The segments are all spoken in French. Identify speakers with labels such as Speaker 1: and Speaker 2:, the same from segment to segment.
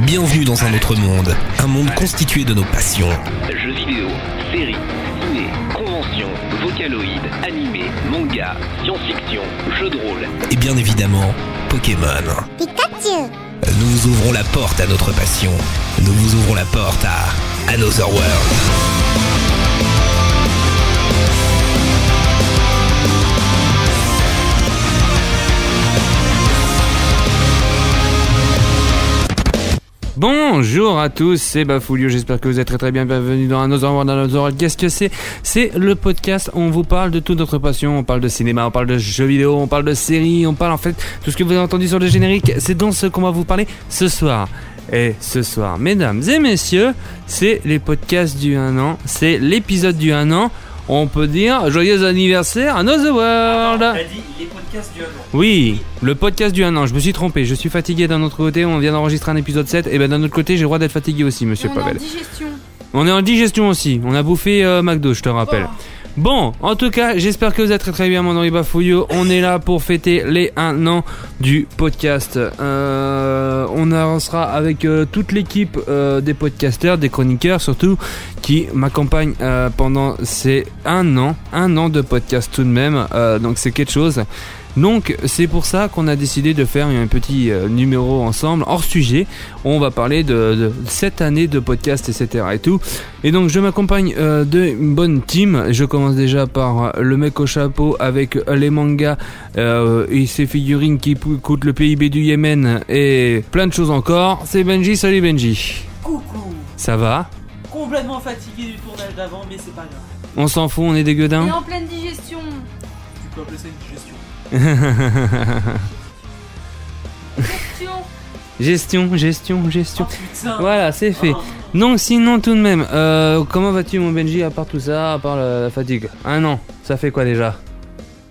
Speaker 1: Bienvenue dans un autre monde, un monde constitué de nos passions.
Speaker 2: Jeux vidéo, séries, ciné, conventions, vocaloïdes, animés, mangas, science-fiction, jeux de rôle.
Speaker 1: Et bien évidemment, Pokémon.
Speaker 3: Pikachu
Speaker 1: Nous vous ouvrons la porte à notre passion. Nous vous ouvrons la porte à Another World.
Speaker 4: Bonjour à tous, c'est Bafoulio, j'espère que vous êtes très très bien bienvenue dans Another World, Another World. Qu'est-ce que c'est C'est le podcast, où on vous parle de toute notre passion, on parle de cinéma, on parle de jeux vidéo, on parle de séries, on parle en fait tout ce que vous avez entendu sur le générique, c'est dans ce qu'on va vous parler ce soir. Et ce soir, mesdames et messieurs, c'est les podcasts du 1 an, c'est l'épisode du 1 an, on peut dire joyeux anniversaire à Another World
Speaker 5: dit les podcasts du Havre.
Speaker 4: oui, le podcast du 1 an, je me suis trompé, je suis fatigué d'un autre côté, on vient d'enregistrer un épisode 7, et ben d'un autre côté j'ai le droit d'être fatigué aussi, monsieur
Speaker 6: on est
Speaker 4: Pavel.
Speaker 6: en digestion.
Speaker 4: On est en digestion aussi, on a bouffé euh, McDo, je te rappelle.
Speaker 6: Oh.
Speaker 4: Bon, en tout cas, j'espère que vous êtes très très bien, mon nom est Bafouillot. On est là pour fêter les 1 an du podcast. Euh, on avancera avec euh, toute l'équipe euh, des podcasters, des chroniqueurs surtout, qui m'accompagnent euh, pendant ces 1 an, 1 an de podcast tout de même, euh, donc c'est quelque chose. Donc c'est pour ça qu'on a décidé de faire un petit euh, numéro ensemble, hors sujet. On va parler de, de cette année de podcast, etc. et tout. Et donc je m'accompagne euh, d'une bonne team. Je commence déjà par euh, le mec au chapeau avec euh, les mangas euh, et ses figurines qui pou- coûtent le PIB du Yémen et plein de choses encore. C'est Benji, salut Benji.
Speaker 5: Coucou
Speaker 4: Ça va
Speaker 5: Complètement fatigué du tournage d'avant, mais c'est pas grave.
Speaker 4: On s'en fout, on est des
Speaker 6: On est
Speaker 4: gueudins
Speaker 6: en pleine digestion.
Speaker 5: Tu peux appeler ça une digestion.
Speaker 6: Digestion.
Speaker 4: Gestion, gestion,
Speaker 5: Oh
Speaker 4: gestion.
Speaker 5: putain Oh.
Speaker 4: Voilà, c'est fait. Non, sinon tout de même, euh, comment vas-tu mon Benji à part tout ça, à part la, la fatigue Un an, ça fait quoi déjà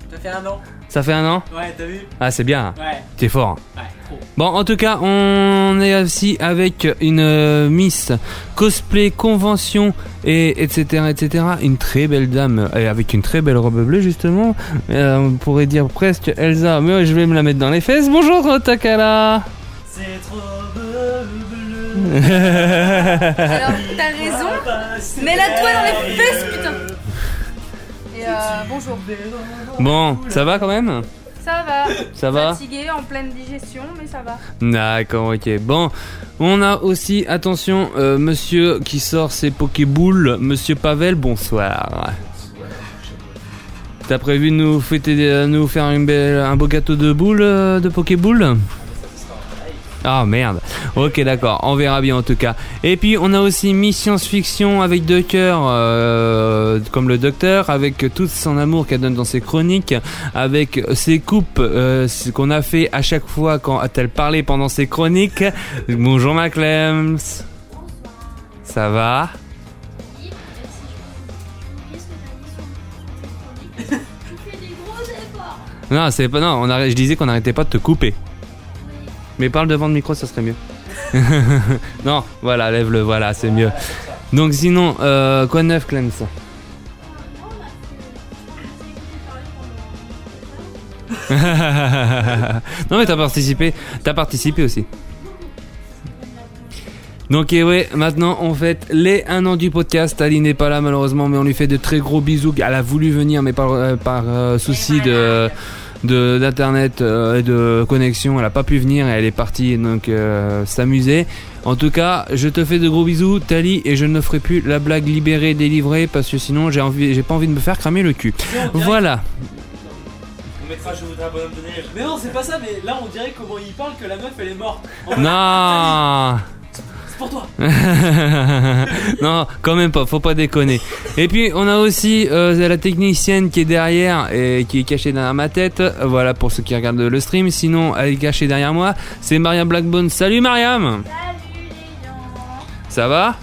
Speaker 5: T'as fait un an
Speaker 4: Ça fait un an
Speaker 5: Ouais, t'as vu
Speaker 4: Ah c'est bien,
Speaker 5: Ouais,
Speaker 4: t'es fort. hein.
Speaker 5: ouais, trop.
Speaker 4: Bon, en tout cas, on est aussi avec une euh, Miss cosplay convention et etc etc. Une très belle dame euh, et avec une très belle robe bleue justement. Euh, on pourrait dire presque Elsa, mais ouais, je vais me la mettre dans les fesses. Bonjour Takala.
Speaker 5: C'est trop bleu, bleu.
Speaker 4: et
Speaker 6: Alors, t'as raison. Mets-la toi dans les fesses, putain. Et euh, bonjour.
Speaker 4: Bon, ça va quand même
Speaker 6: Ça va.
Speaker 4: Ça va
Speaker 6: Fatigué, en pleine digestion, mais ça va.
Speaker 4: D'accord, ok. Bon, on a aussi attention euh, Monsieur qui sort ses Pokéboules, Monsieur Pavel. Bonsoir. T'as prévu de nous, fêter, euh, nous faire une belle, un beau gâteau de boules, euh, de Pokéboules Ah merde. Ok, d'accord. On verra bien en tout cas. Et puis on a aussi Miss Science-Fiction avec deux cœurs, euh, comme le Docteur, avec tout son amour qu'elle donne dans ses chroniques, avec ses coupes euh, ce qu'on a fait à chaque fois quand a-t-elle parlé pendant ses chroniques. Bonjour ma Clems. Ça va Non, c'est pas non. On arrête- je disais qu'on n'arrêtait pas de te couper. Mais parle devant le micro, ça serait mieux. non, voilà, lève-le, voilà, c'est mieux. Donc sinon, euh, quoi de neuf, Clems non mais t'as participé, t'as participé aussi. Donc et ouais, maintenant on fête les 1 an du podcast. Ali n'est pas là malheureusement, mais on lui fait de très gros bisous. Elle a voulu venir, mais par, euh, par euh, souci de de- d'internet euh, et de connexion, elle a pas pu venir et elle est partie donc euh, s'amuser. En tout cas, je te fais de gros bisous, Tali, et je ne ferai plus la blague libérée délivrée parce que sinon j'ai envie, j'ai pas envie de me faire cramer le cul. Voilà.
Speaker 5: On mettra Je voudrais un bonhomme de neige. Mais non, c'est pas ça, mais là on dirait comment il parle que la meuf elle est morte. En-
Speaker 4: Non.
Speaker 5: C'est pour toi
Speaker 4: non, quand même pas, faut pas déconner. Et puis on a aussi euh, la technicienne qui est derrière et qui est cachée derrière ma tête. Voilà pour ceux qui regardent le stream. Sinon, elle est cachée derrière moi. C'est Mariam Blackbone. Salut Mariam Ça va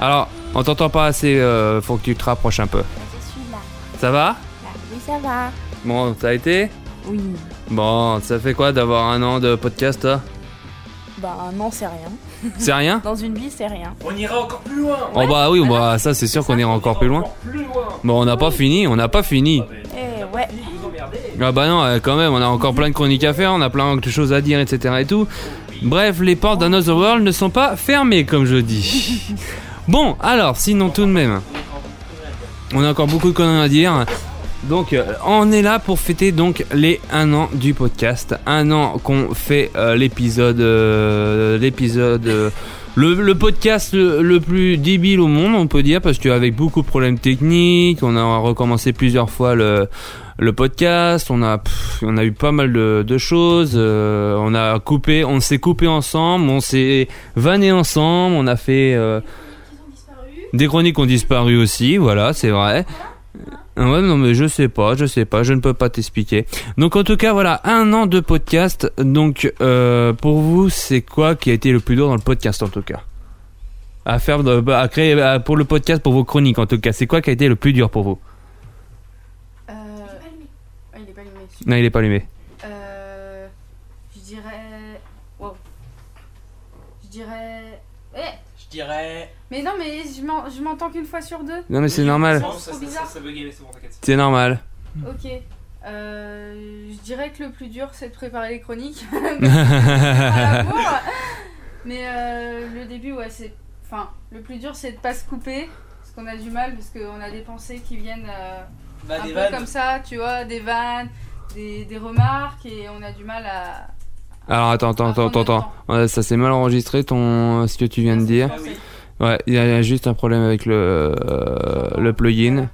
Speaker 4: Alors, on t'entend pas assez, euh, faut que tu te rapproches un peu.
Speaker 3: Je suis là.
Speaker 4: Ça va
Speaker 3: Oui, ça va.
Speaker 4: Bon, ça a été
Speaker 7: Oui,
Speaker 4: Bon, ça fait quoi d'avoir un an de podcast toi
Speaker 7: bah non, c'est rien.
Speaker 4: C'est rien
Speaker 7: Dans une vie, c'est rien.
Speaker 5: On ira encore plus loin
Speaker 4: Oh bah oui, bah ça c'est sûr qu'on ira encore plus loin.
Speaker 5: Encore plus loin
Speaker 4: Bon, on n'a pas fini, on n'a pas fini.
Speaker 5: Ah, mais
Speaker 7: Eh ouais.
Speaker 5: Vous emmerdez
Speaker 4: Ah bah non, euh, quand même, on a encore plein de chroniques à faire, on a plein de choses à dire, etc. et tout. Bref, les portes d'Another World ne sont pas fermées, comme je dis. Bon, alors, sinon tout de même, on a encore beaucoup de conneries à dire. Donc, euh, on est là pour fêter donc les 1 an du podcast. Un an qu'on fait euh, l'épisode. euh, l'épisode. euh, le, le podcast le, le plus débile au monde, on peut dire, parce qu'avec beaucoup de problèmes techniques, on a recommencé plusieurs fois le, le podcast, on a, pff, on a eu pas mal de, de choses, euh, on a coupé, on s'est coupé ensemble, on s'est vanné ensemble, on a fait euh, des chroniques ont disparu aussi, voilà, c'est vrai. Euh, Ouais, non, mais je sais pas, je sais pas, je ne peux pas t'expliquer. Donc, en tout cas, voilà, un an de podcast. Donc, euh, pour vous, c'est quoi qui a été le plus dur dans le podcast, en tout cas À faire, de- bah, à créer, bah, pour le podcast, pour vos chroniques, en tout cas, c'est quoi qui a été le plus dur pour vous
Speaker 8: Euh... Ah, il est pas allumé.
Speaker 4: Non, il est pas allumé.
Speaker 8: Euh, je dirais. Wow. Je dirais. Eh
Speaker 5: Je dirais.
Speaker 8: Mais non, mais je m'en- je m'entends qu'une fois sur deux.
Speaker 4: Non, mais c'est normal,
Speaker 5: Non, ça, ça, ça, ça buguait, mais c'est bon, t'inquiète.
Speaker 4: c'est normal.
Speaker 8: Ok. Euh, je dirais que le plus dur, c'est de préparer les chroniques. à l'amour. mais euh, le début, ouais, c'est. Enfin, le plus dur, c'est de pas se couper. Parce qu'on a du mal, parce qu'on a des pensées qui viennent euh,
Speaker 5: Bah,
Speaker 8: un
Speaker 5: des
Speaker 8: peu
Speaker 5: vannes.
Speaker 8: comme ça, tu vois, des vannes, des, des remarques, et on a du mal à.
Speaker 4: Alors attends,
Speaker 8: Ah,
Speaker 4: attends, attends, attends, attends. Ouais, Ça s'est mal enregistré ton ce que tu viens de dire.
Speaker 5: Ah oui,
Speaker 4: Ouais, il y a juste un problème avec le euh, le plugin.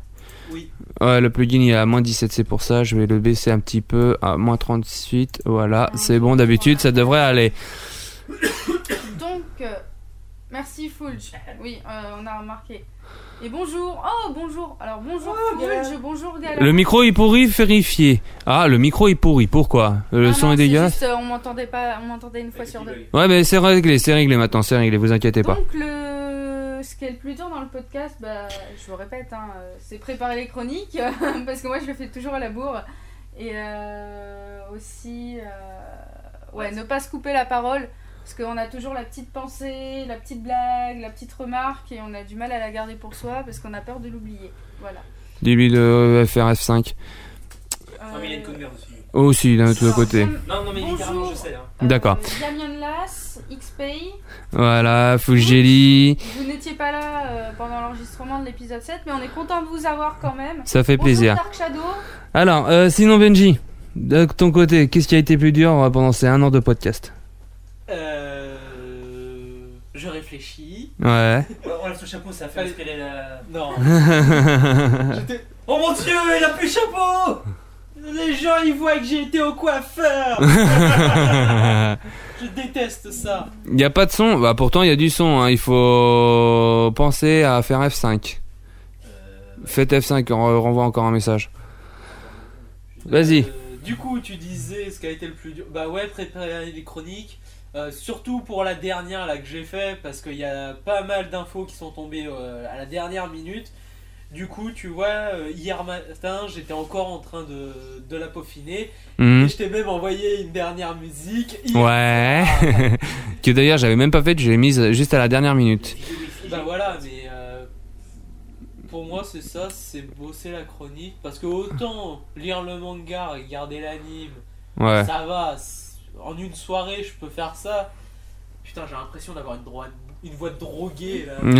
Speaker 5: oui.
Speaker 4: Ouais, le plugin il est à moins 17, c'est pour ça. Je vais le baisser un petit peu à moins 38.
Speaker 8: Ah,
Speaker 4: Voilà, c'est bon. D'habitude, ça devrait aller.
Speaker 8: Donc, euh, merci Fulge. Oui, euh, on a remarqué. Et bonjour. Oh, bonjour. Alors, bonjour
Speaker 5: Oh,
Speaker 8: Fulge, bonjour Gala.
Speaker 4: Le micro est pourri, vérifier. Ah, le micro est pourri. Pourquoi Le
Speaker 8: Ah
Speaker 4: son
Speaker 8: non,
Speaker 4: est
Speaker 8: c'est
Speaker 4: dégueulasse.
Speaker 8: juste, euh, on m'entendait pas, on m'entendait une fois sur deux.
Speaker 4: Ouais, mais c'est réglé, c'est réglé maintenant, c'est réglé. Vous inquiétez pas.
Speaker 8: Donc, le... ce qui est le plus dur dans le podcast, bah, je vous répète, hein, euh, c'est préparer les chroniques, parce que moi je le fais toujours à la bourre. Et euh, aussi, euh, ouais, ne pas se couper la parole, parce qu'on a toujours la petite pensée, la petite blague, la petite remarque, et on a du mal à la garder pour soi, parce qu'on a peur de l'oublier. Voilà.
Speaker 4: Dis-lui de faire F5.
Speaker 5: Non, Ah, mais il y a une
Speaker 8: Euh,
Speaker 5: conne verte dessus.
Speaker 4: Aussi d'un autre
Speaker 8: Alors,
Speaker 4: côté.
Speaker 8: Yam-
Speaker 5: Non, non, mais
Speaker 8: Bonjour.
Speaker 5: littéralement, je sais. Hein.
Speaker 8: euh,
Speaker 4: D'accord.
Speaker 8: Yamian Las, XPay.
Speaker 4: Voilà, Fujeli.
Speaker 8: Vous n'étiez pas là euh, pendant l'enregistrement de l'épisode 7, mais on est content de vous avoir quand même.
Speaker 4: Ça fait plaisir.
Speaker 8: Bonjour Dark Shadow.
Speaker 4: Alors, euh, sinon Benji, de ton côté, qu'est-ce qui a été plus dur euh, pendant ces un an de podcast
Speaker 5: Euh. Je réfléchis.
Speaker 4: Ouais.
Speaker 5: On lève ce chapeau, ça fait respirer la. Non. J'étais- oh mon dieu, il a plus le chapeau Les gens, ils voient que j'ai été au coiffeur
Speaker 4: Il
Speaker 5: Je déteste ça.
Speaker 4: n'y a pas de son Bah pourtant il y a du son, hein. il faut penser à faire F5. Faites F5, on renvoie encore un message. Vas-y.
Speaker 5: Euh, du coup, tu disais ce qui a été le plus dur. Bah ouais, préparer les chroniques. Euh, surtout pour la dernière là que j'ai fait parce qu'il y a pas mal d'infos qui sont tombées euh, à la dernière minute. Du coup, tu vois, euh, hier matin, j'étais encore en train de, de la peaufiner.
Speaker 4: Hmm.
Speaker 5: Et je t'ai même envoyé une dernière musique. Hier-
Speaker 4: Ouais. que d'ailleurs j'avais même pas fait, je l'ai mise juste à la dernière minute.
Speaker 5: Bah voilà, mais euh, pour moi c'est ça, c'est bosser la chronique. Parce que autant lire le manga, regarder l'anime,
Speaker 4: Ouais.
Speaker 5: ça va, c'est- en une soirée je peux faire ça. Putain, j'ai l'impression d'avoir une, droite- une voix de drogué là.
Speaker 4: Hmm.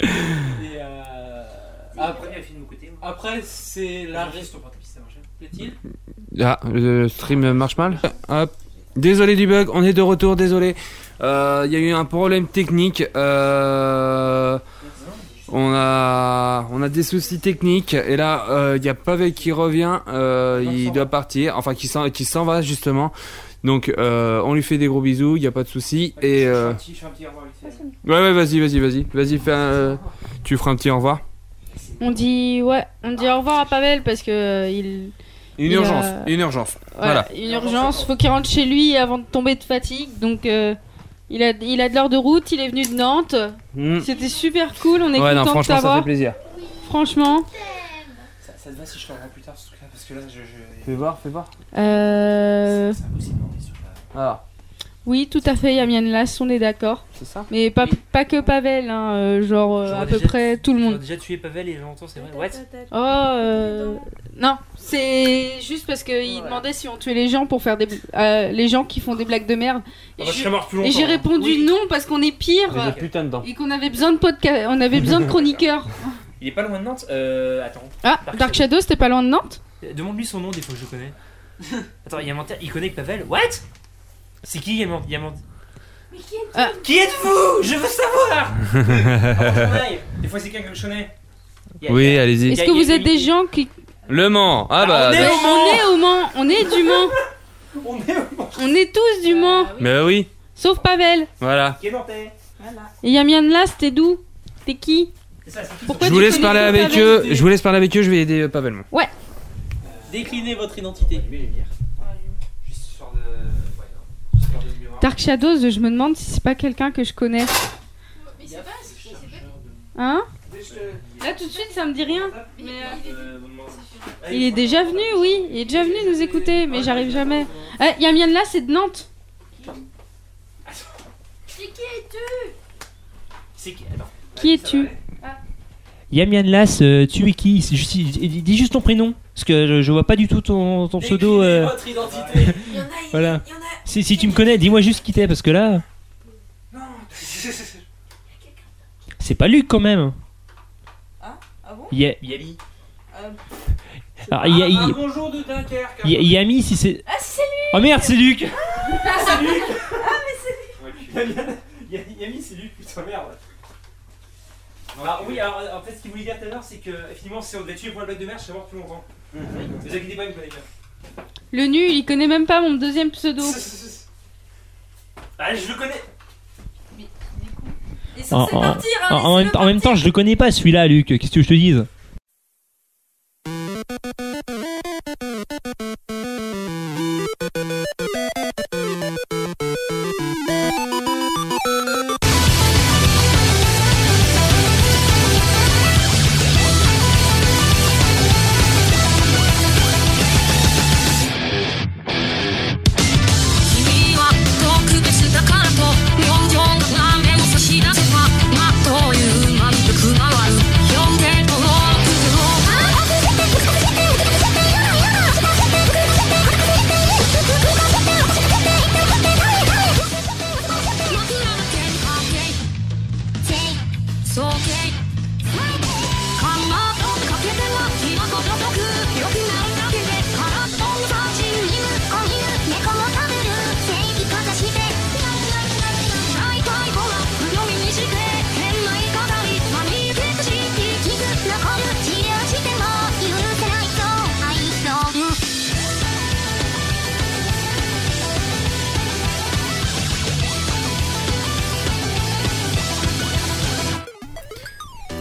Speaker 5: Et, euh, après, après, c'est la plaît-il
Speaker 4: Ah, le stream marche mal. Ah, Hop. Désolé du bug, on est de retour, désolé. Euh, Il y a eu un problème technique. euh, on, a, on a des soucis techniques. Et là, euh, il y a Pavel qui revient. euh, il doit partir. Enfin, qui s'en qui s'en va, justement. Donc, euh, on lui fait des gros bisous, il n'y a pas de soucis. Et. euh, Ouais, ouais, vas-y, vas-y, vas-y. Vas-y, fais un, euh, Tu feras un petit au revoir.
Speaker 9: On dit ouais, on dit au revoir à Pavel parce que euh, il Il
Speaker 4: Une urgence,
Speaker 9: a-
Speaker 4: une urgence.
Speaker 9: ouais,
Speaker 4: Voilà.
Speaker 9: une urgence, faut qu'il rentre chez lui avant de tomber de fatigue. Donc euh, il a il a de l'heure de route, il est venu de Nantes.
Speaker 4: Mm.
Speaker 9: C'était super cool, on est
Speaker 4: Ouais,
Speaker 9: content
Speaker 4: non,
Speaker 9: de
Speaker 4: franchement, ça fait
Speaker 9: t'avoir.
Speaker 4: plaisir.
Speaker 9: Franchement,
Speaker 10: Ça, ça te va si je t'envoie plus tard ce truc-là Parce que là, je. je...
Speaker 4: Fais voir, fais voir.
Speaker 9: euh,
Speaker 10: C'est impossible, non, mais sur la-
Speaker 4: Alors.
Speaker 8: Oui, tout à fait, Yamian Lass, on est d'accord.
Speaker 4: C'est ça
Speaker 8: Mais pas,
Speaker 11: Oui.
Speaker 8: pas que Pavel, hein, euh, genre euh,
Speaker 11: J'en ai
Speaker 8: à peu
Speaker 11: déjà-
Speaker 8: près tout le
Speaker 11: J'ai
Speaker 8: monde.
Speaker 11: déjà tué Pavel il y a longtemps, c'est vrai. What
Speaker 8: Oh, euh, non, c'est juste parce qu'il demandait si on tuait les gens pour faire des bl- euh, les gens qui font des blagues de merde.
Speaker 11: Ah, bah,
Speaker 8: Et je-
Speaker 12: mort plus hein.
Speaker 8: et j'ai répondu
Speaker 11: hein. Oui.
Speaker 8: non parce qu'on est pire
Speaker 4: putain dedans.
Speaker 8: et qu'on avait besoin de podca- on avait besoin de chroniqueurs.
Speaker 12: Il est pas loin de Nantes Euh. Attends.
Speaker 8: Ah,
Speaker 12: Dark
Speaker 8: Dark Shadow, c'était pas loin de Nantes
Speaker 12: Demande-lui son nom des fois que je le connais. Attends, il y a menteur. Il connaît que Pavel What C'est qui Yaman- Yaman
Speaker 8: Ah.
Speaker 12: Qui êtes-vous Je veux savoir Oui. Des fois c'est quelqu'un que je connais. Il y a- il
Speaker 4: Oui,
Speaker 12: y a-
Speaker 4: allez-y.
Speaker 8: Est-ce que vous êtes des gens qui
Speaker 4: Le Mans. Ah bah.
Speaker 12: on est
Speaker 4: bah-
Speaker 12: au- Mans
Speaker 8: on est au Mans, on est du Mans,
Speaker 12: On est au Mans
Speaker 8: on est tous
Speaker 11: Bah
Speaker 8: du Mans,
Speaker 4: Mais bah, oui,
Speaker 8: sauf Pavel.
Speaker 4: voilà.
Speaker 12: Qui est Nantais
Speaker 8: Et Yamian Lass, t'es d'où T'es qui
Speaker 12: C'est ça, c'est tout.
Speaker 8: Pourquoi
Speaker 4: je
Speaker 8: tu
Speaker 4: vous laisse
Speaker 8: connais
Speaker 4: parler
Speaker 8: que
Speaker 4: avec
Speaker 8: Pavel
Speaker 4: eux. Je vous laisse parler avec eux. Je vais aider euh, Pavel. moi.
Speaker 11: Déclinez votre identité.
Speaker 12: Juste histoire de. Ouais, non. Histoire de mémoire.
Speaker 8: Dark Shadows, je me demande si c'est pas quelqu'un que je connais. Hein Là tout de suite ça me dit rien.
Speaker 12: Euh, moment.
Speaker 8: Il est déjà venu, oui, il est déjà venu nous écouter, mais j'arrive jamais. Ah, Yamian Lass, c'est de Nantes.
Speaker 12: C'est qui Attends.
Speaker 8: Qui es-tu
Speaker 5: Yamian Lass, euh, tu es qui C'est juste- dis, dis juste ton prénom, parce que je, je vois pas du tout ton, ton pseudo.
Speaker 11: Déclinez
Speaker 5: euh,
Speaker 11: votre identité.
Speaker 5: voilà. Si, si tu me connais, dis-moi juste qui t'es, parce que là, c'est pas Luc quand même.
Speaker 13: Ah bon Euh,
Speaker 5: Y a-
Speaker 12: Yami.
Speaker 5: alors, y a- y-
Speaker 11: Un bonjour de Dunkerque.
Speaker 5: y- Yami, si c'est.
Speaker 13: Ah, c'est lui
Speaker 5: Oh merde, c'est Luc
Speaker 12: Yami, c'est lui, putain merde. Ah oui, alors en fait, ce qu'il voulait dire tout à l'heure, c'est que finalement, si on devait tuer pour la blague de mer, je serais mort plus longtemps. Ne vous inquiétez pas, il me connaît bien.
Speaker 8: Le nul, il connaît même pas mon deuxième pseudo.
Speaker 12: Ah, je le connais.
Speaker 13: Ils
Speaker 5: En-
Speaker 13: sont
Speaker 4: Ah,
Speaker 13: censés
Speaker 5: en-
Speaker 13: partir, hein
Speaker 5: en, en même, en même temps, je le connais pas celui-là, Luc. Qu'est-ce que je te dise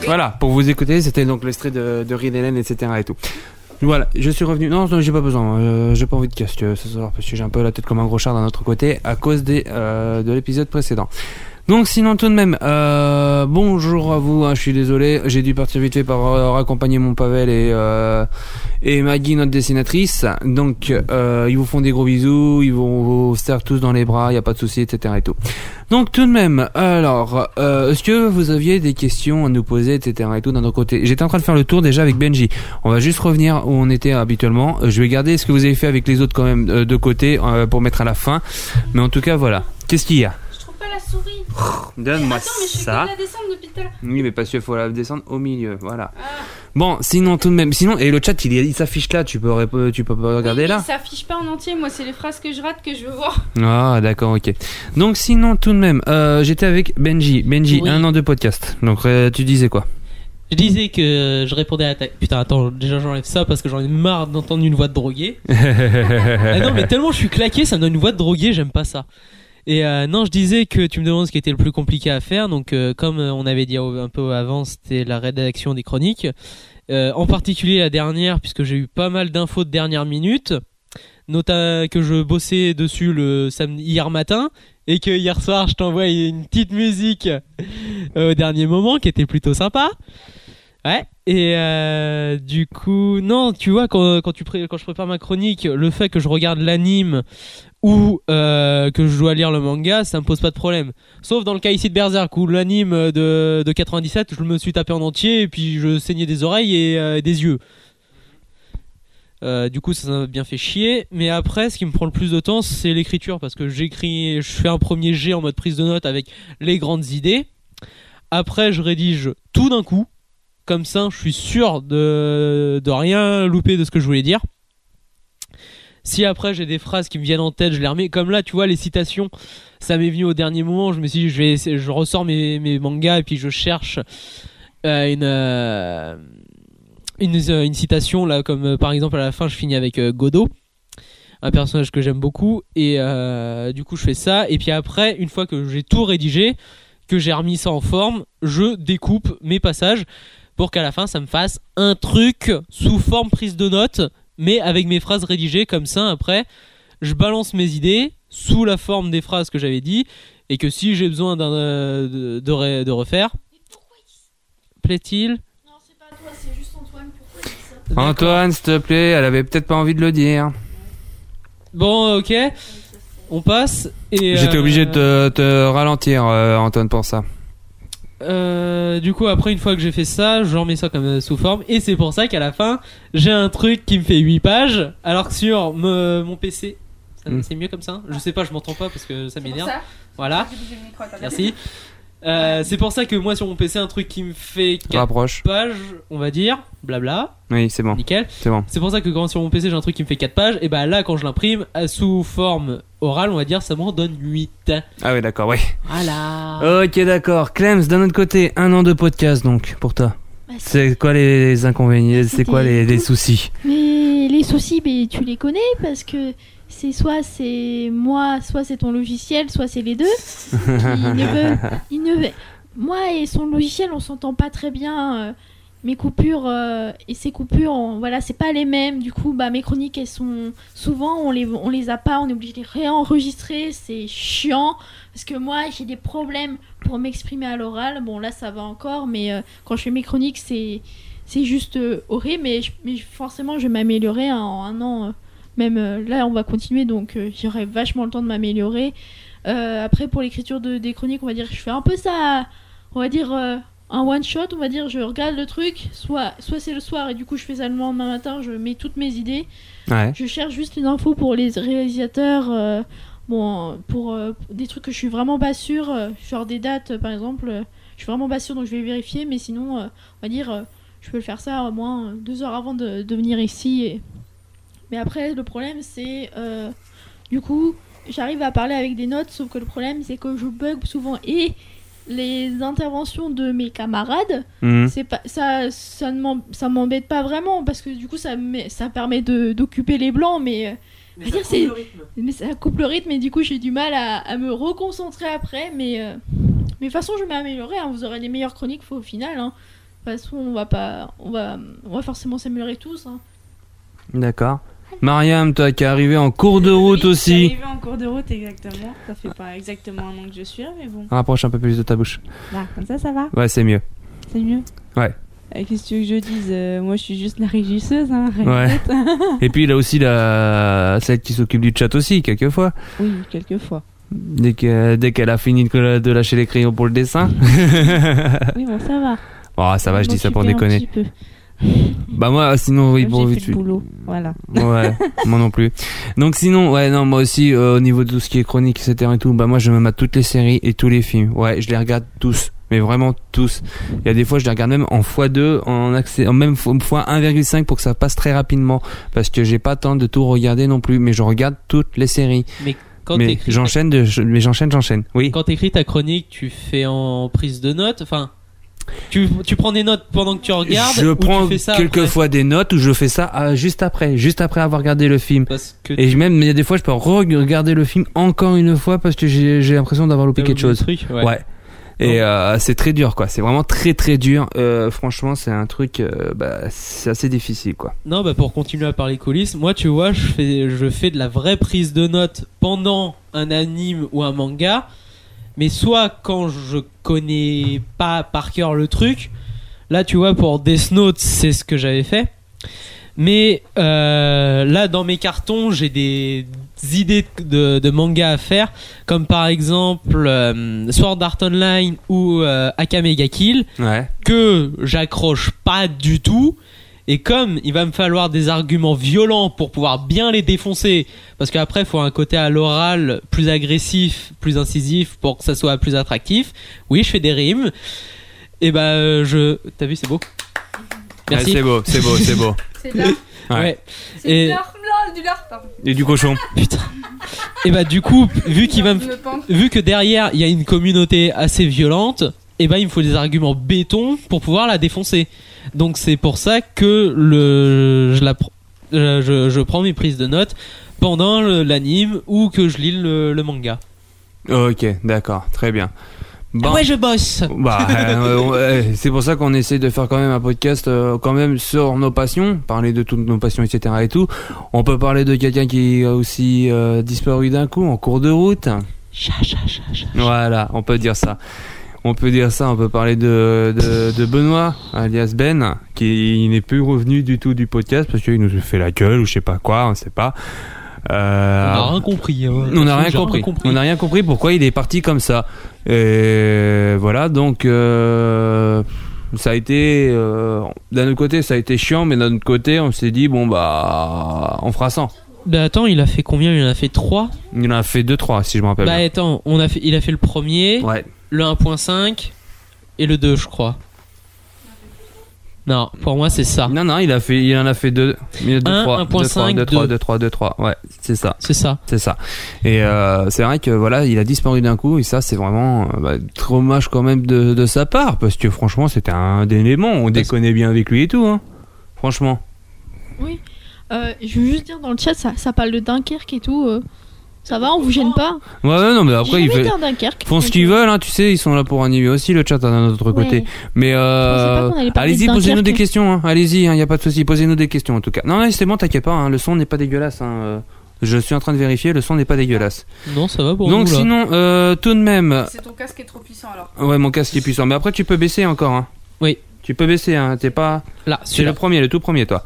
Speaker 4: Voilà, pour vous écouter, c'était donc l'extrait de, de Reed Helen, etc. et tout. Voilà, je suis revenu. Non, non j'ai pas besoin. euh, j'ai pas envie de casse ce soir parce que j'ai un peu la tête comme un gros char d'un autre côté à cause des, euh, de l'épisode précédent. Donc sinon tout de même, euh, bonjour à vous. hein, je suis désolé, j'ai dû partir vite fait par euh, raccompagner mon Pavel et euh, et Maggie, notre dessinatrice. Donc euh, ils vous font des gros bisous, ils vont vous serrer tous dans les bras, y a pas de souci, etc. et tout. Donc tout de même, alors, euh, est-ce que vous aviez des questions à nous poser, etc. et tout d'un autre côté J'étais en train de faire le tour déjà avec Benji. On va juste revenir où on était habituellement. Euh, Je vais garder ce que vous avez fait avec les autres quand même euh, de côté euh, pour mettre à la fin. Mais en tout cas, voilà. Qu'est-ce qu'il y a
Speaker 8: Je trouve pas la souris.
Speaker 4: Donne-moi
Speaker 8: Attends, mais je suis que de la descendre depuis tout à l'heure.
Speaker 4: Oui, mais parce qu'il faut la descendre au milieu, voilà.
Speaker 8: Ah.
Speaker 4: Bon, sinon tout de même, sinon et le chat il, est- il s'affiche là, tu peux rép- tu peux pas regarder
Speaker 8: Oui, mais
Speaker 4: là.
Speaker 8: Ça affiche pas en entier, moi c'est les phrases que je rate que je veux voir.
Speaker 4: Ah d'accord, ok. Donc sinon tout de même, euh, j'étais avec Benji. Benji,
Speaker 5: Oui.
Speaker 4: un an de podcast. Donc euh, tu disais quoi
Speaker 5: Je disais que je répondais à ta. Putain, attends, déjà j'enlève ça parce que j'en ai marre d'entendre une voix de drogué. Ah non, mais tellement je suis claqué, ça me donne une voix de drogué, j'aime pas ça. Et euh, non, je disais que tu me demandes ce qui était le plus compliqué à faire. Donc, euh, comme euh, on avait dit au- un peu avant, c'était la rédaction des chroniques. Euh, en particulier la dernière, puisque j'ai eu pas mal d'infos de dernière minute. Nota que je bossais dessus le samedi hier matin et que hier soir je t'envoie une petite musique euh, au dernier moment qui était plutôt sympa. Ouais. Et euh, du coup, non, tu vois, quand, quand, tu pré- quand je prépare ma chronique, le fait que je regarde l'anime ou euh, euh, que je dois lire le manga, ça me pose pas de problème. Sauf dans le cas ici de Berserk où l'anime de, de 97, je me suis tapé en entier et puis je saignais des oreilles et euh, des yeux. Euh, du coup, ça m'a bien fait chier. Mais après, ce qui me prend le plus de temps, c'est l'écriture parce que j'écris, je fais un premier jet en mode prise de notes avec les grandes idées. Après, je rédige tout d'un coup. Comme ça, je suis sûr de, de rien louper de ce que je voulais dire. Si après j'ai des phrases qui me viennent en tête, je les remets. Comme là, tu vois, les citations, ça m'est venu au dernier moment. Je me suis dit, je, vais, essayer- je ressors mes, mes mangas et puis je cherche euh, une, euh, une, euh, une citation, là, comme euh, par exemple à la fin, je finis avec euh, Godot, un personnage que j'aime beaucoup. Et euh, du coup, je fais ça. Et puis après, une fois que j'ai tout rédigé, que j'ai remis ça en forme, je découpe mes passages pour qu'à la fin, ça me fasse un truc sous forme prise de notes, mais avec mes phrases rédigées comme ça. Après, je balance mes idées sous la forme des phrases que j'avais dit, et que si j'ai besoin d'un, euh, de, de re- de refaire, plaît-il
Speaker 4: Antoine, s'il te plaît, elle avait peut-être pas envie de le dire.
Speaker 5: Bon, ok, on passe. Et,
Speaker 4: J'étais
Speaker 5: euh,
Speaker 4: obligé de te, te ralentir, euh, Antoine, pour ça.
Speaker 5: Euh, du coup, après, une fois que j'ai fait ça, je remets ça comme euh, sous forme. Et c'est pour ça qu'à la fin, j'ai un truc qui me fait 8 pages. Alors que sur me- mon PC, ça-
Speaker 4: Mm.
Speaker 5: c'est mieux comme ça. hein. Je sais pas, je m'entends pas parce que ça m'énerve.
Speaker 14: ça.
Speaker 5: Voilà.
Speaker 14: J'ai bougé le micro, attends.
Speaker 5: Ah. Merci. Euh, c'est pour ça que moi, sur mon PC, un truc qui me fait
Speaker 4: Ah.
Speaker 5: 4
Speaker 4: Rapproche.
Speaker 5: pages, on va dire, blabla,
Speaker 4: Oui, c'est bon.
Speaker 5: nickel.
Speaker 4: C'est bon.
Speaker 5: C'est pour ça que quand sur mon PC, j'ai un truc qui me fait 4 pages. Et bah là, quand je l'imprime, à- sous forme orale, on va dire, ça m'en donne 8.
Speaker 4: Ah oui, d'accord, oui.
Speaker 5: Voilà.
Speaker 4: Ok, d'accord. Clems, d'un autre côté, un an de podcast donc pour toi. C'est quoi les inconvénients C'est quoi les, les soucis
Speaker 15: Mais les soucis, mais tu les connais parce que c'est soit c'est moi, soit c'est ton logiciel, soit c'est les deux. Il ne veut- il ne veut- moi et son logiciel, on s'entend pas très bien. euh, mes coupures euh, et ses coupures, on- voilà, c'est pas les mêmes. Du coup, bah mes chroniques, elles sont souvent on les on les a pas, on est obligé de les réenregistrer. C'est chiant parce que moi j'ai des problèmes pour m'exprimer à l'oral. Bon là ça va encore, mais euh, quand je fais mes chroniques, c'est c'est juste euh, horrible, mais, je- mais je- forcément je vais m'améliorer hein, en un an. euh, même euh, là, on va continuer, donc euh, j'aurai vachement le temps de m'améliorer. Euh, après, pour l'écriture de, des chroniques, on va dire, je fais un peu ça, on va dire euh, un one shot, on va dire, je regarde le truc, soit, soit c'est le soir et du coup je fais ça le lendemain matin, je mets toutes mes idées.
Speaker 4: Ouais.
Speaker 15: Je cherche juste une info pour les réalisateurs, euh, bon, pour euh, des trucs que je suis vraiment pas sûre, euh, genre des dates euh, par exemple, euh, je suis vraiment pas sûre donc je vais vérifier, mais sinon, euh, on va dire, euh, je peux le faire ça au moins euh, deux heures avant de, de venir ici. et- Mais après, le problème c'est, euh, du coup, j'arrive à parler avec des notes, sauf que le problème c'est que je bug souvent et les interventions de mes camarades,
Speaker 4: Hmm.
Speaker 16: Mhm.
Speaker 15: c'est pas ça, ça ne m'em- ça m'embête pas vraiment parce que du coup ça, me- ça permet de- d'occuper les blancs, mais, euh,
Speaker 17: Mais
Speaker 15: on
Speaker 17: ça
Speaker 15: va dire,
Speaker 17: coupe
Speaker 15: c'est-
Speaker 17: le rythme.
Speaker 15: mais ça coupe le rythme et du coup j'ai du mal à, à me reconcentrer après, mais euh, mais de toute façon je vais m'améliorer, hein, vous aurez les meilleures chroniques faut, au final. hein. De toute façon on va pas, on va, on va forcément s'améliorer tous. hein.
Speaker 4: Hmm. D'accord. Mariam, toi qui es arrivée en cours de route
Speaker 8: Je suis
Speaker 4: aussi.
Speaker 8: arrivée en cours de route exactement. Ça fait pas exactement un an que je suis là, mais bon.
Speaker 4: Rapproche un peu plus de ta bouche.
Speaker 8: Là, comme ça, ça va
Speaker 4: Ouais, c'est mieux.
Speaker 8: C'est mieux
Speaker 4: Ouais.
Speaker 8: Euh, Qu'est-ce que tu veux que je dise Euh, Moi, je suis juste la régisseuse, hein. rien
Speaker 4: Ouais.
Speaker 8: d'autre.
Speaker 4: Et puis il a aussi la celle qui s'occupe du chat aussi quelquefois.
Speaker 8: oui, quelquefois.
Speaker 4: Dès que- dès qu'elle a fini de de lâcher les crayons pour le dessin.
Speaker 8: Oui, bon, ça va.
Speaker 4: Oh, ça va, je dis ça pour
Speaker 8: M'occuper un
Speaker 4: déconner.
Speaker 8: petit peu.
Speaker 4: Bah moi, sinon, oui,
Speaker 8: Comme
Speaker 4: bon,
Speaker 8: Ah, j'ai
Speaker 4: vite
Speaker 8: fait le boulot, voilà.
Speaker 4: Ouais, moi non plus. Donc sinon, ouais, non, moi aussi, euh, au niveau de tout ce qui est chronique, etc. et tout, bah moi je me mate toutes les séries et tous les films. Ouais, je les regarde tous, mais vraiment tous. Il y a des fois, je les regarde même en x2, en, accès, en même fo- fois 1,5 pour que ça passe très rapidement. Parce que j'ai pas le temps de tout regarder non plus, mais je regarde toutes les séries.
Speaker 5: Mais quand
Speaker 4: mais
Speaker 5: t'écris-
Speaker 4: j'enchaîne, de, je- mais j'enchaîne, j'enchaîne. Oui.
Speaker 5: Quand t'écris ta chronique, tu fais en prise de notes. Enfin, tu, tu prends des notes pendant que tu regardes.
Speaker 4: je
Speaker 5: ou
Speaker 4: prends
Speaker 5: tu fais ça après
Speaker 4: quelquefois des notes où je fais ça euh, juste après, juste après avoir regardé le film.
Speaker 5: que
Speaker 4: et je- même, il y a des fois, je peux regarder le film encore une fois parce que j'ai j'ai l'impression d'avoir loupé
Speaker 5: T'as
Speaker 4: quelque
Speaker 5: oublié
Speaker 4: chose.
Speaker 5: le truc, ouais.
Speaker 4: Et euh, c'est très dur, quoi. C'est vraiment très très dur. Euh, franchement, c'est un truc, euh, bah, c'est assez difficile, quoi.
Speaker 5: Non, bah pour continuer à parler coulisses, moi tu vois, je fais, je fais de la vraie prise de notes pendant un anime ou un manga, mais soit quand je connais pas par cœur le truc, là tu vois, pour Death Note, c'est ce que j'avais fait, mais euh, là dans mes cartons, j'ai des
Speaker 12: idées de, de manga à faire, comme par exemple euh, Sword Art Online ou euh, Akame ga Kill,
Speaker 4: Ouais.
Speaker 12: que j'accroche pas du tout. Et comme il va me falloir des arguments violents pour pouvoir bien les défoncer, parce qu'après il faut un côté à l'oral plus agressif, plus incisif pour que ça soit plus attractif. Oui, je fais des rimes. Et ben euh, je, t'as vu, c'est beau. Merci.
Speaker 4: Ouais, c'est beau, c'est beau, c'est beau.
Speaker 6: C'est de l'art.
Speaker 4: Ouais.
Speaker 12: Ouais.
Speaker 6: C'est
Speaker 12: Et,
Speaker 6: du lard, lard, du lard, pardon.
Speaker 4: et du cochon.
Speaker 12: Putain. et bah du coup, vu qu'il va me-
Speaker 6: Je me pente.
Speaker 12: vu que derrière il y a une communauté assez violente, et ben il me faut des arguments béton pour pouvoir la défoncer. Donc c'est pour ça que le je la pr- euh, je, je prends mes prises de notes pendant le- l'anime ou que je lis le, le manga.
Speaker 4: Ok, d'accord, très bien. Bon.
Speaker 12: Ouais, je bosse.
Speaker 4: Bah, euh, on- euh, c'est pour ça qu'on essaie de faire quand même un podcast euh, quand même sur nos passions, parler de toutes nos passions, etc. et tout. On peut parler de quelqu'un qui a aussi euh, disparu d'un coup en cours de route. Voilà, on peut dire ça. On peut dire ça, on peut parler de, de, de Benoît, alias Ben, qui n'est plus revenu du tout du podcast parce qu'il nous fait la gueule ou je sais pas quoi, on sait pas.
Speaker 12: On
Speaker 4: Euh,
Speaker 12: n'a rien compris. hein.
Speaker 4: on n'a rien
Speaker 12: J'ai
Speaker 4: compris. On n'a rien compris pourquoi il est parti comme ça. Et voilà, donc euh, ça a été euh, d'un autre côté ça a été chiant, mais d'un autre côté on s'est dit bon bah on fera 100.
Speaker 12: Bah attends, il a fait combien Il en a fait 3
Speaker 4: Il en a fait 2-3 si je me rappelle.
Speaker 12: Bah
Speaker 4: bien.
Speaker 12: attends, on a fait, il a fait le premier,
Speaker 4: Ouais.
Speaker 12: le 1.5 et le 2 je crois. Non, pour moi c'est ça.
Speaker 4: Ah. Non non, il a fait il en a fait 2 2
Speaker 12: Un,
Speaker 4: 3
Speaker 12: 1.5,
Speaker 4: 2 3
Speaker 12: deux.
Speaker 4: 2 3 2 3. Ouais, c'est ça.
Speaker 12: C'est ça.
Speaker 4: C'est ça. Et euh, c'est vrai que voilà, il a disparu d'un coup et ça c'est vraiment euh, bah, très dommage quand même de, de sa part parce que franchement c'était un des éléments, on déconnait bien avec lui et tout. Hein. Franchement.
Speaker 15: Oui. Euh, je veux juste dire dans le chat, ça, ça parle de Dunkerque et tout. euh, ça va, on vous gêne pas
Speaker 4: Ouais, ouais, non mais après
Speaker 15: J'ai
Speaker 4: il
Speaker 15: jamais
Speaker 4: fait...
Speaker 15: été à Dunkerque.
Speaker 4: Font ce
Speaker 15: donc,
Speaker 4: qu'ils
Speaker 15: euh,
Speaker 4: veulent, hein, tu sais, ils sont là pour animer aussi le chat hein, d'un autre côté.
Speaker 15: Ouais.
Speaker 4: Mais euh,
Speaker 15: pensais pas qu'on allait parler
Speaker 4: allez-y,
Speaker 15: de
Speaker 4: posez-nous des
Speaker 15: Dunkerque.
Speaker 4: questions, hein. allez-y, il n'y a pas de souci, posez-nous des questions en tout cas. Non, non, c'est bon, t'inquiète pas, hein, le son n'est pas dégueulasse. hein, euh, Je suis en train de vérifier, le son n'est pas dégueulasse.
Speaker 12: Non, ça va Ah, pour
Speaker 4: Donc
Speaker 12: nous, là.
Speaker 4: sinon, euh, tout de même,
Speaker 6: C'est ton casque qui est trop puissant alors.
Speaker 4: Ouais, mon casque est puissant. Mais après, tu peux baisser encore. Hein.
Speaker 12: Oui.
Speaker 4: Tu peux baisser. Hein. T'es pas.
Speaker 12: Là,
Speaker 4: C'est
Speaker 12: celui-là.
Speaker 4: le premier, le tout premier, toi.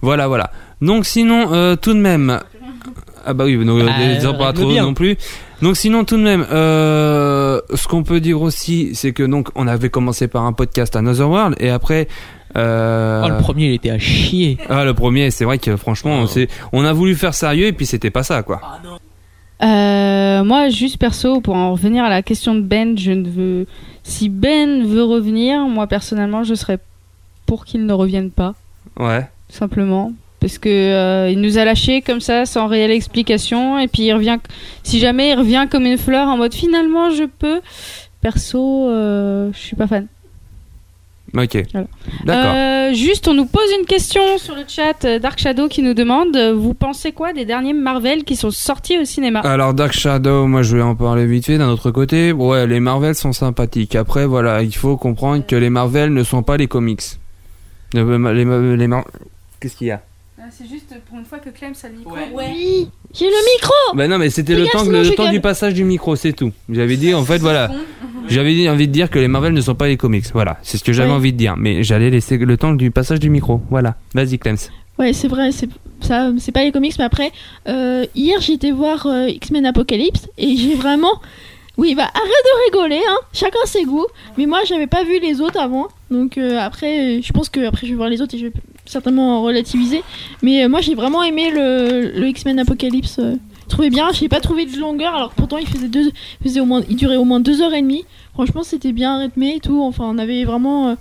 Speaker 4: Voilà, voilà. Donc, sinon, euh, tout de même. Ah bah oui, donc,
Speaker 12: Bah,
Speaker 4: euh, des
Speaker 12: euh,
Speaker 4: arbres à
Speaker 12: règle
Speaker 4: trop
Speaker 12: bien.
Speaker 4: non plus. Donc sinon tout de même, euh, ce qu'on peut dire aussi, c'est que donc on avait commencé par un podcast Another World et après. euh,
Speaker 12: Oh, le premier il était à chier. Oh.
Speaker 4: ah le premier, c'est vrai que franchement, on, s'est- on a voulu faire sérieux et puis c'était pas ça quoi.
Speaker 5: Ah,
Speaker 8: Euh, moi, juste perso, pour en revenir à la question de Ben, je ne veux. Si Ben veut revenir, moi personnellement, je serais pour qu'il ne revienne pas,
Speaker 4: Ouais.
Speaker 8: simplement. Parce que euh, il nous a lâché comme ça, sans réelle explication, et puis il revient. Si jamais il revient comme une fleur, en mode finalement je peux. Perso, euh, je suis pas fan.
Speaker 4: Ok.
Speaker 8: Voilà.
Speaker 4: D'accord.
Speaker 8: Euh, juste, on nous pose une question sur le chat. euh, Dark Shadow qui nous demande euh, Vous pensez quoi des derniers Marvel qui sont sortis au cinéma
Speaker 15: Ah.
Speaker 4: Alors Dark Shadow, moi je vais en parler vite fait. D'un autre côté, ouais, les Marvel sont sympathiques. Après, voilà, il faut comprendre que les Marvel ne sont pas les comics. Les, les- les Mar- Qu'est-ce qu'il y a
Speaker 6: Ah, C'est juste pour une fois que Clem ça le micro.
Speaker 5: Ouais.
Speaker 15: Oui, j'ai le micro
Speaker 4: Bah non, mais c'était
Speaker 15: Fais
Speaker 4: le
Speaker 15: gaffe,
Speaker 4: temps, que-
Speaker 15: Oh, sinon
Speaker 4: le
Speaker 15: je
Speaker 4: temps
Speaker 15: gueule.
Speaker 4: du passage du micro, c'est tout. J'avais dit, en fait, voilà,
Speaker 6: Bon.
Speaker 4: j'avais dit- envie de dire que les Marvel ne sont pas les comics. Voilà, c'est ce que j'avais
Speaker 15: Ouais.
Speaker 4: envie de dire. Mais j'allais laisser le temps du passage du micro. Voilà, vas-y Clems.
Speaker 15: Ouais, c'est vrai, c'est ça, c'est pas les comics, mais après, euh, hier j'étais voir euh, X-Men Apocalypse et j'ai vraiment. Oui, bah arrête de rigoler, hein. Chacun ses goûts. Mais moi, j'avais pas vu les autres avant, donc euh, après, euh, je pense que après je vais voir les autres et je vais certainement relativiser. Mais euh, moi, j'ai vraiment aimé le, le X-Men Apocalypse. euh, je trouvais bien. J'ai pas trouvé de longueur, alors que pourtant il faisait deux, il faisait au moins, il durait au moins deux heures et demie. Franchement, c'était bien rythmé et tout. Enfin, on avait vraiment. euh,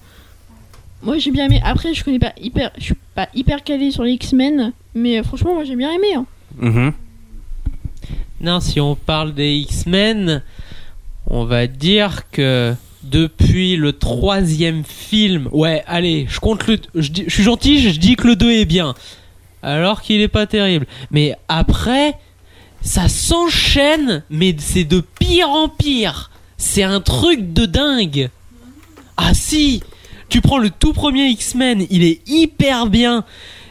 Speaker 15: moi j'ai bien aimé. Après, je connais pas hyper, je suis pas hyper calée sur les X-Men, mais euh, franchement, moi j'ai bien aimé. hein.
Speaker 4: Mhm.
Speaker 12: Non, si on parle des X-Men, on va dire que depuis le troisième film, ouais, allez, je compte le, je, dis- je suis gentil, je dis que le 2 est bien, alors qu'il est pas terrible. Mais après, ça s'enchaîne, mais c'est de pire en pire. C'est un truc de dingue. Ah si, tu prends le tout premier X-Men, il est hyper bien.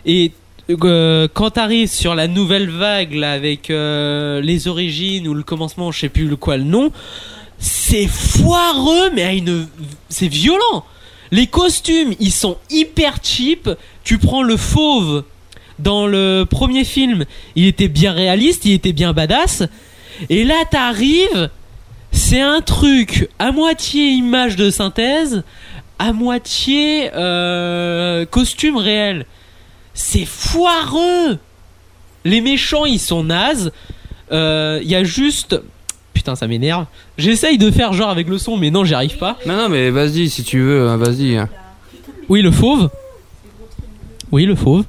Speaker 12: Et euh, quand t'arrives sur la nouvelle vague là avec euh, les origines ou le commencement, je sais plus le quoi le nom, c'est foireux mais à une, c'est violent. Les costumes, ils sont hyper cheap. Tu prends le fauve Dans le premier film, il était bien réaliste, il était bien badass. Et là, t'arrives, c'est un truc à moitié image de synthèse, à moitié euh, costume réel. C'est foireux Les méchants, ils sont nazes. Euh, Il y a juste... Putain, ça m'énerve. J'essaye de faire genre avec le son, mais non, j'y arrive pas.
Speaker 4: Non, non, mais vas-y si tu veux, hein, vas-y.
Speaker 12: Oui, le fauve. Oui, le fauve.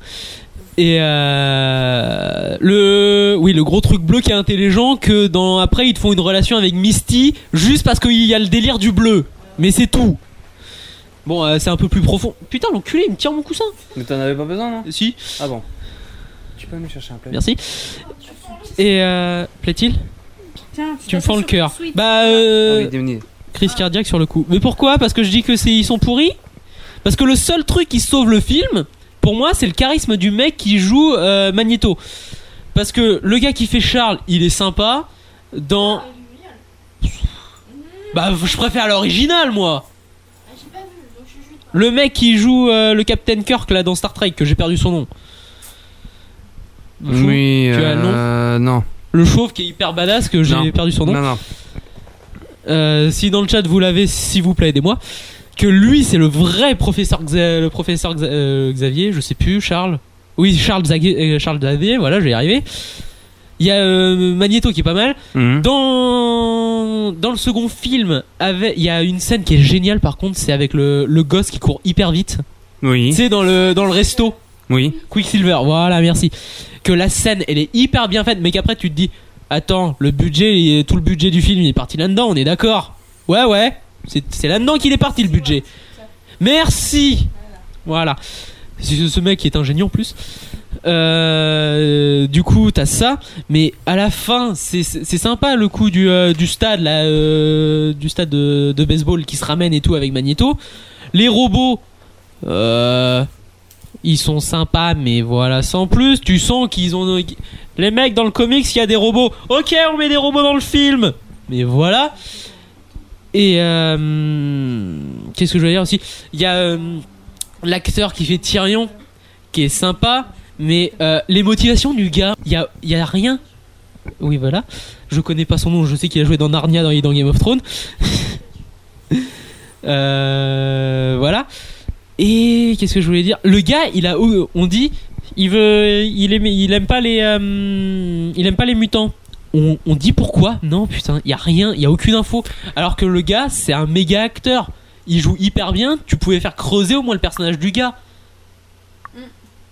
Speaker 12: Et euh, le oui le gros truc bleu qui est intelligent que dans après ils te font une relation avec Misty juste parce qu'il y a le délire du bleu mais c'est tout bon euh, c'est un peu plus profond putain l'enculé il me tire mon coussin
Speaker 4: Mais t'en avais pas besoin, non
Speaker 12: Si.
Speaker 4: Ah bon. Tu peux me chercher un plat
Speaker 12: merci et euh, plaît-il
Speaker 7: Tiens,
Speaker 12: tu me fends le cœur bah euh, crise cardiaque sur le coup mais pourquoi parce que je dis que c'est ils sont pourris parce que le seul truc qui sauve le film, pour moi, c'est le charisme du mec qui joue euh, Magneto. Parce que le gars qui fait Charles, il est sympa. Dans. Bah, je préfère l'original, moi. Le mec qui joue euh, le Captain Kirk là dans Star Trek, que j'ai perdu son nom. Chou,
Speaker 4: Oui,
Speaker 12: tu as le nom
Speaker 4: euh, non.
Speaker 12: Le chauve qui est hyper badass, que j'ai
Speaker 4: Non.
Speaker 12: perdu son nom.
Speaker 4: Non, non.
Speaker 12: Euh, si dans le chat vous l'avez, s'il vous plaît, aidez-moi. Que lui, c'est le vrai professeur, Xa- le professeur Xa- euh, Xavier, je sais plus, Charles. Oui, Charles Xavier, euh, Charles Xavier, voilà, je vais y arriver. Il y a euh, Magneto qui est pas mal.
Speaker 4: Mhm.
Speaker 12: Dans, dans le second film, avec- il y a une scène qui est géniale par contre, c'est avec le, le gosse qui court hyper vite.
Speaker 4: Oui.
Speaker 12: C'est dans le, dans le resto.
Speaker 4: Oui.
Speaker 12: Quicksilver, voilà, merci. Que la scène, elle est hyper bien faite, mais qu'après tu te dis, attends, le budget, il- tout le budget du film, il est parti là-dedans, on est d'accord Ouais, ouais, c'est c'est là-dedans qu'il est parti le budget. Merci Voilà. Ce ce mec qui est ingénieux en plus. Euh, du coup, t'as ça, mais à la fin, c'est c'est- c'est sympa le coup du, euh, du stade, là, euh, du stade de, de baseball qui se ramène et tout avec Magneto. Les robots, euh, ils sont sympas, mais voilà, sans plus, tu sens qu'ils ont. Les mecs dans le comics, il y a des robots. Ok, on met des robots dans le film Mais voilà. Et. euh, Qu'est-ce que je veux dire aussi Il y a euh, l'acteur qui fait Tyrion, qui est sympa, mais euh, les motivations du gars, il y a, il y a rien. Oui, voilà. Je connais pas son nom, je sais qu'il a joué dans Narnia dans, dans Game of Thrones. Euh, voilà. Et qu'est-ce que je voulais dire Le gars, il a, on dit, il veut, il aime, il aime pas les, euh, il aime pas les mutants. On, on dit pourquoi Non, putain, il y a rien, il y a aucune info. Alors que le gars, c'est un méga acteur. Il joue hyper bien. Tu pouvais faire creuser au moins le personnage du gars.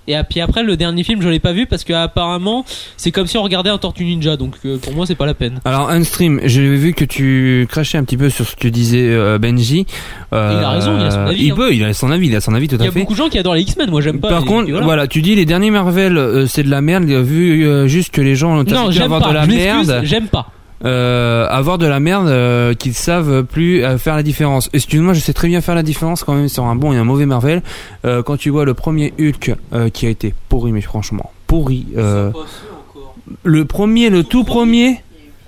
Speaker 12: Et ah, puis après, le dernier film, je l'ai pas vu parce que apparemment, c'est comme si on regardait un Tortue Ninja. Donc euh, pour moi, c'est pas la peine.
Speaker 4: Alors, Unstream, j'ai vu que tu crachais un petit peu sur ce que tu disais, euh, Benji. Euh,
Speaker 12: Il a raison, il a son avis,
Speaker 4: Il
Speaker 12: hein.
Speaker 4: peut, il a son avis, il a son avis tout
Speaker 12: Il y
Speaker 4: à
Speaker 12: a
Speaker 4: fait.
Speaker 12: beaucoup de gens qui adorent les X-Men. Moi, j'aime pas.
Speaker 4: Par
Speaker 12: mais
Speaker 4: contre, voilà. tu dis les derniers Marvel, euh, c'est de la merde. Vu euh, juste que les gens ont
Speaker 12: Non, j'aime
Speaker 4: avoir
Speaker 12: pas.
Speaker 4: de la
Speaker 12: je m'excuse,
Speaker 4: merde.
Speaker 12: J'aime pas.
Speaker 4: euh, avoir de la merde euh, qu'ils savent plus euh, faire la différence. Excuse-moi, je sais très bien faire la différence quand même sur un bon et un mauvais Marvel. Euh, quand tu vois le premier Hulk euh, qui a été pourri, mais franchement pourri. euh, le premier, le tout premier.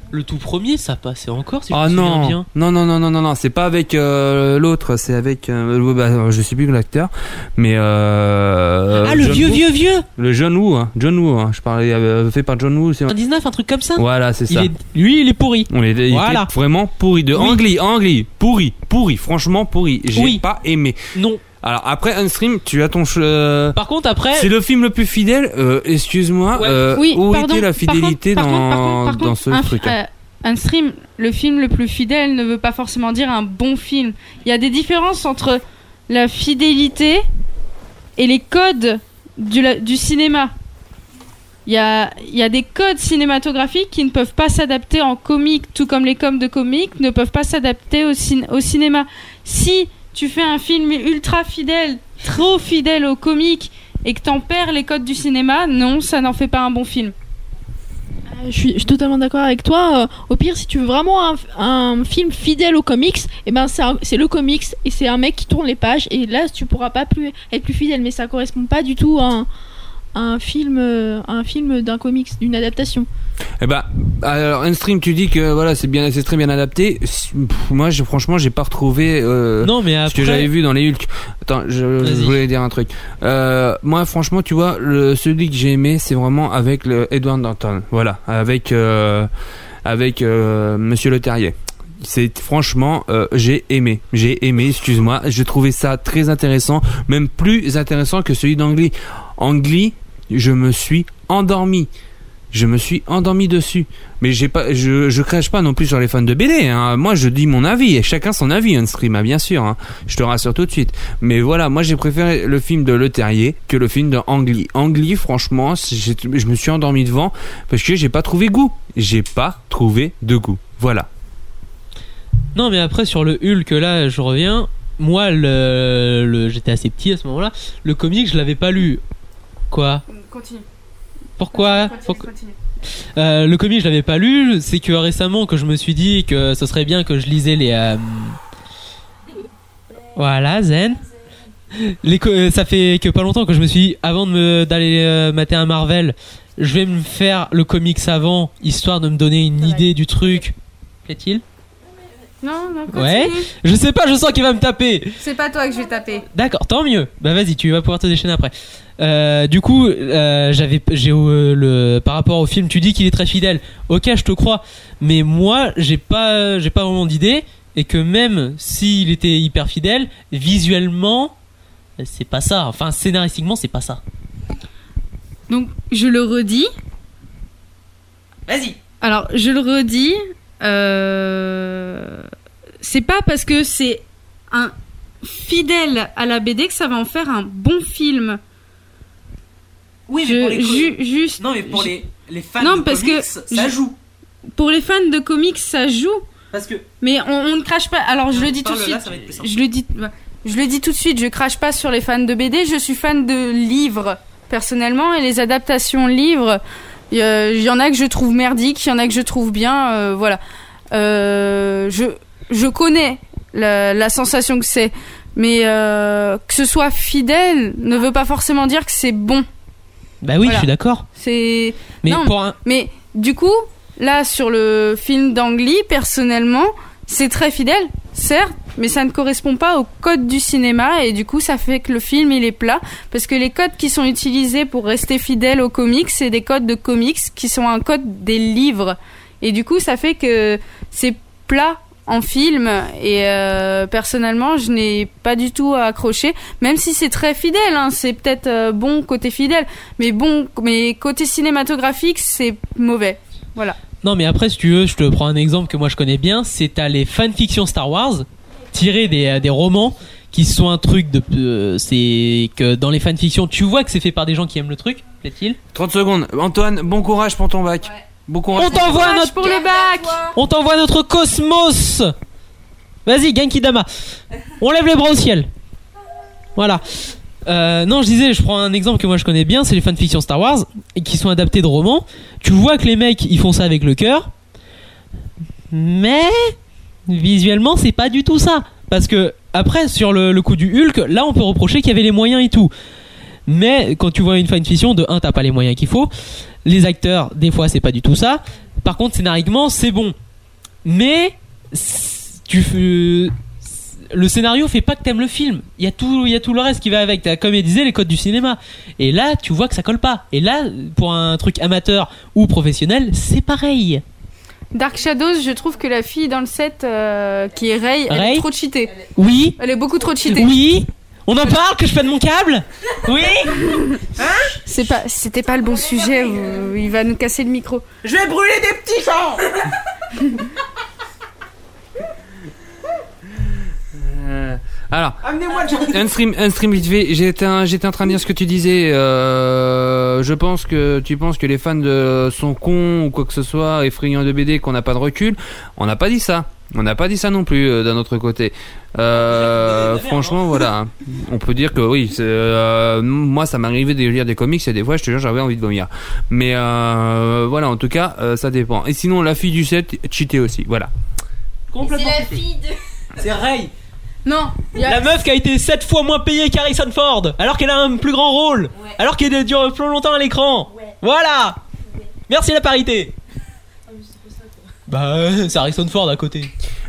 Speaker 12: Le tout premier, ça passait encore. Si je
Speaker 4: Ah
Speaker 12: me souviens
Speaker 4: non.
Speaker 12: bien.
Speaker 4: non, non, non, non, non, non, c'est pas avec euh, l'autre, c'est avec, euh, le- bah, je sais plus l'acteur, mais euh,
Speaker 12: Ah, le
Speaker 4: John
Speaker 12: vieux,
Speaker 4: Woo.
Speaker 12: vieux, vieux
Speaker 4: le John Woo, hein, John Woo, hein, je parlais euh, fait par John Woo, c'est
Speaker 12: 19, un truc comme ça.
Speaker 4: voilà, c'est
Speaker 12: Ah, Il
Speaker 4: ça.
Speaker 12: est- lui, il est pourri.
Speaker 4: On les il était
Speaker 12: Voilà.
Speaker 4: vraiment pourri de
Speaker 12: Oui.
Speaker 4: Angli, Angli, pourri, pourri, franchement pourri. J'ai
Speaker 12: Oui.
Speaker 4: pas aimé.
Speaker 12: Non.
Speaker 4: Alors après Unstream, tu as ton ch- euh,
Speaker 12: Par contre, après.
Speaker 4: C'est le film le plus fidèle. euh, Excuse-moi.
Speaker 8: Ouais.
Speaker 4: euh,
Speaker 8: Oui,
Speaker 4: où
Speaker 8: pardon.
Speaker 4: était la
Speaker 8: Par
Speaker 4: fidélité
Speaker 8: contre, par
Speaker 4: dans,
Speaker 8: contre, par contre, par
Speaker 4: dans
Speaker 8: contre,
Speaker 4: ce
Speaker 8: un,
Speaker 4: truc
Speaker 8: euh, un stream, le film le plus fidèle ne veut pas forcément dire un bon film. Il y a des différences entre la fidélité et les codes du, la- du cinéma. Il y a, il y a des codes cinématographiques qui ne peuvent pas s'adapter en comique, tout comme les coms de comique ne peuvent pas s'adapter au, cin- au cinéma. Si tu fais un film ultra fidèle, trop fidèle au comique, et que t'en perds les codes du cinéma, non, ça n'en fait pas un bon film.
Speaker 15: Ah, Je suis, je suis totalement d'accord avec toi. Euh, au pire, si tu veux vraiment un, un film fidèle aux comics, et ben c'est un- c'est le comics et c'est un mec qui tourne les pages. Et là, tu pourras pas plus être plus fidèle, mais ça correspond pas du tout à un, à un film, euh, à un film d'un comics, d'une adaptation.
Speaker 4: Eh ben, alors stream tu dis que voilà, c'est bien, c'est très bien adapté. S- pff, moi, je, franchement, j'ai pas retrouvé euh,
Speaker 12: Non, mais
Speaker 4: ce que
Speaker 12: après-
Speaker 4: j'avais vu dans les Hulk. Attends, je, je
Speaker 12: Vas-y.
Speaker 4: voulais dire un truc. Euh, moi, franchement, tu vois, le, celui que j'ai aimé, c'est vraiment avec le Edward Norton. Voilà, avec euh, avec euh, Monsieur Le Terrier. C'est franchement, euh, j'ai aimé, j'ai aimé. Excuse-moi, j'ai trouvé ça très intéressant, même plus intéressant que celui d'Angly. Angly, je me suis endormi. Je me suis endormi dessus. Mais j'ai pas, je, je crache pas non plus sur les fans de BD. hein. Moi, je dis mon avis et chacun son avis, on stream, hein, bien sûr. hein. Je te rassure tout de suite. Mais voilà, moi j'ai préféré le film de Le Terrier que le film de Angly. Angly, franchement, c'est- j'ai- je me suis endormi devant parce que j'ai pas trouvé goût. J'ai pas trouvé de goût. Voilà.
Speaker 12: Non, mais après, sur le Hulk, là, je reviens. Moi, le, le- j'étais assez petit à ce moment-là. Le comic, je l'avais pas lu. Quoi
Speaker 8: Continue.
Speaker 12: Pourquoi
Speaker 8: Continue,
Speaker 12: Pourquoi-
Speaker 8: continue.
Speaker 12: Euh, le comic, je l'avais pas lu. C'est que récemment que je me suis dit que ce serait bien que je lisais les. euh, Voilà, zen. Les co- euh, ça fait que pas longtemps que je me suis dit, avant de me- d'aller euh, mater un Marvel, je vais me faire le comics avant, histoire de me donner une idée du truc. Plaît-il
Speaker 8: Non, non, continue.
Speaker 12: Ouais. Je sais pas, je sens qu'il va me taper.
Speaker 8: C'est pas toi que je vais taper.
Speaker 12: D'accord, tant mieux. Bah vas-y, tu vas pouvoir te déchaîner après. Euh, du coup, euh, j'avais, j'ai euh, le par rapport au film, tu dis qu'il est très fidèle. Ok, je te crois, mais moi, j'ai pas, j'ai pas vraiment d'idée et que même s'il était hyper fidèle, visuellement, c'est pas ça. Enfin, scénaristiquement, c'est pas ça.
Speaker 8: Donc, je le redis.
Speaker 12: Vas-y.
Speaker 8: Alors, je le redis. euh, C'est pas parce que c'est un fidèle à la BD que ça va en faire un bon film.
Speaker 5: Oui, mais
Speaker 8: Je-
Speaker 5: pour les co-
Speaker 8: ju- juste.
Speaker 5: Non, mais pour
Speaker 8: je-
Speaker 5: les, les fans
Speaker 8: non,
Speaker 5: de
Speaker 8: parce
Speaker 5: comics,
Speaker 8: que
Speaker 5: ça
Speaker 8: je-
Speaker 5: joue.
Speaker 8: Pour les fans de comics, ça joue.
Speaker 5: Parce que.
Speaker 8: Mais on, on ne crache pas. Alors je
Speaker 5: Non,
Speaker 8: le dis tout de
Speaker 5: parle là,
Speaker 8: suite.
Speaker 5: ça va être plus simple.
Speaker 8: je le dis. bah, Je le dis tout de suite. Je crache pas sur les fans de BD. Je suis fan de livres personnellement et les adaptations livres. Il y en a que je trouve merdiques, il y en a que je trouve bien. euh, voilà. Euh, je je connais la, la sensation que c'est, mais euh, que ce soit fidèle ne veut pas forcément dire que c'est bon.
Speaker 12: Bah oui,
Speaker 8: Voilà.
Speaker 12: je suis d'accord.
Speaker 8: C'est.
Speaker 12: Mais
Speaker 8: Non,
Speaker 12: pour un-
Speaker 8: Mais du coup, là, sur le film d'Angly, personnellement, c'est très fidèle, certes, mais ça ne correspond pas au code du cinéma et du coup, ça fait que le film, il est plat. Parce que les codes qui sont utilisés pour rester fidèle aux comics, c'est des codes de comics qui sont un code des livres. Et du coup, ça fait que c'est plat en film et euh, personnellement je n'ai pas du tout accroché même si c'est très fidèle hein, c'est peut-être euh, bon côté fidèle mais bon mais côté cinématographique c'est mauvais voilà
Speaker 12: Non, mais après, si tu veux, je te prends un exemple que moi je connais bien. C'est t'as les fanfictions Star Wars tirés des, euh, des romans qui sont un truc de. euh, c'est que dans les fanfictions, tu vois que c'est fait par des gens qui aiment le truc, plaît-il
Speaker 4: 30 secondes. Antoine, bon courage pour ton bac. Bon courage.
Speaker 12: On t'envoie notre.
Speaker 8: pour le bac
Speaker 12: On t'envoie notre cosmos Vas-y, Genkidama On lève les bras au ciel Voilà. Euh, non, je disais, je prends un exemple que moi je connais bien, c'est les fanfictions Star Wars, et qui sont adaptés de romans. Tu vois que les mecs, ils font ça avec le cœur, mais visuellement, c'est pas du tout ça. Parce que, après, sur le, le coup du Hulk, là, on peut reprocher qu'il y avait les moyens et tout. Mais quand tu vois une fanfiction, de 1, t'as pas les moyens qu'il faut. Les acteurs, des fois, c'est pas du tout ça. Par contre, scénariquement, c'est bon. Mais c- tu fais- le scénario fait pas que t'aimes le film. Il y a tout, il y a tout le reste qui va avec. T'as, comme il disait, les codes du cinéma. Et là, tu vois que ça colle pas. Et là, pour un truc amateur ou professionnel, c'est pareil.
Speaker 8: Dark Shadows je trouve que la fille dans le set euh, qui est Ray elle
Speaker 12: Rey
Speaker 8: est trop cheatée
Speaker 12: Oui.
Speaker 8: elle est beaucoup trop cheatée
Speaker 12: Oui. On en parle que je fais de mon câble. Oui.
Speaker 8: c'est pas c'était pas le bon sujet vous- il va nous casser le micro
Speaker 5: Je vais brûler des petits gens
Speaker 4: Euh, alors.
Speaker 5: Amenez-moi
Speaker 8: Ah,
Speaker 5: de gens
Speaker 4: Un stream, un stream vite fait. J'étais, un- j'étais en train de dire ce que tu disais. euh, je pense que tu penses que les fans de sont cons ou quoi que ce soit, effrayants de BD, qu'on n'a pas de recul. On n'a pas dit ça. On n'a pas dit ça non plus euh, d'un autre côté. Euh, franchement, voilà. hein. On peut dire que oui. c'est, euh, moi, ça m'arrivait de lire des comics et des fois, je te jure, j'avais envie de vomir. Mais euh, voilà, en tout cas, euh, ça dépend. Et sinon, la fille du set, cheatée aussi. Voilà.
Speaker 12: Complètement.
Speaker 5: fille de. C'est Ray
Speaker 8: non il y a-
Speaker 12: La meuf qui a été 7 fois moins payée qu'Harrison Ford, alors qu'elle a un plus grand rôle, alors qu'elle dure plus longtemps à l'écran. Voilà. Merci la parité. Bah, euh, c'est Harrison Ford à côté.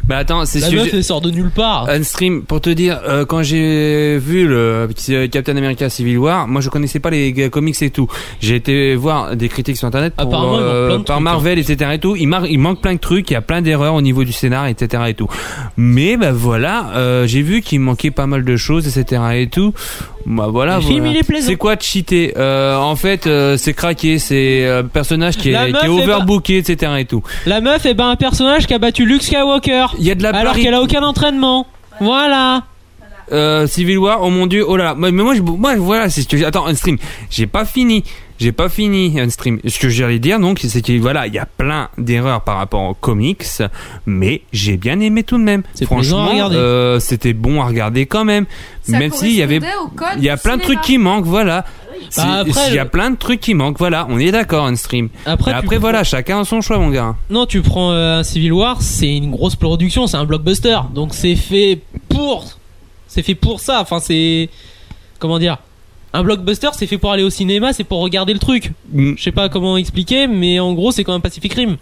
Speaker 4: Bah attends, c'est
Speaker 12: La
Speaker 4: sujet-
Speaker 12: meuf, elle sort de nulle part.
Speaker 4: Un stream, pour te dire, euh, quand j'ai vu le euh, Captain America Civil War, moi je connaissais pas les euh, comics et tout. J'ai été voir des critiques sur internet pour, euh,
Speaker 12: Apparemment, ils manquent plein de
Speaker 4: par
Speaker 12: trucs, hein.
Speaker 4: Marvel, etc. Et tout. Il, mar- il manque plein de trucs, il y a plein d'erreurs au niveau du scénar, etc. Et tout. Mais bah voilà, euh, j'ai vu qu'il manquait pas mal de choses, etc. Et tout. Bah voilà.
Speaker 12: Le film,
Speaker 4: voilà.
Speaker 12: il est plaisant.
Speaker 4: C'est quoi de cheater Euh, En fait, euh, c'est craqué, c'est euh, un personnage qui
Speaker 12: La
Speaker 4: est,
Speaker 12: meuf
Speaker 4: qui est
Speaker 12: est
Speaker 4: overbooké, etc. Et tout.
Speaker 12: La meuf est ben un personnage qui a battu Luke Skywalker.
Speaker 4: Il y a de la
Speaker 12: Alors
Speaker 4: parité.
Speaker 12: qu'elle a aucun entraînement. Voilà.
Speaker 4: Euh, Civil War, oh mon dieu, oh là là. Moi- Mais moi, je, moi voilà, c'est ce que j'ai- Attends, un stream. J'ai pas fini. J'ai pas fini un stream. Ce que j'allais dire donc, c'est qu'il voilà, il y a plein d'erreurs par rapport aux comics, mais j'ai bien aimé tout de même.
Speaker 12: plaisant à
Speaker 4: Franchement,
Speaker 12: regarder.
Speaker 4: euh, c'était bon à regarder quand même.
Speaker 6: Ça
Speaker 4: même s'il y avait,
Speaker 6: correspondait au code
Speaker 4: il y a
Speaker 6: du
Speaker 4: plein de
Speaker 6: cinéma.
Speaker 4: trucs qui manquent, voilà.
Speaker 12: Bah,
Speaker 4: C'est-
Speaker 12: après,
Speaker 4: il y a
Speaker 12: le-
Speaker 4: plein de trucs qui manquent, voilà. On est d'accord, un stream.
Speaker 12: Après,
Speaker 4: Et
Speaker 12: tu-
Speaker 4: après voilà, chacun a son choix, mon gars.
Speaker 12: Non, tu prends euh, un Civil War, c'est une grosse production, c'est un blockbuster. Donc c'est fait pour. C'est fait pour ça. Enfin, c'est. Comment dire Un blockbuster, c'est fait pour aller au cinéma, c'est pour regarder le truc. Je sais pas comment expliquer, mais en gros, c'est quand même Pacific Rim.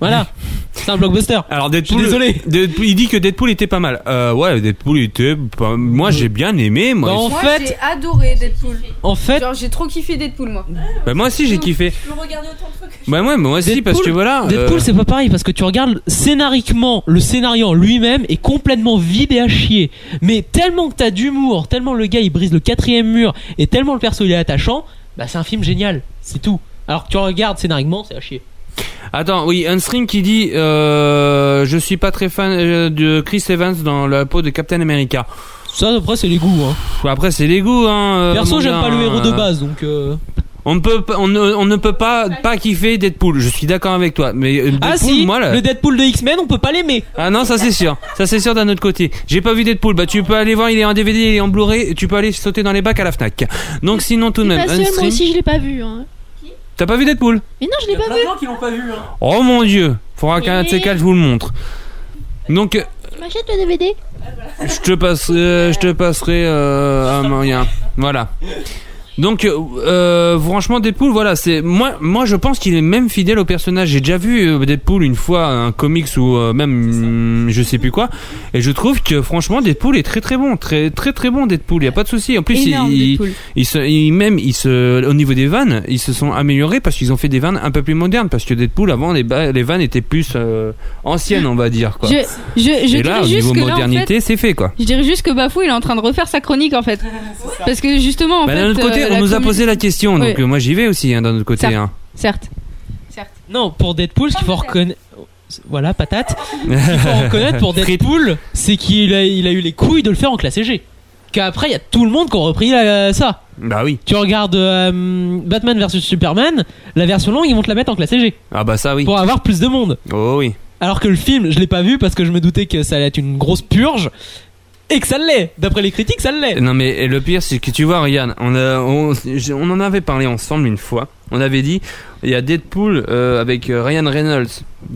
Speaker 12: Voilà. c'est un blockbuster.
Speaker 4: Alors Deadpool,
Speaker 12: Je suis désolé.
Speaker 4: Deadpool- il dit que Deadpool était pas mal. Euh, ouais, Deadpool était. pas- Moi, j'ai bien aimé. Moi,
Speaker 12: Bah, en
Speaker 6: Moi,
Speaker 12: fait-
Speaker 6: j'ai adoré Deadpool.
Speaker 12: En fait,
Speaker 6: Genre, j'ai trop kiffé Deadpool, moi.
Speaker 4: Bah, moi aussi, j'ai kiffé.
Speaker 6: Je le regardais autant de fois que
Speaker 4: Bah ouais, mais moi aussi, parce que voilà.
Speaker 12: Deadpool,
Speaker 4: euh,
Speaker 12: c'est pas pareil parce que tu regardes scénariquement, le scénario en lui-même est complètement vide et à chier. Mais tellement que t'as d'humour, tellement le gars il brise le quatrième mur et tellement le perso il est attachant, bah c'est un film génial, c'est tout. Alors que tu regardes scénariquement, c'est à chier.
Speaker 4: Attends, oui, un stream qui dit euh, Je suis pas très fan euh, de Chris Evans dans la peau de Captain America.
Speaker 12: Ça, après, c'est les goûts. hein.
Speaker 4: Après, c'est les goûts. Hein, euh,
Speaker 12: Perso,
Speaker 4: mon
Speaker 12: j'aime
Speaker 4: gars,
Speaker 12: pas le
Speaker 4: hein.
Speaker 12: héros de base donc. euh.
Speaker 4: On, ne peut, pas- on, ne, on ne peut pas, pas kiffer Deadpool, je suis d'accord avec toi. Mais euh, Deadpool,
Speaker 12: ah si,
Speaker 4: moi, là-
Speaker 12: le Deadpool de X-Men, on peut pas l'aimer.
Speaker 4: Ah non, ça c'est sûr. Ça c'est sûr d'un autre côté. J'ai pas vu Deadpool. Bah tu peux aller voir, il est en DVD, il est en Blu-ray. Tu peux aller sauter dans les bacs à la Fnac. Donc sinon tout de
Speaker 15: T'es
Speaker 4: même.
Speaker 15: pas
Speaker 4: un
Speaker 15: seul, moi
Speaker 4: stream.
Speaker 15: aussi je l'ai pas vu. hein.
Speaker 4: T'as pas vu Deadpool
Speaker 15: Mais non, je l'ai pas
Speaker 5: Plein de
Speaker 15: vu.
Speaker 5: gens qui l'ont pas vu. Hein.
Speaker 4: Oh mon dieu. Faudra qu'un de ces quatre je vous le montre. Donc euh,
Speaker 15: Tu m'achètes le DVD
Speaker 4: je te passerai, je te passerai euh, un moyen. Voilà. Donc euh, euh, franchement Deadpool voilà c'est moi moi je pense qu'il est même fidèle au personnage j'ai déjà vu euh, Deadpool une fois un comics ou euh, même hum, je sais plus quoi et je trouve que franchement Deadpool est très très bon très très très bon Deadpool il y a pas de souci en plus il,
Speaker 8: Énorme,
Speaker 4: il-
Speaker 8: Deadpool.
Speaker 4: il se il- même il se au niveau des vannes ils se sont améliorés parce qu'ils ont fait des vannes un peu plus modernes parce que Deadpool avant les, ba- les vannes étaient plus euh, anciennes on va dire quoi
Speaker 8: Je, je, je
Speaker 4: et
Speaker 8: dirais
Speaker 4: là au
Speaker 8: juste
Speaker 4: niveau
Speaker 8: que là, en
Speaker 4: modernité
Speaker 8: fait,
Speaker 4: c'est fait quoi
Speaker 8: Je dirais juste que Bafou il est en train de refaire sa chronique en fait. Parce que justement en
Speaker 4: Bah,
Speaker 8: fait.
Speaker 4: d'un autre côté,
Speaker 8: euh,
Speaker 4: on
Speaker 8: la
Speaker 4: nous a
Speaker 8: commu-
Speaker 4: posé la question, donc
Speaker 8: Ouais.
Speaker 4: euh, moi j'y vais aussi, hein, d'un autre côté.
Speaker 8: Ça.
Speaker 4: hein.
Speaker 8: Certes.
Speaker 12: Non, pour Deadpool, ce qu'il faut reconnaître. Voilà, patate. Ce qu'il faut reconnaître pour Deadpool, c'est qu'il a, il a eu les couilles de le faire en classe G. Qu'après, il y a tout le monde qui a repris euh, ça.
Speaker 4: Bah oui.
Speaker 12: Tu regardes euh, Batman vs Superman, la version longue, ils vont te la mettre en classe G.
Speaker 4: Ah bah ça oui.
Speaker 12: Pour avoir plus de monde.
Speaker 4: Oh oui.
Speaker 12: Alors que le film, je l'ai pas vu parce que je me doutais que ça allait être une grosse purge. Et que ça l'est. D'après les critiques, ça l'est.
Speaker 4: Non mais et le pire, c'est que tu vois, Ryan, on, a- on, j'ai- on en avait parlé ensemble une fois. On avait dit, il y a Deadpool euh, avec euh, Ryan Reynolds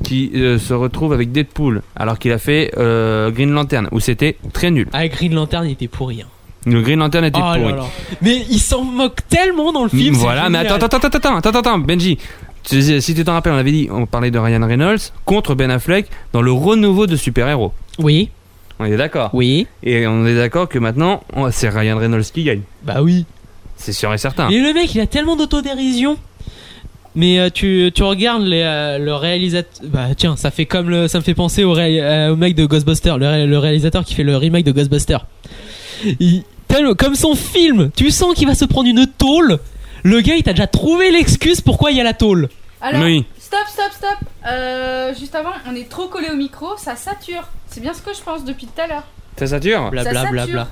Speaker 4: qui euh, se retrouve avec Deadpool, alors qu'il a fait euh, Green Lantern, où c'était très nul.
Speaker 12: Ah, Green Lantern, il était pourri. hein.
Speaker 4: Le Green Lantern était
Speaker 8: Ah
Speaker 12: Oh là
Speaker 4: pourri.
Speaker 12: là. Mais il s'en moque tellement dans le film.
Speaker 4: Mm,
Speaker 12: c'est
Speaker 4: Voilà, mais
Speaker 12: génial.
Speaker 4: attends, attends, attends, attends, attends, attends, Benji. Tu sais, Si tu t'en rappelles, on avait dit, on parlait de Ryan Reynolds contre Ben Affleck dans le renouveau de super-héros.
Speaker 12: Oui.
Speaker 4: On est d'accord.
Speaker 12: Oui.
Speaker 4: Et on est d'accord que maintenant, on- c'est Ryan Reynolds qui gagne.
Speaker 12: Bah oui.
Speaker 4: C'est sûr et certain.
Speaker 12: Et le mec, il a tellement d'autodérision. Mais euh, tu, tu regardes les, euh, le réalisateur. Bah tiens, ça fait comme le- ça me fait penser au, ré- euh, au mec de Ghostbusters, le, ré- le réalisateur qui fait le remake de Ghostbusters. Il- tellement- comme son film, tu sens qu'il va se prendre une tôle. Le gars, il t'a déjà trouvé l'excuse pourquoi il y a la tôle.
Speaker 6: Alors,
Speaker 12: Oui.
Speaker 6: stop, stop, stop. Euh, juste avant, on est trop collé au micro, ça sature. C'est bien ce que je pense depuis tout à l'heure.
Speaker 4: Ça sature
Speaker 6: Bla, Ça bla, bla, sature. bla.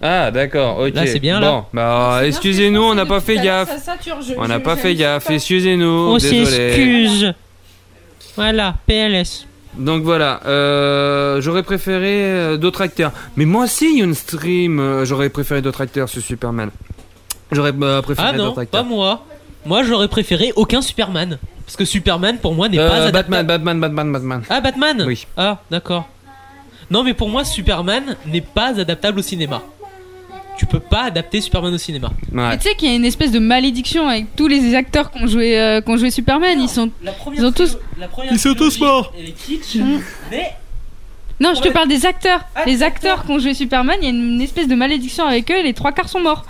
Speaker 4: Ah, d'accord, ok.
Speaker 12: Là, c'est bien, là.
Speaker 4: Bon, bah,
Speaker 6: C'est bien ce que je
Speaker 4: excusez-nous, on
Speaker 6: pensais
Speaker 4: n'a pas
Speaker 6: depuis
Speaker 4: fait
Speaker 6: tout à l'heure,
Speaker 4: gaffe.
Speaker 6: Ça sature. je-
Speaker 4: On n'a
Speaker 6: je-
Speaker 4: pas
Speaker 6: je-
Speaker 4: fait
Speaker 6: je-
Speaker 4: gaffe, excusez-nous.
Speaker 12: On
Speaker 4: désolé.
Speaker 12: s'excuse. Oh, Voilà, PLS.
Speaker 4: Donc voilà, euh, j'aurais préféré euh, d'autres acteurs. Mais moi aussi, une stream, euh, j'aurais préféré d'autres acteurs sur Superman. J'aurais euh, préféré
Speaker 12: Ah non,
Speaker 4: d'autres acteurs.
Speaker 12: pas moi. Moi, j'aurais préféré aucun Superman. Parce que Superman, pour moi, n'est
Speaker 4: Euh,
Speaker 12: pas adapté
Speaker 4: Batman, Batman, Batman, Batman.
Speaker 12: Ah, Batman
Speaker 4: Oui.
Speaker 12: Ah, d'accord. Non, mais pour moi, Superman n'est pas adaptable au cinéma. tu peux pas adapter Superman au cinéma.
Speaker 8: Mais tu sais qu'il y a une espèce de malédiction avec tous les acteurs qui ont joué, euh, qui ont joué Superman. ils sont,
Speaker 5: La première
Speaker 8: ils ont tous.
Speaker 5: philo- la première philologie, Elle est kitsch,
Speaker 8: Mm.
Speaker 5: mais
Speaker 8: Non, je te parle des acteurs. les acteurs qui ont joué Superman, il y a une, une espèce de malédiction avec eux et les trois quarts sont morts.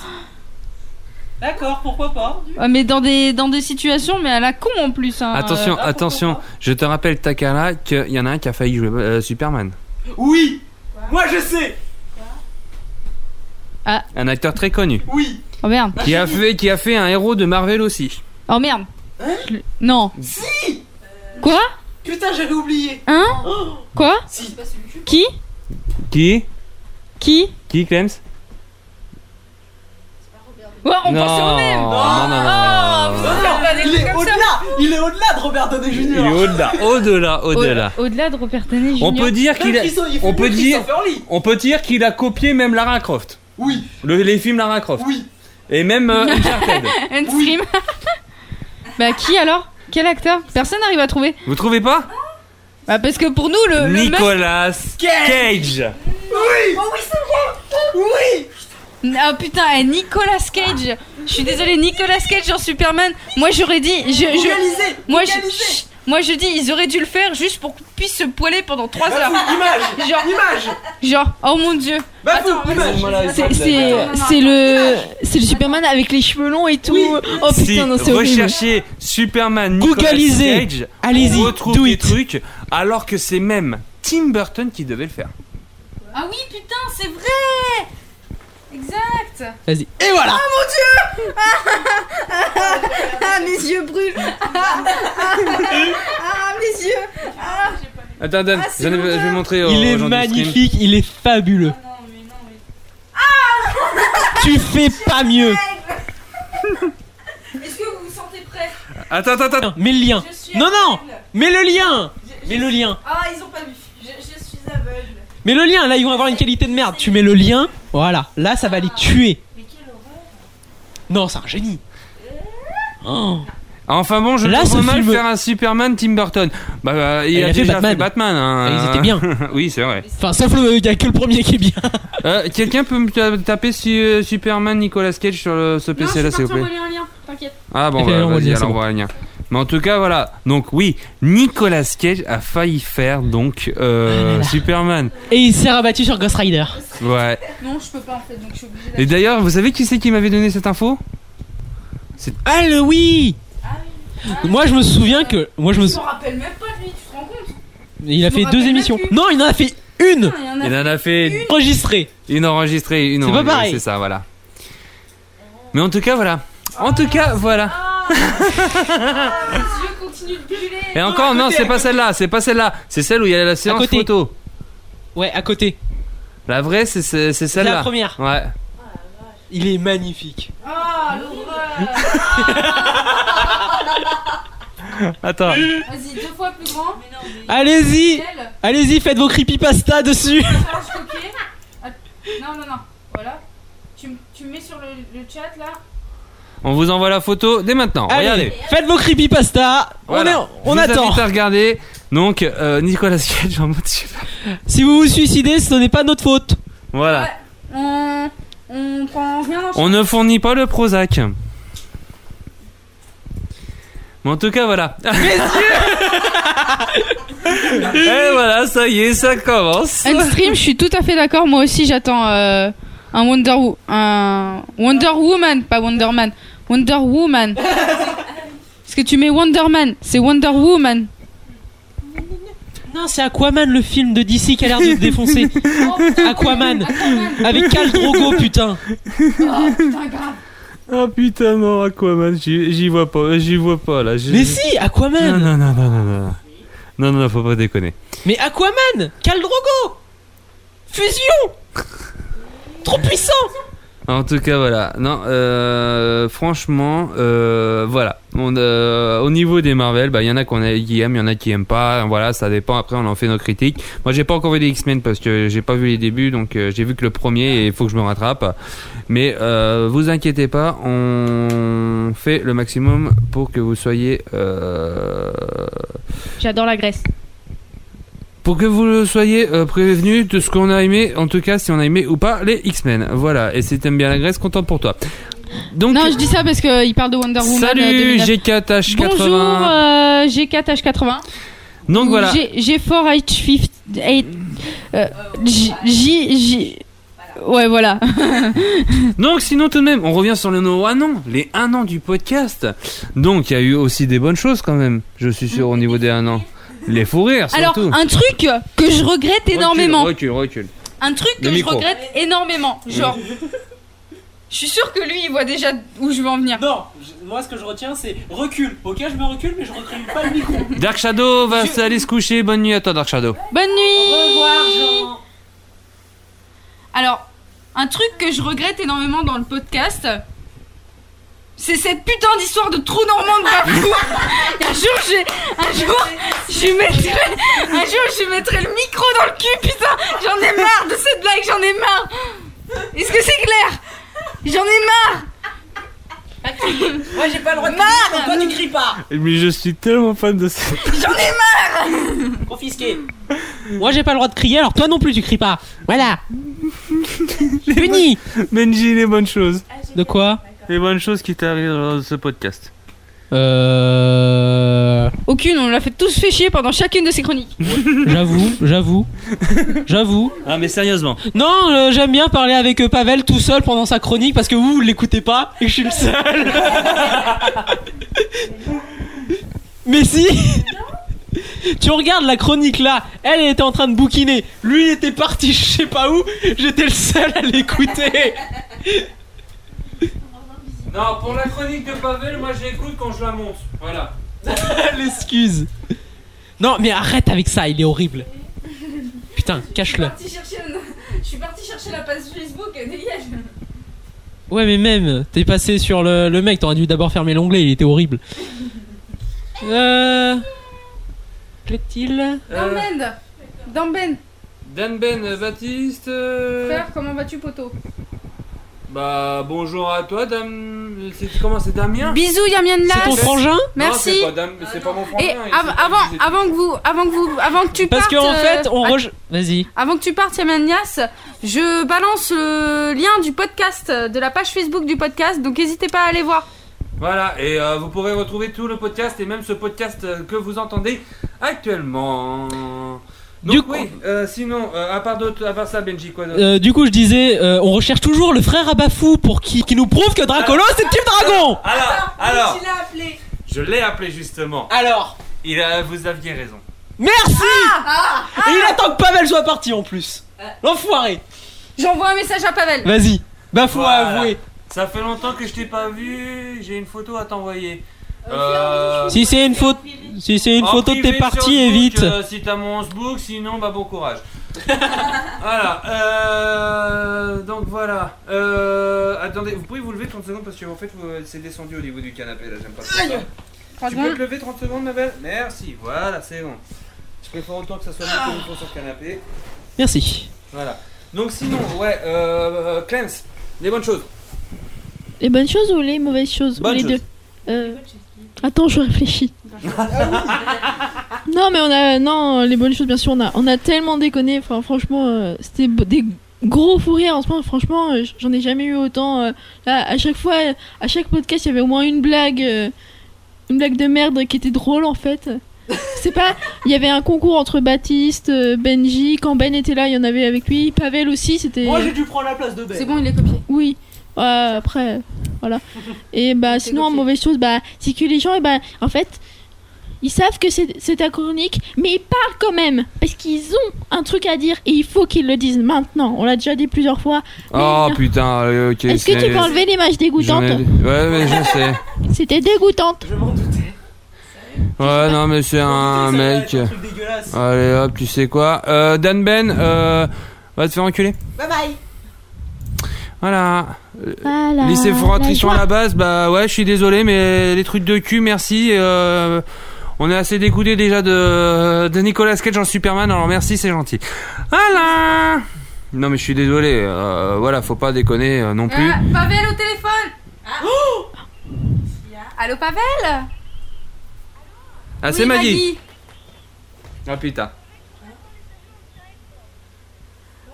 Speaker 5: d'accord, pourquoi pas
Speaker 8: Ouais, mais dans des, dans des situations, mais à la con en plus. hein.
Speaker 6: ah,
Speaker 4: Attention,
Speaker 8: Euh,
Speaker 4: attention, je te rappelle, Takara, qu'il y en a un qui a failli jouer euh, Superman.
Speaker 5: Oui Moi je sais
Speaker 4: Un acteur très connu.
Speaker 5: Oui
Speaker 8: Oh merde.
Speaker 4: Qui a fait, qui a fait un héros de Marvel aussi.
Speaker 8: Oh merde. Je le- Non.
Speaker 5: Si
Speaker 8: Quoi
Speaker 5: Putain, j'avais oublié
Speaker 8: Hein
Speaker 5: Oh
Speaker 8: Quoi
Speaker 5: Si.
Speaker 8: Qui
Speaker 4: Qui
Speaker 8: Qui
Speaker 4: Qui, Clems
Speaker 8: Ouais,
Speaker 4: on Non. pensait au même. Non, non, non, non, non, non, non.
Speaker 8: Ah,
Speaker 5: Il est au-delà Il est au-delà de Robert Downey Jr.
Speaker 4: Il est au-delà, au-delà, au-delà.
Speaker 8: Au- Au-delà de Robert Downey Jr.
Speaker 4: On peut dire qu'il a, on peut dire, on peut dire qu'il a copié même Lara Croft.
Speaker 5: Oui.
Speaker 4: les films Lara Croft.
Speaker 5: Oui.
Speaker 4: Et même euh, Uncharted.
Speaker 8: Un stream. bah qui alors Quel acteur Personne n'arrive à trouver.
Speaker 4: Vous trouvez pas
Speaker 8: Bah parce que pour nous le, le mec-
Speaker 4: Nicolas Cage.
Speaker 5: Oui
Speaker 8: Oh oui c'est
Speaker 5: Oui
Speaker 8: Ah putain, eh, Nicolas Cage. Je suis désolée, Nicolas Cage en Superman. Moi j'aurais dit, je, je-
Speaker 5: Vocalisez,
Speaker 8: moi je, chut, moi je dis, ils auraient dû le faire juste pour qu'on puisse se poiler pendant 3 heures.
Speaker 5: Bafouille, image,
Speaker 8: genre,
Speaker 5: image.
Speaker 8: Genre, oh mon dieu.
Speaker 5: Bafouille,
Speaker 18: image.
Speaker 8: bah,
Speaker 18: C'est c'est- c'est le c'est le Superman avec les cheveux longs et tout. Oh putain,
Speaker 4: si
Speaker 18: non, c'est horrible.
Speaker 4: recherchez Superman Nicolas
Speaker 18: Googleisez.
Speaker 4: Cage,
Speaker 18: Allez-y,
Speaker 4: on retrouve
Speaker 18: do
Speaker 4: des
Speaker 18: it.
Speaker 4: trucs alors que c'est même Tim Burton qui devait le faire.
Speaker 6: Ah oui, putain, c'est vrai Exact
Speaker 12: Vas-y.
Speaker 4: Et voilà.
Speaker 6: Ah mon dieu Ah, mes yeux brûlent Ah, ah, mes yeux Ah.
Speaker 4: Attends, attends,
Speaker 6: Ah, c'est
Speaker 4: j'en ai- je
Speaker 6: l'auteur.
Speaker 4: vais montrer. aux
Speaker 12: Il est
Speaker 4: gens du stream.
Speaker 12: magnifique, il est fabuleux. Tu fais pas mieux.
Speaker 6: Est-ce que vous vous sentez prêts
Speaker 4: Attends, attends,
Speaker 12: attends. Mets le lien. Non, non. Mets le lien. Mets le lien.
Speaker 6: Ah, ils ont pas vu. Je, je suis aveugle.
Speaker 12: Mets le lien. Là, ils vont avoir une qualité de merde. Tu mets le lien. Voilà. Là, ça va les tuer. Non, c'est un génie. Oh.
Speaker 4: Enfin bon, je
Speaker 12: Là,
Speaker 4: trouve
Speaker 12: ce
Speaker 4: mal
Speaker 12: film-
Speaker 4: faire un Superman Tim Burton. Bah, bah, il,
Speaker 12: Il
Speaker 4: a,
Speaker 12: a fait
Speaker 4: déjà
Speaker 12: Batman.
Speaker 4: fait Batman. hein.
Speaker 12: Et ils étaient bien.
Speaker 4: oui, c'est vrai.
Speaker 12: Enfin, sauf le, il y a que le premier qui est bien.
Speaker 4: Euh, Quelqu'un peut me ta- taper su- euh, Superman Nicolas Cage sur le- ce PC là, s'il vous plaît.
Speaker 6: un lien, t'inquiète.
Speaker 4: Ah bon,
Speaker 12: Et puis,
Speaker 4: bah,
Speaker 12: alors, on va le
Speaker 4: vas-y,
Speaker 12: dire, c'est
Speaker 4: alors on
Speaker 12: bon.
Speaker 4: va rien. Mais en tout cas, voilà. Donc oui, Nicolas Cage a failli faire donc
Speaker 12: Ah
Speaker 4: euh, Superman.
Speaker 12: Et il s'est rabattu sur Ghost Rider.
Speaker 4: Ouais.
Speaker 6: Non, je peux pas en fait, donc je suis obligée
Speaker 4: Et d'ailleurs, vous savez qui c'est qui m'avait donné cette info C'est
Speaker 12: Ah le oui. Moi, je me souviens que moi, je me,
Speaker 6: Je
Speaker 12: sou-
Speaker 6: me rappelle même pas de lui, tu te rends compte
Speaker 12: il a
Speaker 6: je me
Speaker 12: fait
Speaker 6: rappelle
Speaker 12: deux
Speaker 6: même
Speaker 12: émissions.
Speaker 6: plus.
Speaker 12: Non, il en a fait une.
Speaker 6: Il y en a-
Speaker 4: Il en a fait
Speaker 12: Enregistrée.
Speaker 4: Eh ben, une enregistrée, une
Speaker 12: C'est pas
Speaker 4: enregistrée,
Speaker 12: pareil.
Speaker 4: C'est ça, voilà. Mais en tout cas, voilà. En tout cas, voilà.
Speaker 6: Les yeux continuent de brûler.
Speaker 4: Et encore, non, c'est pas celle-là, c'est pas celle-là. C'est celle où il y a la séance
Speaker 12: côté.
Speaker 4: photo.
Speaker 12: Ouais, à côté.
Speaker 4: La vraie, c'est c'est- c'est celle-là.
Speaker 12: La première.
Speaker 4: Ouais.
Speaker 12: Il est magnifique.
Speaker 6: Ah, l'horreur
Speaker 4: Attends.
Speaker 6: Vas-y, deux fois plus grand.
Speaker 12: Allez-y.
Speaker 6: Michel,
Speaker 12: Allez-y, faites vos creepypasta dessus.
Speaker 6: Charles Coquet. Att- Non, non, non. Voilà. Tu, m- tu me mets sur le, le chat là.
Speaker 4: On vous envoie la photo dès maintenant.
Speaker 12: Allez,
Speaker 4: Regardez.
Speaker 12: faites vos creepypasta.
Speaker 4: Voilà.
Speaker 12: On, est, on
Speaker 4: Je vous
Speaker 12: attend.
Speaker 4: invite à regarder. Donc, euh, Nicolas Cage en mode super.
Speaker 12: Si vous vous suicidez, ce n'est pas notre faute.
Speaker 4: Voilà.
Speaker 6: On, on prend rien en
Speaker 4: On ne fournit pas le Prozac. Mais en tout cas, voilà. Et voilà, ça y est, ça commence.
Speaker 8: Unstream, je suis tout à fait d'accord. Moi aussi, j'attends euh, un Wonder Wo- un Wonder Woman, pas Wonder Man, Wonder Woman. Parce que tu mets Wonder Man, c'est Wonder Woman.
Speaker 12: Non, c'est Aquaman le film de DC qui a l'air de te défoncer. Aquaman. Avec Cal Drogo, putain.
Speaker 6: Oh putain, grave.
Speaker 4: Ah putain, non, Aquaman, j'y j'y vois pas, j'y vois pas là. j'y-
Speaker 12: Mais si,
Speaker 4: Non,
Speaker 12: Aquaman.
Speaker 4: non, non, non, non, non. Non, non, non, faut pas déconner.
Speaker 12: Mais Aquaman. Cal Drogo. Fusion. Trop puissant.
Speaker 4: En tout cas, voilà. Non, euh, franchement, euh, voilà. On, euh, au niveau des Marvel, bah, il y en a qu'on a- qui aiment, il y en a qui aiment pas. Voilà, ça dépend. Après, on en fait nos critiques. Moi, j'ai pas encore vu les X-Men parce que j'ai pas vu les débuts, donc euh, j'ai vu que le premier et il faut que je me rattrape. Mais euh, vous inquiétez pas, on fait le maximum pour que vous soyez euh,
Speaker 8: J'adore la Grèce.
Speaker 4: Pour que vous le soyez euh, prévenus de ce qu'on a aimé, en tout cas si on a aimé ou pas les X-Men. Voilà, et si t'aimes bien la Grèce, content pour toi. Donc,
Speaker 8: non, je dis ça parce qu'il parle de Wonder Woman.
Speaker 4: Salut
Speaker 8: euh, 2009.
Speaker 4: G4H80.
Speaker 8: Bonjour euh, G4H80.
Speaker 4: Donc voilà.
Speaker 8: G- G4H50. eight- euh, J. J. J- Ouais, voilà.
Speaker 4: Donc sinon tout de même, on revient sur les nos un an, les un an du podcast. Donc il y a eu aussi des bonnes choses quand même, je suis sûr au niveau des un an. Les fous rires
Speaker 8: Alors,
Speaker 4: surtout.
Speaker 8: un truc que je regrette énormément.
Speaker 4: Recule, recule. recule.
Speaker 8: Un truc que
Speaker 4: Le
Speaker 8: je
Speaker 4: micro.
Speaker 8: regrette énormément. Genre. Je suis sûr que lui, il voit déjà où je veux en venir.
Speaker 5: Non, je- moi ce que je retiens c'est recul. Ok, je me recule, mais je recule pas le micro.
Speaker 4: Dark Shadow va aller se coucher, bonne nuit à toi Dark Shadow.
Speaker 8: Bonne nuit.
Speaker 5: Au revoir, Jean.
Speaker 8: Alors, un truc que je regrette énormément dans le podcast, c'est cette putain d'histoire de trou normand de bafou. un jour, j'ai, un jour, je lui mettrai, un jour, je lui mettrai le micro dans le cul, putain. J'en ai marre de cette blague, j'en ai marre. Est-ce que c'est clair J'en ai marre.
Speaker 5: Moi j'ai pas le droit de
Speaker 8: Marre.
Speaker 5: crier, donc
Speaker 4: Ah,
Speaker 5: toi tu cries pas
Speaker 4: Mais je suis tellement fan de cette...
Speaker 5: J'en ai marre Confisqué
Speaker 12: Moi j'ai pas le droit de crier, alors toi non plus tu cries pas. Voilà. Puni.
Speaker 4: Benji, les bonnes choses.
Speaker 12: De quoi
Speaker 4: Les bonnes choses qui t'arrivent dans ce podcast.
Speaker 12: Euh.
Speaker 8: Aucune, on l'a fait tous fait chier pendant chacune de ses chroniques.
Speaker 12: J'avoue, j'avoue, j'avoue.
Speaker 4: Ah mais sérieusement.
Speaker 12: Non, euh, j'aime bien parler avec euh, Pavel tout seul pendant sa chronique parce que vous, vous l'écoutez pas et que je suis le seul. Mais si Tu regardes la chronique là, elle, elle était en train de bouquiner, lui il était parti je sais pas où, j'étais le seul à l'écouter.
Speaker 19: Non, pour la chronique de Pavel, moi je l'écoute quand je la monte. Voilà.
Speaker 12: L'excuse. Non mais arrête avec ça, il est horrible. Putain, cache-le.
Speaker 8: Je suis partie chercher la page Facebook, dégage.
Speaker 4: Euh.
Speaker 12: Ouais mais même, t'es passé sur le, le mec, t'aurais dû d'abord fermer l'onglet, il était horrible. Euh... Plaît-il
Speaker 19: Euh,
Speaker 8: Dans Ben Dans Ben
Speaker 4: Dan Ben euh, Baptiste. euh,
Speaker 8: Frère, comment vas-tu, poteau
Speaker 4: Bah bonjour à toi Dame. c'est- Comment c'est Damien
Speaker 8: Bisous, Damien de Las. C'est ton frangin
Speaker 4: Non,
Speaker 8: Merci.
Speaker 4: c'est pas Dam- c'est pas mon frangin.
Speaker 8: Et
Speaker 4: il
Speaker 8: av-
Speaker 4: s'appelle-
Speaker 8: avant, avant que vous, avant que vous, avant que tu
Speaker 12: Parce
Speaker 8: partes,
Speaker 12: qu'en en
Speaker 8: euh,
Speaker 12: fait, on
Speaker 8: att-
Speaker 12: reje... Vas-y.
Speaker 8: Avant que tu partes, Yamanias, je balance le lien du podcast, euh, de la page Facebook du podcast, donc n'hésitez pas à aller voir.
Speaker 4: Voilà, et euh, vous pourrez retrouver tout le podcast et même ce podcast euh, que vous entendez actuellement. Donc,
Speaker 12: Du
Speaker 4: oui, euh, sinon, euh, à, part d'autres- à part ça, Benji, quoi d'autre
Speaker 12: Euh, du coup, je disais, euh, on recherche toujours le frère à Bafou pour qui, qui nous prouve que Dracolo c'est le type dragon
Speaker 4: Alors, Ah, alors,
Speaker 8: l'as appelé
Speaker 4: je l'ai appelé justement.
Speaker 12: Alors
Speaker 4: Il a- Vous aviez raison.
Speaker 12: Merci
Speaker 5: Ah,
Speaker 12: Et il attend que Pavel soit parti en plus
Speaker 5: Euh.
Speaker 12: L'enfoiré
Speaker 8: J'envoie un message à Pavel.
Speaker 12: Vas-y, Bafou a
Speaker 4: Voilà.
Speaker 12: avoué
Speaker 4: Ça fait longtemps que je t'ai pas vu, j'ai une photo à t'envoyer. Euh,
Speaker 12: Si c'est une faute, si c'est une
Speaker 4: en
Speaker 12: photo de
Speaker 4: privé
Speaker 12: tes parties,
Speaker 4: sur Facebook,
Speaker 12: évite.
Speaker 4: euh, si t'as mon Facebook, sinon, bah bon courage. voilà, euh, donc voilà. Euh, attendez, vous pouvez vous lever 30 secondes parce que en fait, vous- euh, c'est descendu au niveau du canapé là, j'aime pas ça. Tu peux te lever 30 secondes, ma belle Merci, voilà, c'est bon. Je préfère autant que ça soit mis que une sur le canapé.
Speaker 12: Merci.
Speaker 4: Voilà. Donc sinon, ouais, euh, Cleanse, les bonnes choses.
Speaker 15: Les bonnes choses ou les mauvaises choses
Speaker 4: Bonnes
Speaker 15: Ou les
Speaker 4: choses.
Speaker 15: deux Euh, Attends, je réfléchis. non, mais on a. Non, les bonnes choses, bien sûr, on a, on a tellement déconné. Enfin, franchement, euh, c'était b- des gros fous rires en ce moment. Franchement, euh, j'en ai jamais eu autant. euh, là, à chaque fois, euh, à chaque podcast, il y avait au moins une blague. euh, une blague de merde qui était drôle, en fait. C'est pas. Il y avait un concours entre Baptiste, euh, Benji. Quand Ben était là, il y en avait avec lui. Pavel aussi, c'était.
Speaker 5: Moi j'ai dû prendre la place de Ben
Speaker 8: C'est bon, il est copié.
Speaker 15: Oui. Ouais, après, euh, voilà. Et bah sinon, en mauvaise chose, bah c'est que les gens, et bah en fait, ils savent que c'est c'est ta chronique, mais ils parlent quand même parce qu'ils ont un truc à dire et il faut qu'ils le disent maintenant. On l'a déjà dit plusieurs fois. mais-
Speaker 4: Oh putain, euh, ok.
Speaker 15: Est-ce que
Speaker 4: c'est-
Speaker 15: tu peux enlever l'image
Speaker 4: J'en
Speaker 15: dégoûtante
Speaker 4: ai- Ouais, mais je sais.
Speaker 15: C'était dégoûtante.
Speaker 4: Euh, Ouais, non, mais c'est un mec. Allez hop, tu sais quoi. Euh, Dan Ben, euh, va te faire enculer.
Speaker 20: Bye bye.
Speaker 4: Voilà.
Speaker 15: Voilà.
Speaker 4: Lycée
Speaker 15: la
Speaker 4: Foratrisson à
Speaker 15: joie.
Speaker 4: la base, bah ouais, je suis désolé, mais les trucs de cul, merci. euh, on est assez dégoûté déjà de, de Nicolas Cage en Superman, alors merci, c'est gentil. Voilà Non, mais je suis désolé, euh, voilà, faut pas déconner euh, non plus.
Speaker 8: Ah, Pavel au téléphone. Oh Allô, Pavel
Speaker 4: Ah,
Speaker 8: Oui,
Speaker 4: c'est Maggie Ah putain.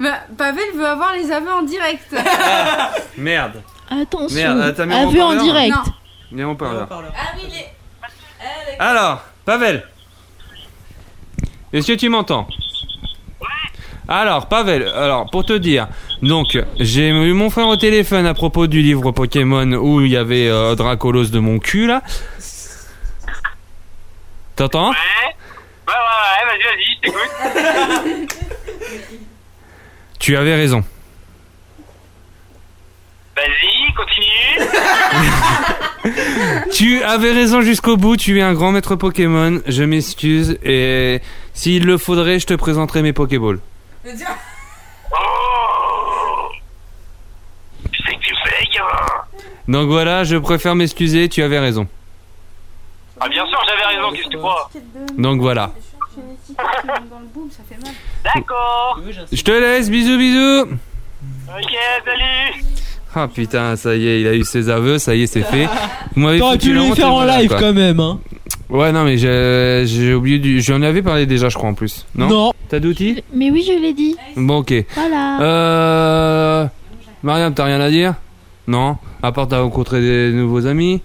Speaker 8: Bah, Pavel veut avoir les aveux en direct.
Speaker 4: Merde.
Speaker 15: Attention.
Speaker 4: Merde, euh, t'as mis mon
Speaker 15: aveu en
Speaker 4: haut-parleur
Speaker 15: direct.
Speaker 4: Viens, on parle. Eh,
Speaker 8: Ah oui, les...
Speaker 4: Alors, Pavel. Est-ce que tu m'entends alors, Pavel, alors, pour te dire, donc, j'ai eu mon frère au téléphone à propos du livre Pokémon où il y avait euh, Dracolos de mon cul, là. T'entends
Speaker 21: Ouais, ouais, ouais, vas-y, vas-y, je t'écoute.
Speaker 4: Tu avais raison.
Speaker 21: vas-y, continue.
Speaker 4: Tu avais raison jusqu'au bout, tu es un grand maître Pokémon, je m'excuse, et s'il le faudrait, je te présenterai mes Pokéballs.
Speaker 21: Oh. Je sais que tu fais, les gars.
Speaker 4: Donc voilà, je préfère m'excuser, tu avais raison.
Speaker 21: Ah, bien sûr, j'avais raison, qu'est-ce que tu crois
Speaker 4: Donc voilà.
Speaker 8: dans le boom, ça fait mal.
Speaker 21: D'accord.
Speaker 4: Je te laisse, bisous bisous
Speaker 21: Ok, salut.
Speaker 4: Ah putain, ça y est, il a eu ses aveux, ça y est, c'est fait. Vous m'avez
Speaker 12: T'aurais
Speaker 4: foutu
Speaker 12: pu
Speaker 4: la
Speaker 12: les
Speaker 4: honte,
Speaker 12: faire
Speaker 4: et
Speaker 12: en
Speaker 4: voilà,
Speaker 12: live
Speaker 4: quoi.
Speaker 12: quand même, hein.
Speaker 4: Ouais, non, mais j'ai j'ai oublié du. J'en avais parlé déjà, je crois, en plus. Non T'as d'outils
Speaker 15: Mais oui, je l'ai dit.
Speaker 4: Bon, ok.
Speaker 15: Voilà.
Speaker 4: Euh. Mariam, t'as rien à dire Non À part t'as rencontré des nouveaux amis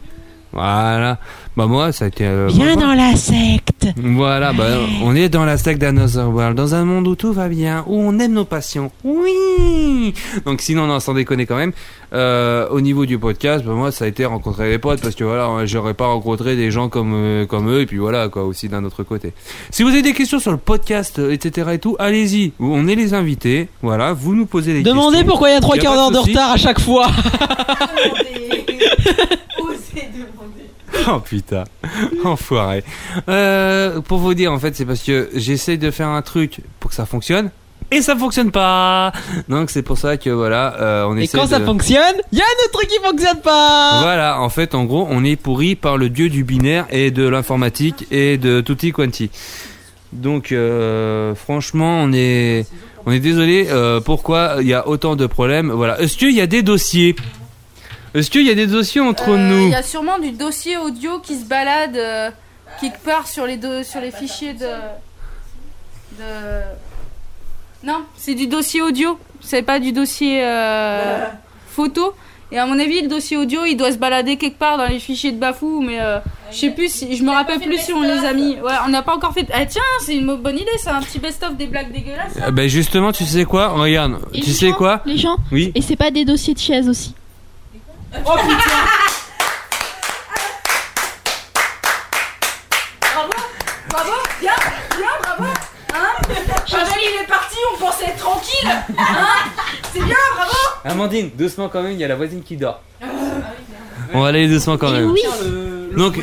Speaker 4: Voilà. Bah, moi, ça a été. euh,
Speaker 22: Viens
Speaker 4: bon.
Speaker 22: dans la secte.
Speaker 4: Voilà, bah, on est dans la secte d'Another World, dans un monde où tout va bien, où on aime nos passions. Oui Donc, sinon, non, sans déconner quand même, euh, au niveau du podcast, bah, moi, ça a été rencontrer les potes, parce que voilà, hein, j'aurais pas rencontré des gens comme, euh, comme eux, et puis voilà, quoi, aussi d'un autre côté. Si vous avez des questions sur le podcast, euh, etc. et tout, allez-y, on est les invités, voilà, vous nous posez des questions.
Speaker 12: Demandez pourquoi il y a trois
Speaker 4: pas
Speaker 12: quarts d'heure de
Speaker 4: souci.
Speaker 12: retard à chaque fois.
Speaker 4: Oh putain, enfoiré. Euh, pour vous dire, en fait, c'est parce que j'essaye de faire un truc pour que ça fonctionne. Et ça fonctionne pas Donc c'est pour ça que voilà, euh, on
Speaker 12: Et
Speaker 4: essaie
Speaker 12: quand ça
Speaker 4: de-
Speaker 12: fonctionne, il y a un autre truc qui fonctionne pas.
Speaker 4: Voilà, en fait, en gros, on est pourri par le dieu du binaire et de l'informatique et de tutti quanti. Donc, euh, franchement, on est, on est désolé. euh, pourquoi il y a autant de problèmes Voilà. Est-ce qu'il y a des dossiers Est-ce qu'il y a des dossiers entre nous
Speaker 8: Il Euh, y a sûrement du dossier audio qui se balade euh, quelque part sur les, deux, sur les fichiers de. de... Non, c'est du dossier audio, c'est pas du dossier euh, photo. Et à mon avis, le dossier audio, il doit se balader quelque part dans les fichiers de Bafou, mais euh, je sais plus, si, je me rappelle plus si on les a mis. Ouais, on n'a pas encore fait. Ah tiens, c'est une bonne idée, c'est un petit best-of des blagues dégueulasses.
Speaker 4: Euh, Ben justement, tu sais quoi Regarde,
Speaker 15: Et
Speaker 4: tu
Speaker 15: les
Speaker 4: sais
Speaker 15: gens-
Speaker 4: quoi
Speaker 15: Les gens.
Speaker 4: Oui.
Speaker 15: Et c'est pas des dossiers de chaises aussi.
Speaker 8: Oh putain Bravo Bravo Bien Bien, bravo Hein Pavel, il est parti, on pensait être tranquille Hein C'est bien, bravo
Speaker 4: Amandine, doucement quand même, il y a la voisine qui dort. On va aller doucement quand même. Donc,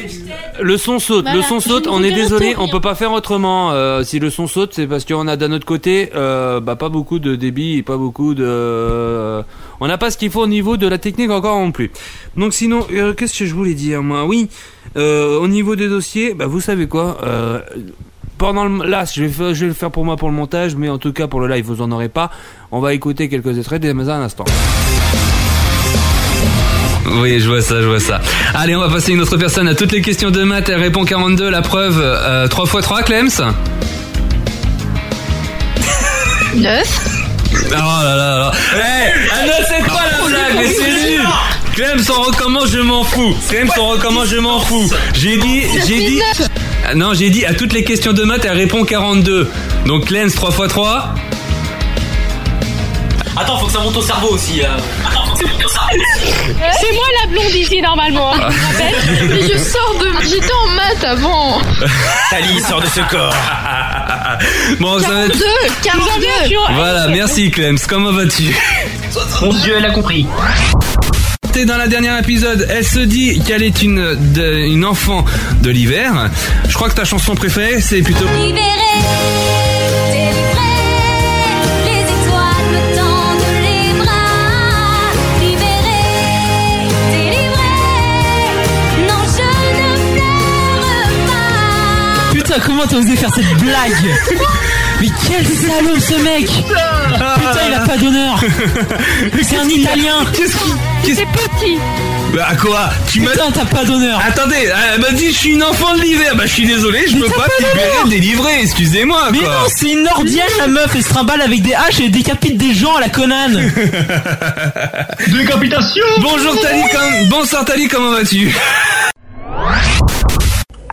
Speaker 4: le son saute, le
Speaker 12: Voilà,
Speaker 4: son
Speaker 12: je
Speaker 4: saute,
Speaker 12: ne
Speaker 4: on
Speaker 12: vous
Speaker 4: est
Speaker 12: dirai
Speaker 4: désolé,
Speaker 12: tout,
Speaker 4: on peut pas faire autrement. Euh, si le son saute, c'est parce qu'on a d'un autre côté euh, bah, pas beaucoup de débit et pas beaucoup de. On n'a pas ce qu'il faut au niveau de la technique encore non plus. Donc, sinon, euh, qu'est-ce que je voulais dire moi Oui, euh, au niveau des dossiers, bah, vous savez quoi euh, pendant le, là, je vais, faire- je vais le faire pour moi pour le montage, mais en tout cas pour le live, vous en aurez pas. On va écouter quelques extraits des Amazon un instant.
Speaker 23: Oui, je vois ça, je vois ça. Allez, on va passer une autre personne à toutes les questions de maths. Elle répond 42, la preuve, euh, 3 x 3, Clems. Oh
Speaker 24: 9.
Speaker 23: Ah, oh là là là. Hey, ah non, c'est quoi la blague, mais c'est nul Clems, on recommence, je m'en fous. Clems, on recommence, je m'en fous. J'ai dit, j'ai dit. Ah Non, j'ai dit à toutes les questions de maths, elle répond 42. Donc Clems, 3 x 3.
Speaker 25: Attends, faut que ça monte au cerveau aussi. euh.
Speaker 24: C'est moi la blonde ici normalement. hein, je vous rappelle. Mais je sors de. J'étais en maths avant.
Speaker 23: Tali sort de ce corps. bon, ça va être.
Speaker 24: 42 42
Speaker 23: Voilà, merci Clems, comment vas-tu Mon dieu, elle a compris. T'es dans la dernière épisode, elle se dit qu'elle est une, de- une enfant de l'hiver. Je crois que ta chanson préférée, c'est plutôt...
Speaker 26: Les étoiles me tendent les bras. Libéré, délivré. Non, je ne pleure pas.
Speaker 12: Putain, comment t'as osé faire cette blague Mais quel Quel salaud ce mec Putain, il a pas d'honneur C'est un italien
Speaker 27: C'est petit
Speaker 28: Bah quoi Tu m'as.
Speaker 12: Putain, t'as pas d'honneur
Speaker 4: Ah,
Speaker 28: Attendez, elle m'a dit je suis une enfant de l'hiver. Bah je suis désolé, je me bats libéré, délivré, excusez-moi.
Speaker 12: Mais
Speaker 28: quoi.
Speaker 12: non, c'est une nordienne la meuf, elle se trimballe avec des haches et elle décapite des gens à la Conan
Speaker 28: Décapitation Bonjour Tali, comme... bonsoir Tali, comment vas-tu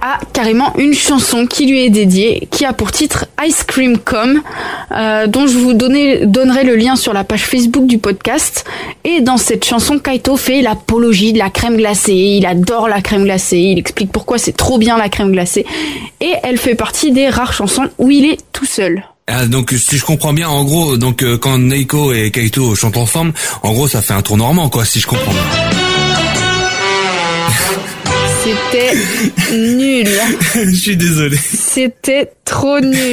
Speaker 8: a carrément une chanson qui lui est dédiée, qui a pour titre Ice Cream Com, euh, dont je vous donner- donnerai le lien sur la page Facebook du podcast. Et dans cette chanson, Kaito fait l'apologie de la crème glacée. Il adore la crème glacée. Il explique pourquoi c'est trop bien la crème glacée. Et elle fait partie des rares chansons où il est tout seul.
Speaker 28: Ah, donc si je comprends bien, en gros, donc euh, quand Neiko et Kaito chantent ensemble, en gros ça fait un tour normand quoi, si je comprends. bien.
Speaker 8: C'était nul.
Speaker 28: je suis désolé.
Speaker 8: C'était trop nul.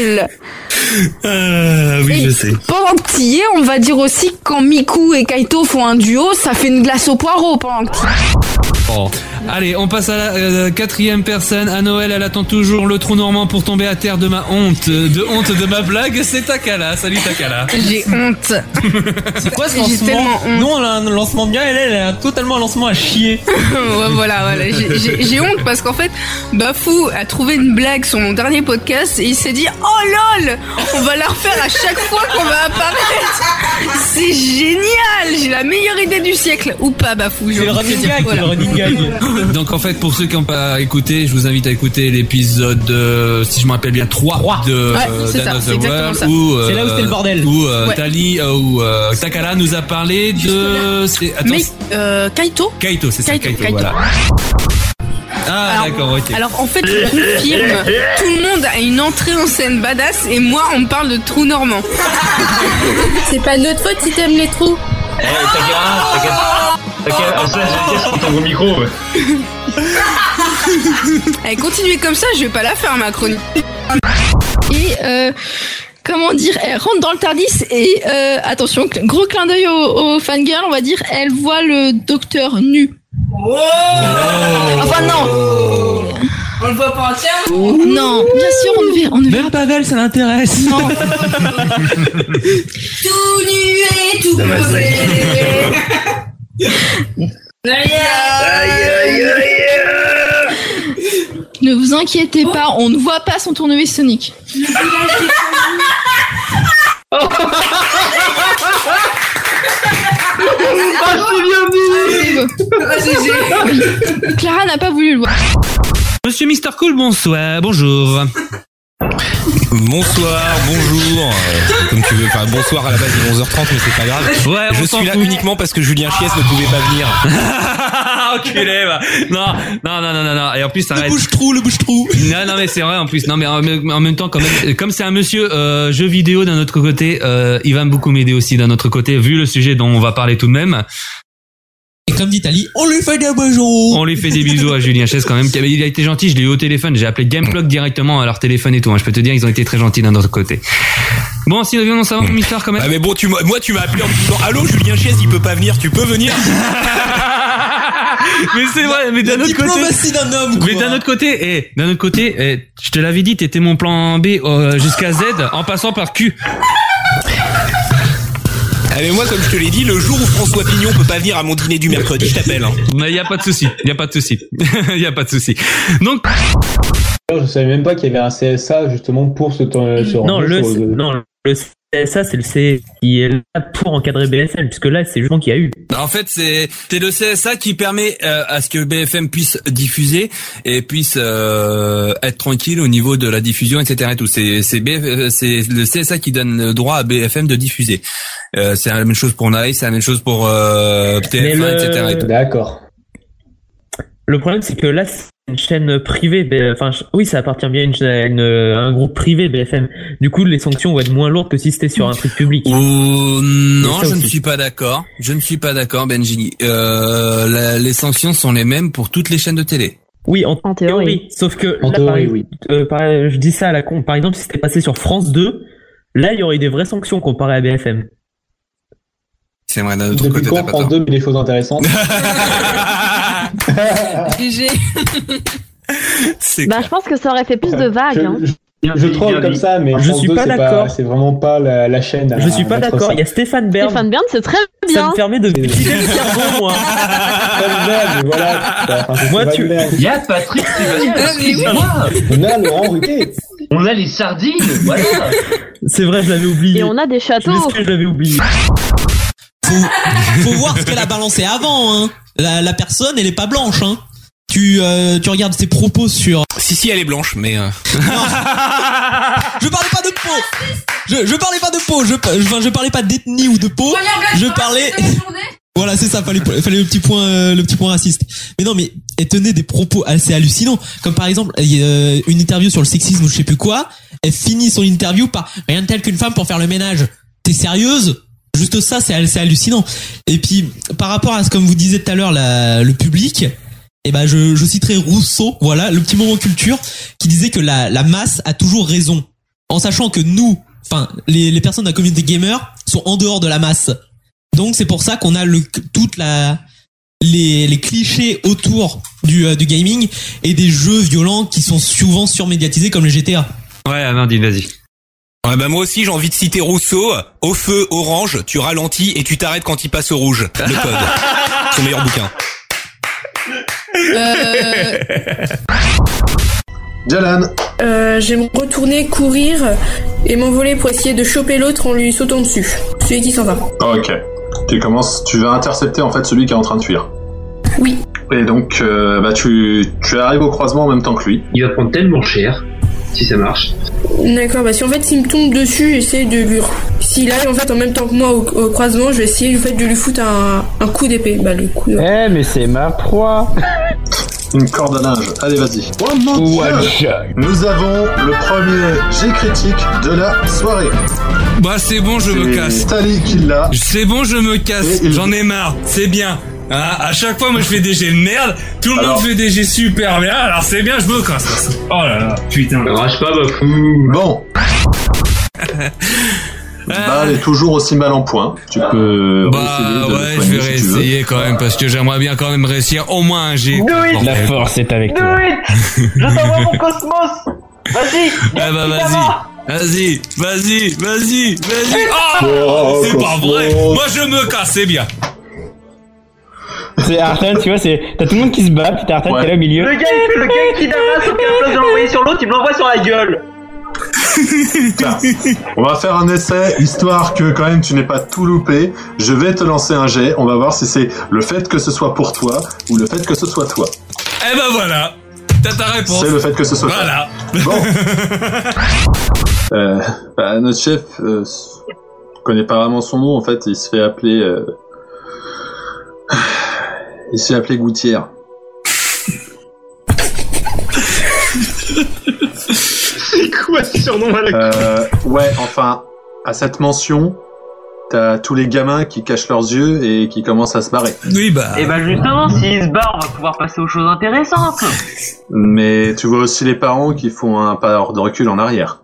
Speaker 28: Ah oui, je sais.
Speaker 8: Pendant que t'y es, on va dire aussi que quand Miku et Kaito font un duo, ça fait une glace au poireau pendant que t'y
Speaker 4: Allez, on passe à la euh, quatrième personne. À Noël, elle attend toujours le trou normand pour tomber à terre de ma honte. euh, De honte de ma blague, c'est Takala. Salut Takala.
Speaker 8: J'ai honte.
Speaker 12: C'est quoi ce
Speaker 8: J'ai tellement
Speaker 12: lancement
Speaker 8: honte.
Speaker 12: Nous on a un lancement de bien et elle, elle a totalement un lancement à chier.
Speaker 26: Ouais, Euh, voilà, voilà. J'ai- J'ai j'ai honte parce qu'en fait, Bafou a trouvé une blague sur mon dernier podcast et il s'est dit Oh lol On va la refaire à chaque fois qu'on va apparaître C'est génial J'ai la meilleure idée du siècle Ou pas, Bafou j'ai envie de te dire, voilà.
Speaker 28: Donc en fait, pour ceux qui n'ont pas écouté, je vous invite à écouter l'épisode, euh, si je me rappelle bien, 3, de
Speaker 26: Ouais,
Speaker 28: euh,
Speaker 26: c'est ça,
Speaker 28: Dan of the
Speaker 26: c'est exactement
Speaker 28: World,
Speaker 26: ça.
Speaker 28: où, euh,
Speaker 12: C'est là où c'était le bordel.
Speaker 28: Où euh,
Speaker 26: Ouais.
Speaker 28: Tali, euh, où euh, Takara nous a parlé de... c'est- Attends,
Speaker 26: Mais
Speaker 28: c'est-
Speaker 26: euh, Kaito
Speaker 28: Kaito, c'est ça,
Speaker 26: Kaito,
Speaker 28: Kaito,
Speaker 26: Kaito.
Speaker 28: voilà. Ah d'accord, ok.
Speaker 26: Alors en fait, je confirme, tout le monde a une entrée en scène badass et moi on me parle de trou normand. C'est pas notre faute si t'aimes les trous.
Speaker 29: Eh, Takara, Takara, ça, j'ai dit ça dans ton gros micro. ouais.
Speaker 26: Allez, continuez comme ça, je vais pas la faire ma chronique.
Speaker 15: Et euh, comment dire, elle rentre dans le Tardis et euh, attention, cl- gros clin d'œil aux, aux fangirls, on va dire, elle voit le docteur nu. enfin non.
Speaker 26: On le voit pas entière
Speaker 15: Non, bien sûr, on ne verra, on ne verra
Speaker 12: pas. Pavel, ça l'intéresse.
Speaker 15: Non.
Speaker 26: Tout nu et tout
Speaker 15: Ne vous inquiétez pas, on ne voit pas son tournevis Sonic. Clara n'a pas voulu le voir.
Speaker 4: Monsieur Mister Cool, bonsoir, bonjour.
Speaker 21: Bonsoir, bonjour, euh, comme tu veux. Enfin, bonsoir à la base de 11h30, mais c'est pas grave.
Speaker 4: Ouais, on
Speaker 21: je
Speaker 4: s'en
Speaker 21: suis là
Speaker 4: fout.
Speaker 21: uniquement parce que Julien Chies ne pouvait pas venir.
Speaker 4: Ah, enculé, bah. Non, non, non, non, non, non. Et en plus, arrête. Le
Speaker 12: bouche-trou, le bouche-trou.
Speaker 4: Non, non, mais c'est vrai, en plus. Non, mais en même en même temps, quand même, comme c'est un monsieur euh, jeu vidéo d'un autre côté, euh, il va beaucoup m'aider aussi d'un autre côté, vu le sujet dont on va parler tout de même.
Speaker 12: Et comme d'Italie, on lui fait des bisous.
Speaker 4: On lui fait des bisous à Julien Chesse quand même. qui avait- Il a été gentil, je l'ai eu au téléphone. J'ai appelé Gameplog
Speaker 21: Mmh.
Speaker 4: directement à leur téléphone et tout. hein. Je peux te dire, ils ont été très gentils d'un autre côté. Bon, si nous viens, on s'avance, Mister, quand même.
Speaker 21: Ah, mais bon, tu m'as- moi, tu m'as appelé en me disant Allô, Julien Chies, il peut pas venir, tu peux venir
Speaker 4: mais c'est vrai, mais d'un autre côté.
Speaker 12: diplomatie d'un homme,
Speaker 4: Mais d'un autre côté, eh, d'un autre côté, eh, je te l'avais dit, t'étais mon plan B euh, jusqu'à Z en passant par Q.
Speaker 30: Eh,
Speaker 21: Ah, mais moi, comme je te l'ai dit, le jour où François Pignon peut pas venir à mon dîner du mercredi, je t'appelle. hein.
Speaker 4: Mais y a pas de souci, y a pas de souci, y a pas de souci. Donc,
Speaker 31: Je savais même pas qu'il y avait un CSA justement pour ce tour- ce
Speaker 5: Non,
Speaker 31: rendez-vous
Speaker 5: le,
Speaker 31: sur-
Speaker 5: non, le CSA, c'est le C qui est là pour encadrer BFM, puisque là, c'est justement qu'il y a eu.
Speaker 21: Bah, En fait, c'est c'est le CSA qui permet euh, à ce que BFM puisse diffuser et puisse euh, être tranquille au niveau de la diffusion, etc. Et tout. C'est c'est BF euh, c'est le CSA qui donne le droit à BFM de diffuser. Euh, c'est la même chose pour Nice, c'est la même chose pour euh,
Speaker 5: Mais
Speaker 21: TF1,
Speaker 5: le-
Speaker 21: etc. et tout.
Speaker 31: D'accord.
Speaker 5: Le problème, c'est que là, c'est une chaîne privée. B- Enfin, ch- oui, ça appartient bien à une chaîne- à une- à un groupe privé, BFM. Du coup, les sanctions vont être moins lourdes que si c'était sur un truc public.
Speaker 21: Non,
Speaker 5: Et ça
Speaker 21: je ne
Speaker 5: aussi.
Speaker 21: suis pas d'accord. Je ne suis pas d'accord, Benji. Euh, la- les sanctions sont les mêmes pour toutes les chaînes de télé.
Speaker 5: Oui, en, théorie. Sauf que là, par, euh, par- je dis ça à la con. Par exemple, si c'était passé sur France 2, là, il y aurait eu des vraies sanctions comparées à BFM.
Speaker 21: C'est vrai, d'un
Speaker 31: autre Depuis côté, quand t'as pas France tort. 2 met des choses intéressantes
Speaker 26: GG.
Speaker 21: C'est
Speaker 32: Bah, je pense que ça aurait fait plus de vagues. hein.
Speaker 31: Je,
Speaker 33: Je troll comme ça, mais
Speaker 34: je
Speaker 33: France
Speaker 34: suis
Speaker 33: 2,
Speaker 34: pas
Speaker 33: c'est
Speaker 34: d'accord.
Speaker 33: C'est vraiment pas la, la chaîne.
Speaker 34: Je suis pas d'accord. Il y a Stéphane Bern.
Speaker 35: Stéphane Bern, c'est très bien.
Speaker 34: Ça me permet de ventiler le cerveau, moi.
Speaker 33: Moi, tu.
Speaker 4: Il y a Patrick
Speaker 21: Ah,
Speaker 4: Sébastien.
Speaker 33: On a Laurent Ruquet.
Speaker 4: On a les sardines. Voilà.
Speaker 34: C'est vrai, je l'avais oublié.
Speaker 35: Et on a des
Speaker 34: Je
Speaker 35: châteaux.
Speaker 34: m'excuse, je l'avais oublié.
Speaker 12: Faut voir ce qu'elle a balancé avant. Hein. La, la personne, elle est pas blanche. Hein. Tu, euh, tu regardes ses propos sur.
Speaker 30: Si, si, elle est blanche, mais. euh,
Speaker 12: Je parlais pas de peau. Je, je parlais pas de peau. Je, pa- je, enfin, je parlais pas d'ethnie ou de peau. Je parlais. Voilà, c'est ça. Fallait, fallait le petit point, euh, le petit point raciste. Mais non, mais elle tenait des propos assez hallucinants. Comme par exemple il y a euh, une interview sur le sexisme ou je sais plus quoi. Elle finit son interview par rien de tel qu'une femme pour faire le ménage. T'es sérieuse Juste ça, c'est c'est hallucinant. Et puis par rapport à ce comme vous disiez tout à l'heure, la- le public. Eh ben, je, je citerai Rousseau, voilà, le petit moment culture, qui disait que la, la masse a toujours raison. En sachant que nous, enfin, les, les personnes de la communauté gamer sont en dehors de la masse. Donc, c'est pour ça qu'on a le, toute la, les, les clichés autour du, euh, du gaming et des jeux violents qui sont souvent surmédiatisés comme les GTA.
Speaker 21: Ouais, Amandine, vas-y.
Speaker 30: Ouais, bah moi aussi j'ai envie de citer Rousseau. Au feu orange, tu ralentis et tu t'arrêtes quand il passe au rouge. Le code. Son meilleur bouquin.
Speaker 5: Jalan.
Speaker 8: Euh, J'aime retourner, courir et m'envoler pour essayer de choper l'autre en lui sautant dessus. Celui qui s'en va.
Speaker 5: Ok. Tu commences, tu vas intercepter en fait celui qui est en train de fuir.
Speaker 8: Oui.
Speaker 5: Et donc, euh, bah tu, tu arrives au croisement en même temps que lui. Il va prendre tellement cher si ça marche.
Speaker 8: D'accord, bah si en fait s'il me tombe dessus, j'essaie de lui. S'il arrive en fait en même temps que moi au, au croisement, je vais essayer en fait, de lui foutre un, un coup d'épée. Bah le coup.
Speaker 5: Eh mais c'est ma proie. Une corde à linge. Allez vas-y. Oh mon
Speaker 4: One
Speaker 5: dieu. Nous avons le premier jet critique de la soirée.
Speaker 21: Bah c'est bon, je me casse.
Speaker 5: Stali qui l'a.
Speaker 21: C'est bon, je me casse. J'en ai marre. C'est bien. Hein, à chaque fois, moi je fais des jets de merde. Tout le monde fait des jets super bien. Alors c'est bien, je me casse. Oh là là, putain.
Speaker 5: Rage pas Bon. Bah, elle est toujours aussi mal en point. Tu peux
Speaker 21: Bah
Speaker 5: réessayer de
Speaker 21: ouais,
Speaker 5: le
Speaker 21: je vais
Speaker 5: soigner si tu veux.
Speaker 21: réessayer quand même parce que j'aimerais bien quand même réussir au moins un G.
Speaker 5: La
Speaker 21: force est avec
Speaker 5: toi.
Speaker 21: Je
Speaker 15: t'envoie mon cosmos Vas-y
Speaker 21: Ah bah vas-y, vas-y, vas-y, vas-y, vas-y.
Speaker 15: Oh,
Speaker 21: Oh, c'est pas
Speaker 15: Cosmo.
Speaker 21: vrai. Moi je me casse, c'est bien.
Speaker 36: C'est Arthel, tu vois, c'est t'as tout le monde qui se bat, puis t'as Arthel qui est là au milieu.
Speaker 15: Le gars, il fait le gars qui d'arrache, sauf qu'à la place de l'envoyer sur l'autre, il me l'envoie sur la gueule
Speaker 5: Tiens, on va faire un essai, histoire que quand même tu n'aies pas tout loupé. Je vais te lancer un jet, on va voir si c'est le fait que ce soit pour toi ou le fait que ce soit toi.
Speaker 21: Eh ben voilà. T'as ta réponse.
Speaker 5: C'est le fait que ce soit toi.
Speaker 21: Voilà.
Speaker 5: Euh, bah, notre chef, euh, s- connaît pas vraiment son nom en fait, il se fait appeler. euh, Il se fait appeler Gouttière.
Speaker 4: C'est quoi ce surnom à la
Speaker 5: Euh, ouais, enfin, à cette mention, t'as tous les gamins qui cachent leurs yeux et qui commencent à se barrer.
Speaker 21: Oui, bah.
Speaker 5: Et bah,
Speaker 15: Eh ben, Justement, s'il se barre, on va pouvoir passer aux choses intéressantes
Speaker 5: Mais tu vois aussi les parents qui font un pas de recul en arrière.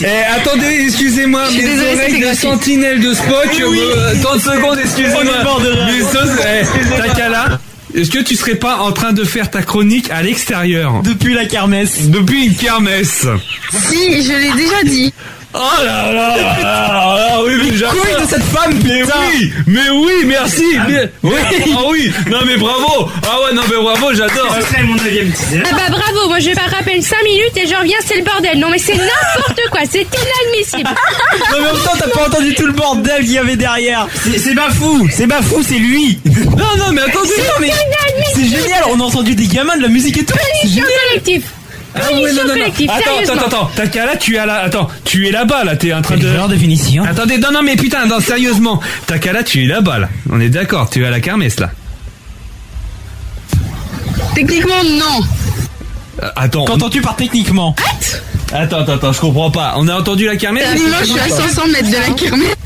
Speaker 21: Eh, attendez, excusez-moi,
Speaker 5: Je suis
Speaker 21: mes
Speaker 5: désolée,
Speaker 21: oreilles
Speaker 5: c'était
Speaker 21: de
Speaker 5: gratuit.
Speaker 21: sentinelle de Spock.
Speaker 5: Oui, oui.
Speaker 21: me- 30 secondes,
Speaker 5: On est
Speaker 21: excusez-moi.
Speaker 5: mort de rire.
Speaker 21: Mes os- eh,
Speaker 5: Excusez-moi.
Speaker 21: Takala, est-ce que tu serais pas en train de faire ta chronique à l'extérieur
Speaker 12: Depuis la kermesse.
Speaker 21: Depuis une kermesse.
Speaker 26: Si, je l'ai déjà dit.
Speaker 21: Oh là là là là là, oui, mais j'ai-
Speaker 26: couilles de cette
Speaker 12: femme,
Speaker 21: Mais oui, mais oui, merci. mais- oui, ah oui, non mais bravo. Ah ouais, non mais bravo, j'adore.
Speaker 15: C'est mon neuvième
Speaker 26: Ah bah bravo, moi je vais rappel 5 minutes et je reviens, c'est le bordel. Non mais c'est n'importe quoi, c'est inadmissible.
Speaker 12: Non mais en même temps t'as pas entendu tout le bordel qu'il y avait derrière C'est Bafou C'est Bafou c'est lui Non non mais attendez
Speaker 26: C'est
Speaker 12: non, mais
Speaker 26: inadmissible.
Speaker 12: C'est génial on a entendu des gamins de la musique et tout C'est
Speaker 26: Punition
Speaker 12: génial
Speaker 26: collectif.
Speaker 21: Ah
Speaker 26: Punition collective,
Speaker 21: Attends,
Speaker 26: sérieusement.
Speaker 21: attends, attends, Takala, tu es là, attends, tu es là-bas, là, t'es en train de. de
Speaker 12: finition.
Speaker 21: Attendez, non, non, mais putain, non, sérieusement, Takala, tu es là-bas, là. On est d'accord, tu es à la kermesse, là.
Speaker 26: Techniquement non.
Speaker 21: Euh, attends.
Speaker 12: Qu'entends-tu par techniquement
Speaker 21: Attends, attends, attends, je comprends pas. On a entendu la kermesse
Speaker 26: Moi Euh, je suis à 500 mètres de la kermesse.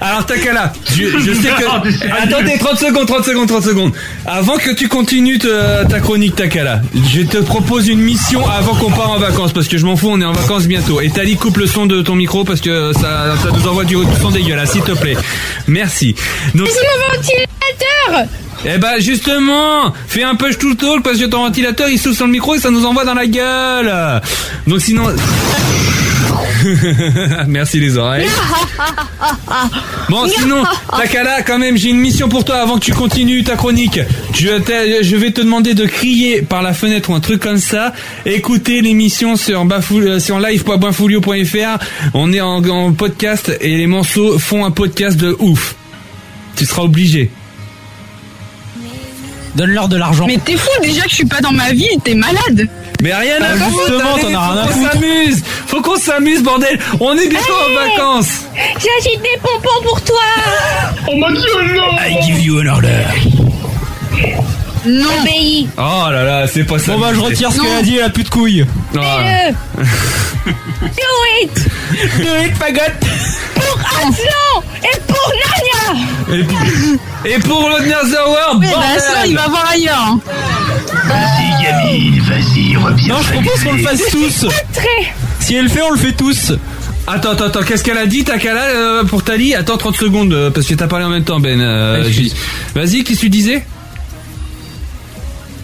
Speaker 21: Alors Takala, je, je sais que... Attendez, 30 secondes, 30 secondes, 30 secondes. Avant que tu continues te- ta chronique Takala, je te propose une mission avant qu'on part en vacances, parce que je m'en fous, on est en vacances bientôt. Et Tali, coupe le son de ton micro, parce que ça, ça nous envoie du son dégueulasse, s'il te plaît. Merci. Donc,
Speaker 26: C'est mon ventilation
Speaker 8: ventilateur
Speaker 21: Eh bah justement, fais un push tout talk parce que ton ventilateur il souffle sur le micro et ça nous envoie dans la gueule. Donc sinon. Merci les oreilles. Bon sinon, Takala, quand même, j'ai une mission pour toi avant que tu continues ta chronique. Je, t'ai- je vais te demander de crier par la fenêtre ou un truc comme ça. Écoutez l'émission sur, bafou, euh, sur live.bafoulio.fr. On est en, en podcast et les manceaux font un podcast de ouf. Tu seras obligé.
Speaker 37: Donne-leur de l'argent.
Speaker 38: Mais t'es fou déjà que je suis pas dans ma ville, t'es malade.
Speaker 21: Mais rien à
Speaker 38: Ah,
Speaker 21: foutre,
Speaker 38: justement,
Speaker 21: allez,
Speaker 38: t'en as rien à
Speaker 21: Faut qu'on
Speaker 38: foutre.
Speaker 21: s'amuse Faut qu'on s'amuse, bordel On est bientôt en vacances
Speaker 8: J'agite des pompons pour toi On m'a dit
Speaker 21: I give you an order
Speaker 8: Non Obéis
Speaker 21: Oh là là, c'est pas ça. Bon bah je retire
Speaker 12: ce qu'elle a
Speaker 21: dit, elle a plus de couilles
Speaker 8: Do it Do it, fagotte Pour Aslan et pour Nania
Speaker 21: Et pour, et pour l'Another World,
Speaker 8: Oui, bah,
Speaker 21: bordel
Speaker 8: ça, il va voir
Speaker 38: ailleurs
Speaker 12: Vas-y, Camille, vas-y, reviens. Non, je propose qu'on le fasse tous.
Speaker 21: Si elle fait, on le fait tous Attends, attends, attends, qu'est-ce qu'elle a dit, Takala, euh, pour Tali Attends 30 secondes, euh, parce que t'as parlé en même temps, Ben. euh, j'ai- Vas-y, qu'est-ce que tu disais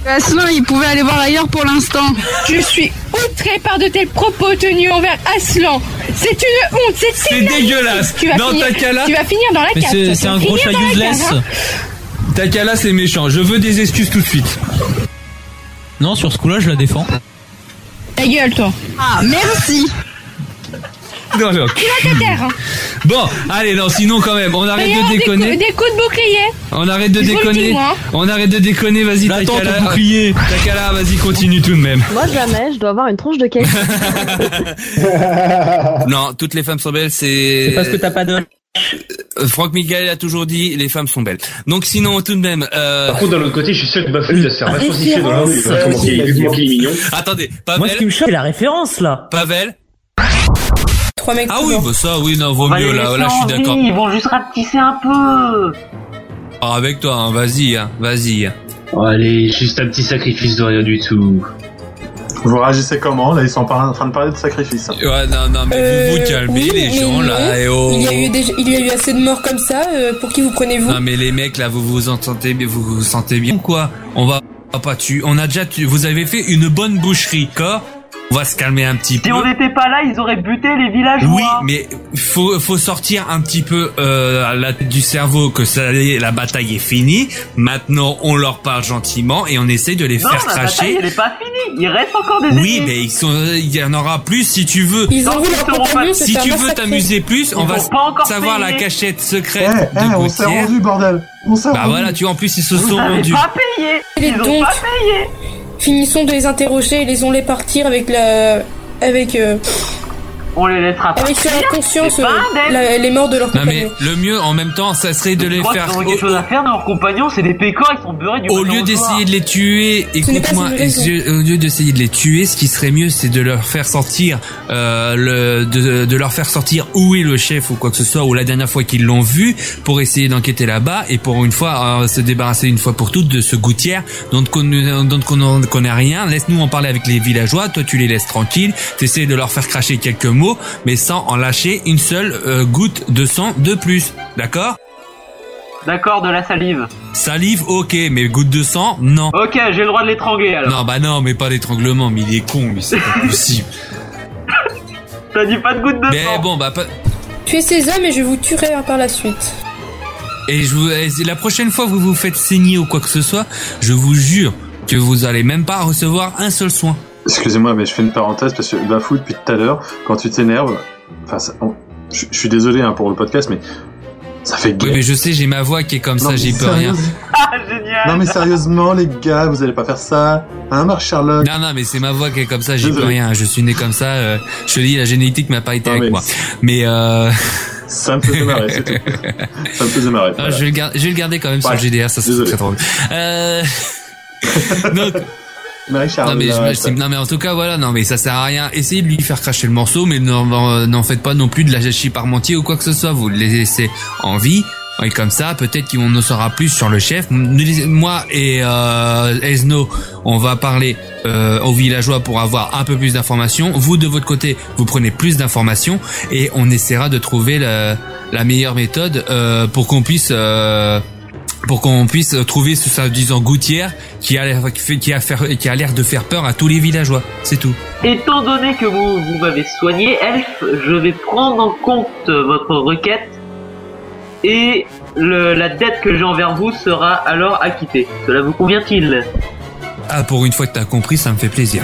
Speaker 38: Aslan, il pouvait aller voir ailleurs pour l'instant.
Speaker 8: Je suis outré par de tels propos tenus envers Aslan. C'est une honte, c'est
Speaker 21: C'est dégueulasse.
Speaker 8: Tu vas,
Speaker 21: Dans
Speaker 8: finir,
Speaker 21: ta cala-
Speaker 8: tu vas finir dans la
Speaker 21: Mais
Speaker 8: cave.
Speaker 21: c'est-
Speaker 8: toi,
Speaker 21: c'est
Speaker 8: tu vas
Speaker 21: un gros
Speaker 8: finir dans la
Speaker 21: chayuseless.
Speaker 8: cave, hein.
Speaker 21: Takala, c'est méchant, je veux des excuses tout de suite.
Speaker 37: Non, sur ce coup-là, je la défends.
Speaker 8: Ta gueule, toi. Ah, merci.
Speaker 21: Non, non.
Speaker 8: Tu vas ta terre. hein.
Speaker 21: Bon, allez, non, sinon quand même, on arrête
Speaker 8: Il va y avoir
Speaker 21: de
Speaker 8: des
Speaker 21: déconner.
Speaker 8: coups- Des, coups de bouclier.
Speaker 21: On arrête de
Speaker 8: Je vous le dis,
Speaker 21: déconner.
Speaker 8: moi.
Speaker 21: On arrête de déconner, vas-y,
Speaker 12: L'attends,
Speaker 21: Takala.
Speaker 12: ton bouclier.
Speaker 21: Takala, vas-y, continue tout de même.
Speaker 39: Moi jamais, je dois avoir une tronche de caisse.
Speaker 4: Non, toutes les femmes sont belles, c'est.
Speaker 40: C'est parce que t'as pas de.
Speaker 4: Euh, Franck Michael a toujours dit les femmes sont belles. Donc sinon tout de même. Euh...
Speaker 41: Par contre, d'un autre côté, je suis sûr que Bafoui, ça se
Speaker 39: Ah,
Speaker 41: faire vachement siffler dans la rue.
Speaker 4: Référence.
Speaker 41: Comment qu'il est- comment qu'il est mignon.
Speaker 4: Attendez,
Speaker 40: Moi, ce
Speaker 4: Pavel,
Speaker 40: qui me choque, c'est la référence là.
Speaker 4: Pavel.
Speaker 26: Trois mecs.
Speaker 4: Ah oui, bah ça, oui, non, vaut mieux là. Là, je suis d'accord.
Speaker 5: Ils vont juste rapetisser un peu.
Speaker 4: Ah, avec toi, hein, vas-y, hein, vas-y.
Speaker 15: Oh, allez, juste un petit sacrifice de rien du tout. Vous réagissez comment Là, ils sont par- en train de parler de sacrifice.
Speaker 4: Ouais, non, non, mais vous vous calmez
Speaker 26: Euh, oui,
Speaker 4: les
Speaker 26: mais
Speaker 4: gens là. Et oh.
Speaker 26: Il y, a eu des- il y a eu assez de morts comme ça, euh, pour qui vous prenez-vous
Speaker 4: Non mais les mecs là, vous vous entendez, bien- vous vous sentez bien ou quoi On va on va pas tu, on a déjà tu, vous avez fait une bonne boucherie, corps. On va se calmer un petit peu.
Speaker 5: Si on n'était pas là, ils auraient buté les villageois.
Speaker 4: Oui, mais faut faut sortir un petit peu euh, à la tête du cerveau que ça y est, la bataille est finie. Maintenant, on leur parle gentiment et on essaie de les
Speaker 5: non,
Speaker 4: faire
Speaker 5: la
Speaker 4: cracher.
Speaker 5: bataille, elle est pas finie. Il reste encore des
Speaker 4: Oui,
Speaker 5: ennemis.
Speaker 4: mais ils sont, il y en aura plus si tu veux.
Speaker 5: Ils enroulent leur
Speaker 4: seront
Speaker 5: compagnon,
Speaker 4: pas-
Speaker 5: c'est
Speaker 4: Si
Speaker 5: un
Speaker 4: tu veux
Speaker 5: massacre.
Speaker 4: t'amuser plus, on
Speaker 5: Ils
Speaker 4: va
Speaker 5: vont pas encore
Speaker 4: savoir la
Speaker 5: payer.
Speaker 4: cachette
Speaker 15: Eh,
Speaker 4: secrète
Speaker 15: eh,
Speaker 4: de
Speaker 15: on s'est
Speaker 4: Gauthier.
Speaker 15: rendu, bordel. On s'est
Speaker 4: Bah
Speaker 15: rendu.
Speaker 4: voilà, tu en plus ils se
Speaker 5: Vous
Speaker 4: sont
Speaker 26: Ah,
Speaker 5: avez
Speaker 4: rendus.
Speaker 5: pas payé.
Speaker 26: Les
Speaker 5: Ils ont
Speaker 26: donc,
Speaker 5: pas payé.
Speaker 26: finissons de les interroger et laissons-les partir avec la... avec... euh,
Speaker 5: On les laissera pas.
Speaker 26: avec sur la conscience
Speaker 5: C'est pas un
Speaker 26: euh,
Speaker 5: deal.
Speaker 26: la- les morts de leurs
Speaker 4: Non mais
Speaker 26: compagnons.
Speaker 4: le mieux en même temps, ça serait de les
Speaker 5: crois
Speaker 4: faire.
Speaker 5: qu'ils ont quelque chose à faire dans leurs compagnons, c'est des pécores, ils sont beurrés du
Speaker 4: Au
Speaker 5: matin
Speaker 4: lieu
Speaker 5: au
Speaker 4: d'essayer de les tuer,
Speaker 5: Ce n'est pas
Speaker 4: écoute-moi,
Speaker 5: une raison.
Speaker 4: et- au lieu d'essayer de les tuer, ce qui serait mieux, c'est de leur faire sortir, euh, le, de, de leur faire sortir où est le chef ou quoi que ce soit, ou la dernière fois qu'ils l'ont vu, pour essayer d'enquêter là-bas et pour une fois euh, se débarrasser une fois pour toutes de ce gouttière dont on ne dont on ne connaît rien. Laisse-nous en parler avec les villageois. Toi, tu les laisses tranquilles. T'essayes de leur faire cracher quelques mots, mais sans en lâcher une seule euh, goutte de sang de plus. D'accord
Speaker 5: D'accord, de la salive.
Speaker 4: Salive, ok, mais goutte de sang, non.
Speaker 5: Ok, j'ai le droit de l'étrangler alors.
Speaker 4: Non, bah non, mais pas l'étranglement, mais il est con, lui, c'est pas possible.
Speaker 5: T'as dit pas de goutte
Speaker 26: Ah,
Speaker 5: de
Speaker 4: mais bon, bah, pas...
Speaker 26: Tuez ces hommes et je vous tuerai par la suite.
Speaker 4: et je vous, et la prochaine fois que vous vous faites saigner ou quoi que ce soit, je vous jure que vous allez même pas recevoir un seul soin.
Speaker 15: Excusez-moi, mais je fais une parenthèse parce que Bafou, depuis tout à l'heure, quand tu t'énerves, enfin, ça- on- je je suis désolé hein, pour le podcast, mais ça fait
Speaker 4: Oui, mais je sais, j'ai ma voix qui est comme
Speaker 15: Non,
Speaker 4: ça,
Speaker 15: mais
Speaker 4: j'y peux rien.
Speaker 15: sérieuse-
Speaker 5: Ah,
Speaker 15: Non, mais sérieusement, les gars, vous allez pas faire ça. Hein, Marc Sherlock
Speaker 4: Non, non, mais c'est ma voix qui est comme ça, j'y peux rien. Je suis né comme ça, euh, je te dis, la génétique m'a pas été avec moi. Mais euh...
Speaker 15: Ça me faisait marrer, c'est tout. Ça me faisait marrer.
Speaker 4: Ah, je, vais le gar- je vais le garder quand même
Speaker 15: Ouais.
Speaker 4: sur le GDR, ça c'est
Speaker 15: Désolé.
Speaker 4: très drôle. Euh... non.
Speaker 15: Marie-Charles,
Speaker 4: non, mais, je-
Speaker 15: là,
Speaker 4: je- non, mais en tout cas, voilà, non, mais ça sert à rien. Essayez de lui faire cracher le morceau, mais n'en- n'en n'en faites pas non plus de la gâchis parmentier ou quoi que ce soit. Vous le laissez en vie. Et comme ça, peut-être qu'on en saura plus sur le chef. Nous les- Moi et euh, Esno, on va parler euh, aux villageois pour avoir un peu plus d'informations. Vous, de votre côté, vous prenez plus d'informations et on essaiera de trouver la, la meilleure méthode euh, pour qu'on puisse euh, pour qu'on puisse trouver ce soi-disant gouttière qui a l'air qui fait- qui a faire- qui a l'air de faire peur à tous les villageois. C'est tout.
Speaker 5: Étant donné que vous, vous m'avez soigné, Elf, je vais prendre en compte votre requête et le- la dette que j'ai envers vous sera alors acquittée. Cela vous convient-il
Speaker 4: Ah, pour une fois que t'as compris, ça me fait plaisir.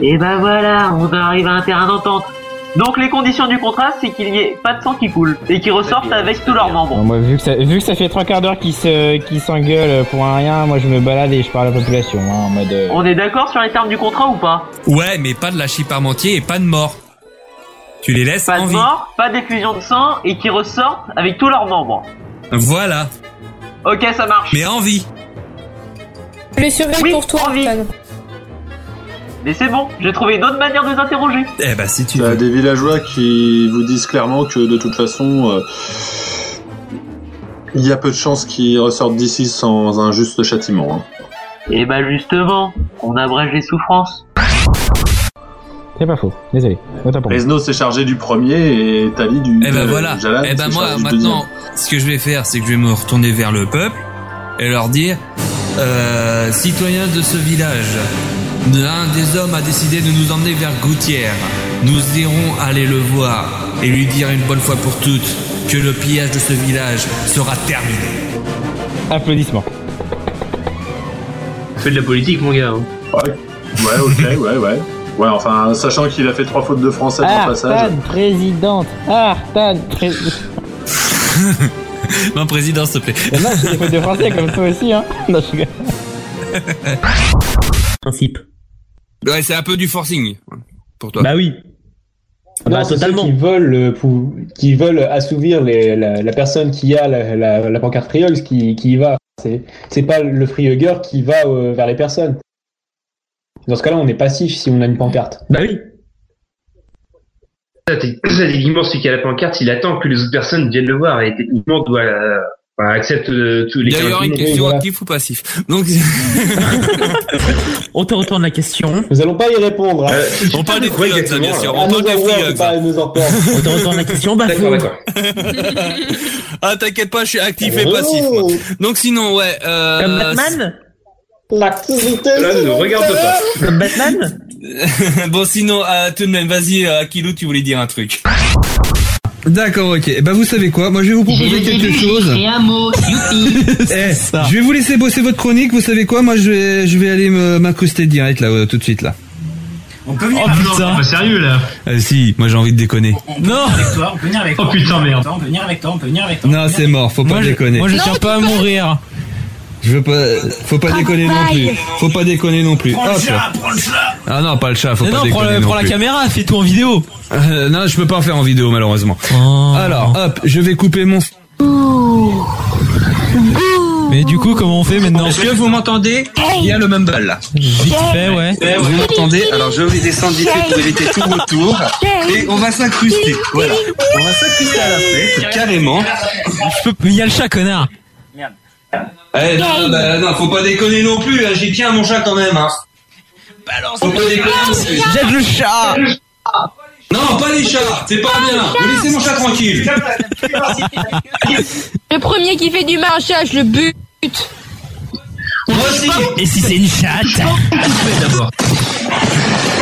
Speaker 5: Et ben voilà, on arrive à un terrain d'entente. Donc les conditions du contrat, c'est qu'il n'y ait pas de sang qui coule et qui ressortent avec tous leurs membres.
Speaker 42: Moi, vu que ça, vu que ça fait trois quarts d'heure qu'ils se, qu'ils s'engueulent pour un rien, moi je me balade et je parle à la population, hein, en mode. euh,
Speaker 5: On est d'accord sur les termes du contrat ou pas
Speaker 4: Ouais, mais pas de lâchis parmentier et pas de mort. Tu les laisses
Speaker 5: Pas
Speaker 4: en
Speaker 5: de
Speaker 4: vie.
Speaker 5: mort, pas d'effusion de sang et qui ressortent avec tous leurs membres.
Speaker 4: Voilà.
Speaker 5: Ok, ça marche.
Speaker 4: Mais en vie.
Speaker 19: Je les surveille pour toi, Antoine.
Speaker 5: Mais c'est bon, j'ai trouvé une autre manière de les interroger.
Speaker 4: Eh ben, si tu
Speaker 15: as Euh, des villageois qui vous disent clairement que de toute façon, euh, il y a peu de chances qu'ils ressortent d'ici sans un juste châtiment. hein.
Speaker 5: Et bah justement, on abrège les souffrances.
Speaker 42: C'est pas faux, désolé. Autant pour moi.
Speaker 15: Resno s'est chargé du premier et Tali du.
Speaker 4: Eh ben
Speaker 15: euh,
Speaker 4: voilà.
Speaker 15: Jalan
Speaker 4: eh ben
Speaker 15: s'est
Speaker 4: moi
Speaker 15: chargé du
Speaker 4: maintenant, ce que je vais faire, c'est que je vais me retourner vers le peuple et leur dire, euh, citoyens de ce village, l'un des hommes a décidé de nous emmener vers Gouttière. Nous irons aller le voir et lui dire une bonne fois pour toutes que le pillage de ce village sera terminé.
Speaker 42: Applaudissements.
Speaker 43: Fais de la politique, mon gars.
Speaker 15: Ouais. Ouais, ok, ouais, ouais. Ouais, enfin, sachant qu'il a fait trois fautes de français dans le passage.
Speaker 42: Artane présidente Artane présidente
Speaker 4: Non, président, s'il te plaît.
Speaker 42: Il y en a, c'est des fautes de français comme toi aussi, hein Non, je rigole.
Speaker 43: Principe.
Speaker 4: Ouais, c'est un peu du forcing pour toi.
Speaker 43: Bah oui.
Speaker 4: Ah bah,
Speaker 44: Non, c'est ceux
Speaker 4: totalement.
Speaker 44: qui veulent, euh, pou- qui veulent assouvir les- la, la personne qui a la, la- la pancarte Friogs qui, qui y va. C'est, c'est pas le Frioger qui va euh, vers les personnes. Dans ce cas-là, on est passif si on a une pancarte.
Speaker 43: Bah oui. Ça, t'es- ça, techniquement, celui qui a la pancarte, il attend que les autres personnes viennent le voir et techniquement, doit euh, enfin, accepte euh, tous les
Speaker 4: D'ailleurs, une question actif ou passif Donc,
Speaker 43: On te retourne la question.
Speaker 44: Nous allons pas y répondre. hein.
Speaker 4: on parle des
Speaker 44: Ouais,
Speaker 4: friottes, ça, bien
Speaker 44: exactement.
Speaker 43: Ah,
Speaker 4: sûr.
Speaker 44: À
Speaker 4: On parle
Speaker 44: nos
Speaker 4: des
Speaker 44: endroits,
Speaker 4: friottes.
Speaker 44: c'est pas à nos endroits.
Speaker 43: On te retourne la question, bah D'accord, d'accord.
Speaker 4: Ah, t'inquiète pas, je suis actif et
Speaker 44: Oh.
Speaker 4: passif. moi. Donc, sinon, ouais. Euh,
Speaker 43: Comme Batman
Speaker 44: L'activité.
Speaker 4: Là, ne regarde pas.
Speaker 43: Comme Batman
Speaker 4: bon, sinon, euh, tout de même, vas-y, euh, Akilou, tu voulais dire un truc.
Speaker 21: D'accord, ok. Eh ben vous savez quoi Moi je vais vous
Speaker 4: J'ai
Speaker 21: proposer
Speaker 4: le
Speaker 21: quelque
Speaker 4: début, j'ai
Speaker 21: chose.
Speaker 4: écrit un mot,
Speaker 21: Eh, je vais vous laisser bosser votre chronique. Vous savez quoi Moi je vais, je vais aller me- m'incruster direct là, euh, tout de suite là.
Speaker 12: On peut venir avec toi.
Speaker 21: pas sérieux là
Speaker 4: Euh,
Speaker 21: Si, moi j'ai envie de déconner.
Speaker 12: On peut venir avec toi, on peut venir avec toi.
Speaker 21: Oh, putain,
Speaker 12: on peut venir
Speaker 21: merde.
Speaker 12: avec toi, On peut venir avec toi, on peut venir avec toi.
Speaker 21: Non, c'est mort. Faut pas
Speaker 12: Moi, je-
Speaker 21: déconner.
Speaker 12: moi, je Non, tiens
Speaker 21: pas à mourir. Je veux pas. Faut pas déconner non plus. Faut pas déconner non plus.
Speaker 12: Prends le
Speaker 21: Hop.
Speaker 12: chat, prends le chat.
Speaker 21: Ah non, pas le chat. Faut
Speaker 12: Mais
Speaker 21: pas
Speaker 12: non, prends
Speaker 21: déconner
Speaker 12: le-
Speaker 21: non
Speaker 12: prends la
Speaker 21: plus.
Speaker 12: caméra, fais tout en vidéo.
Speaker 21: Euh, non, je peux pas en faire en vidéo malheureusement.
Speaker 12: Oh.
Speaker 21: Alors, hop, je vais couper mon.
Speaker 12: Mais du coup, comment on fait maintenant
Speaker 21: Est-ce que vous m'entendez Il y a le mumble là.
Speaker 12: Vite fait, Eh ouais.
Speaker 21: Vous m'entendez Alors je vais descendre vite fait pour éviter tout retour. Et on va s'incruster. Voilà. On va s'incruster à la fête, carrément.
Speaker 12: Je peux... Il y a le chat, connard.
Speaker 21: Eh non, bah, non, faut pas déconner non plus, hein, j'y tiens à mon chat quand même. Hein. faut pas déconner non plus.
Speaker 12: Jette le chat
Speaker 21: Non, pas les chats, c'est pas bien. Mais Laissez mon chat tranquille.
Speaker 45: Le premier qui fait du marchage, le but.
Speaker 12: Moi aussi Et si c'est une chatte d'abord.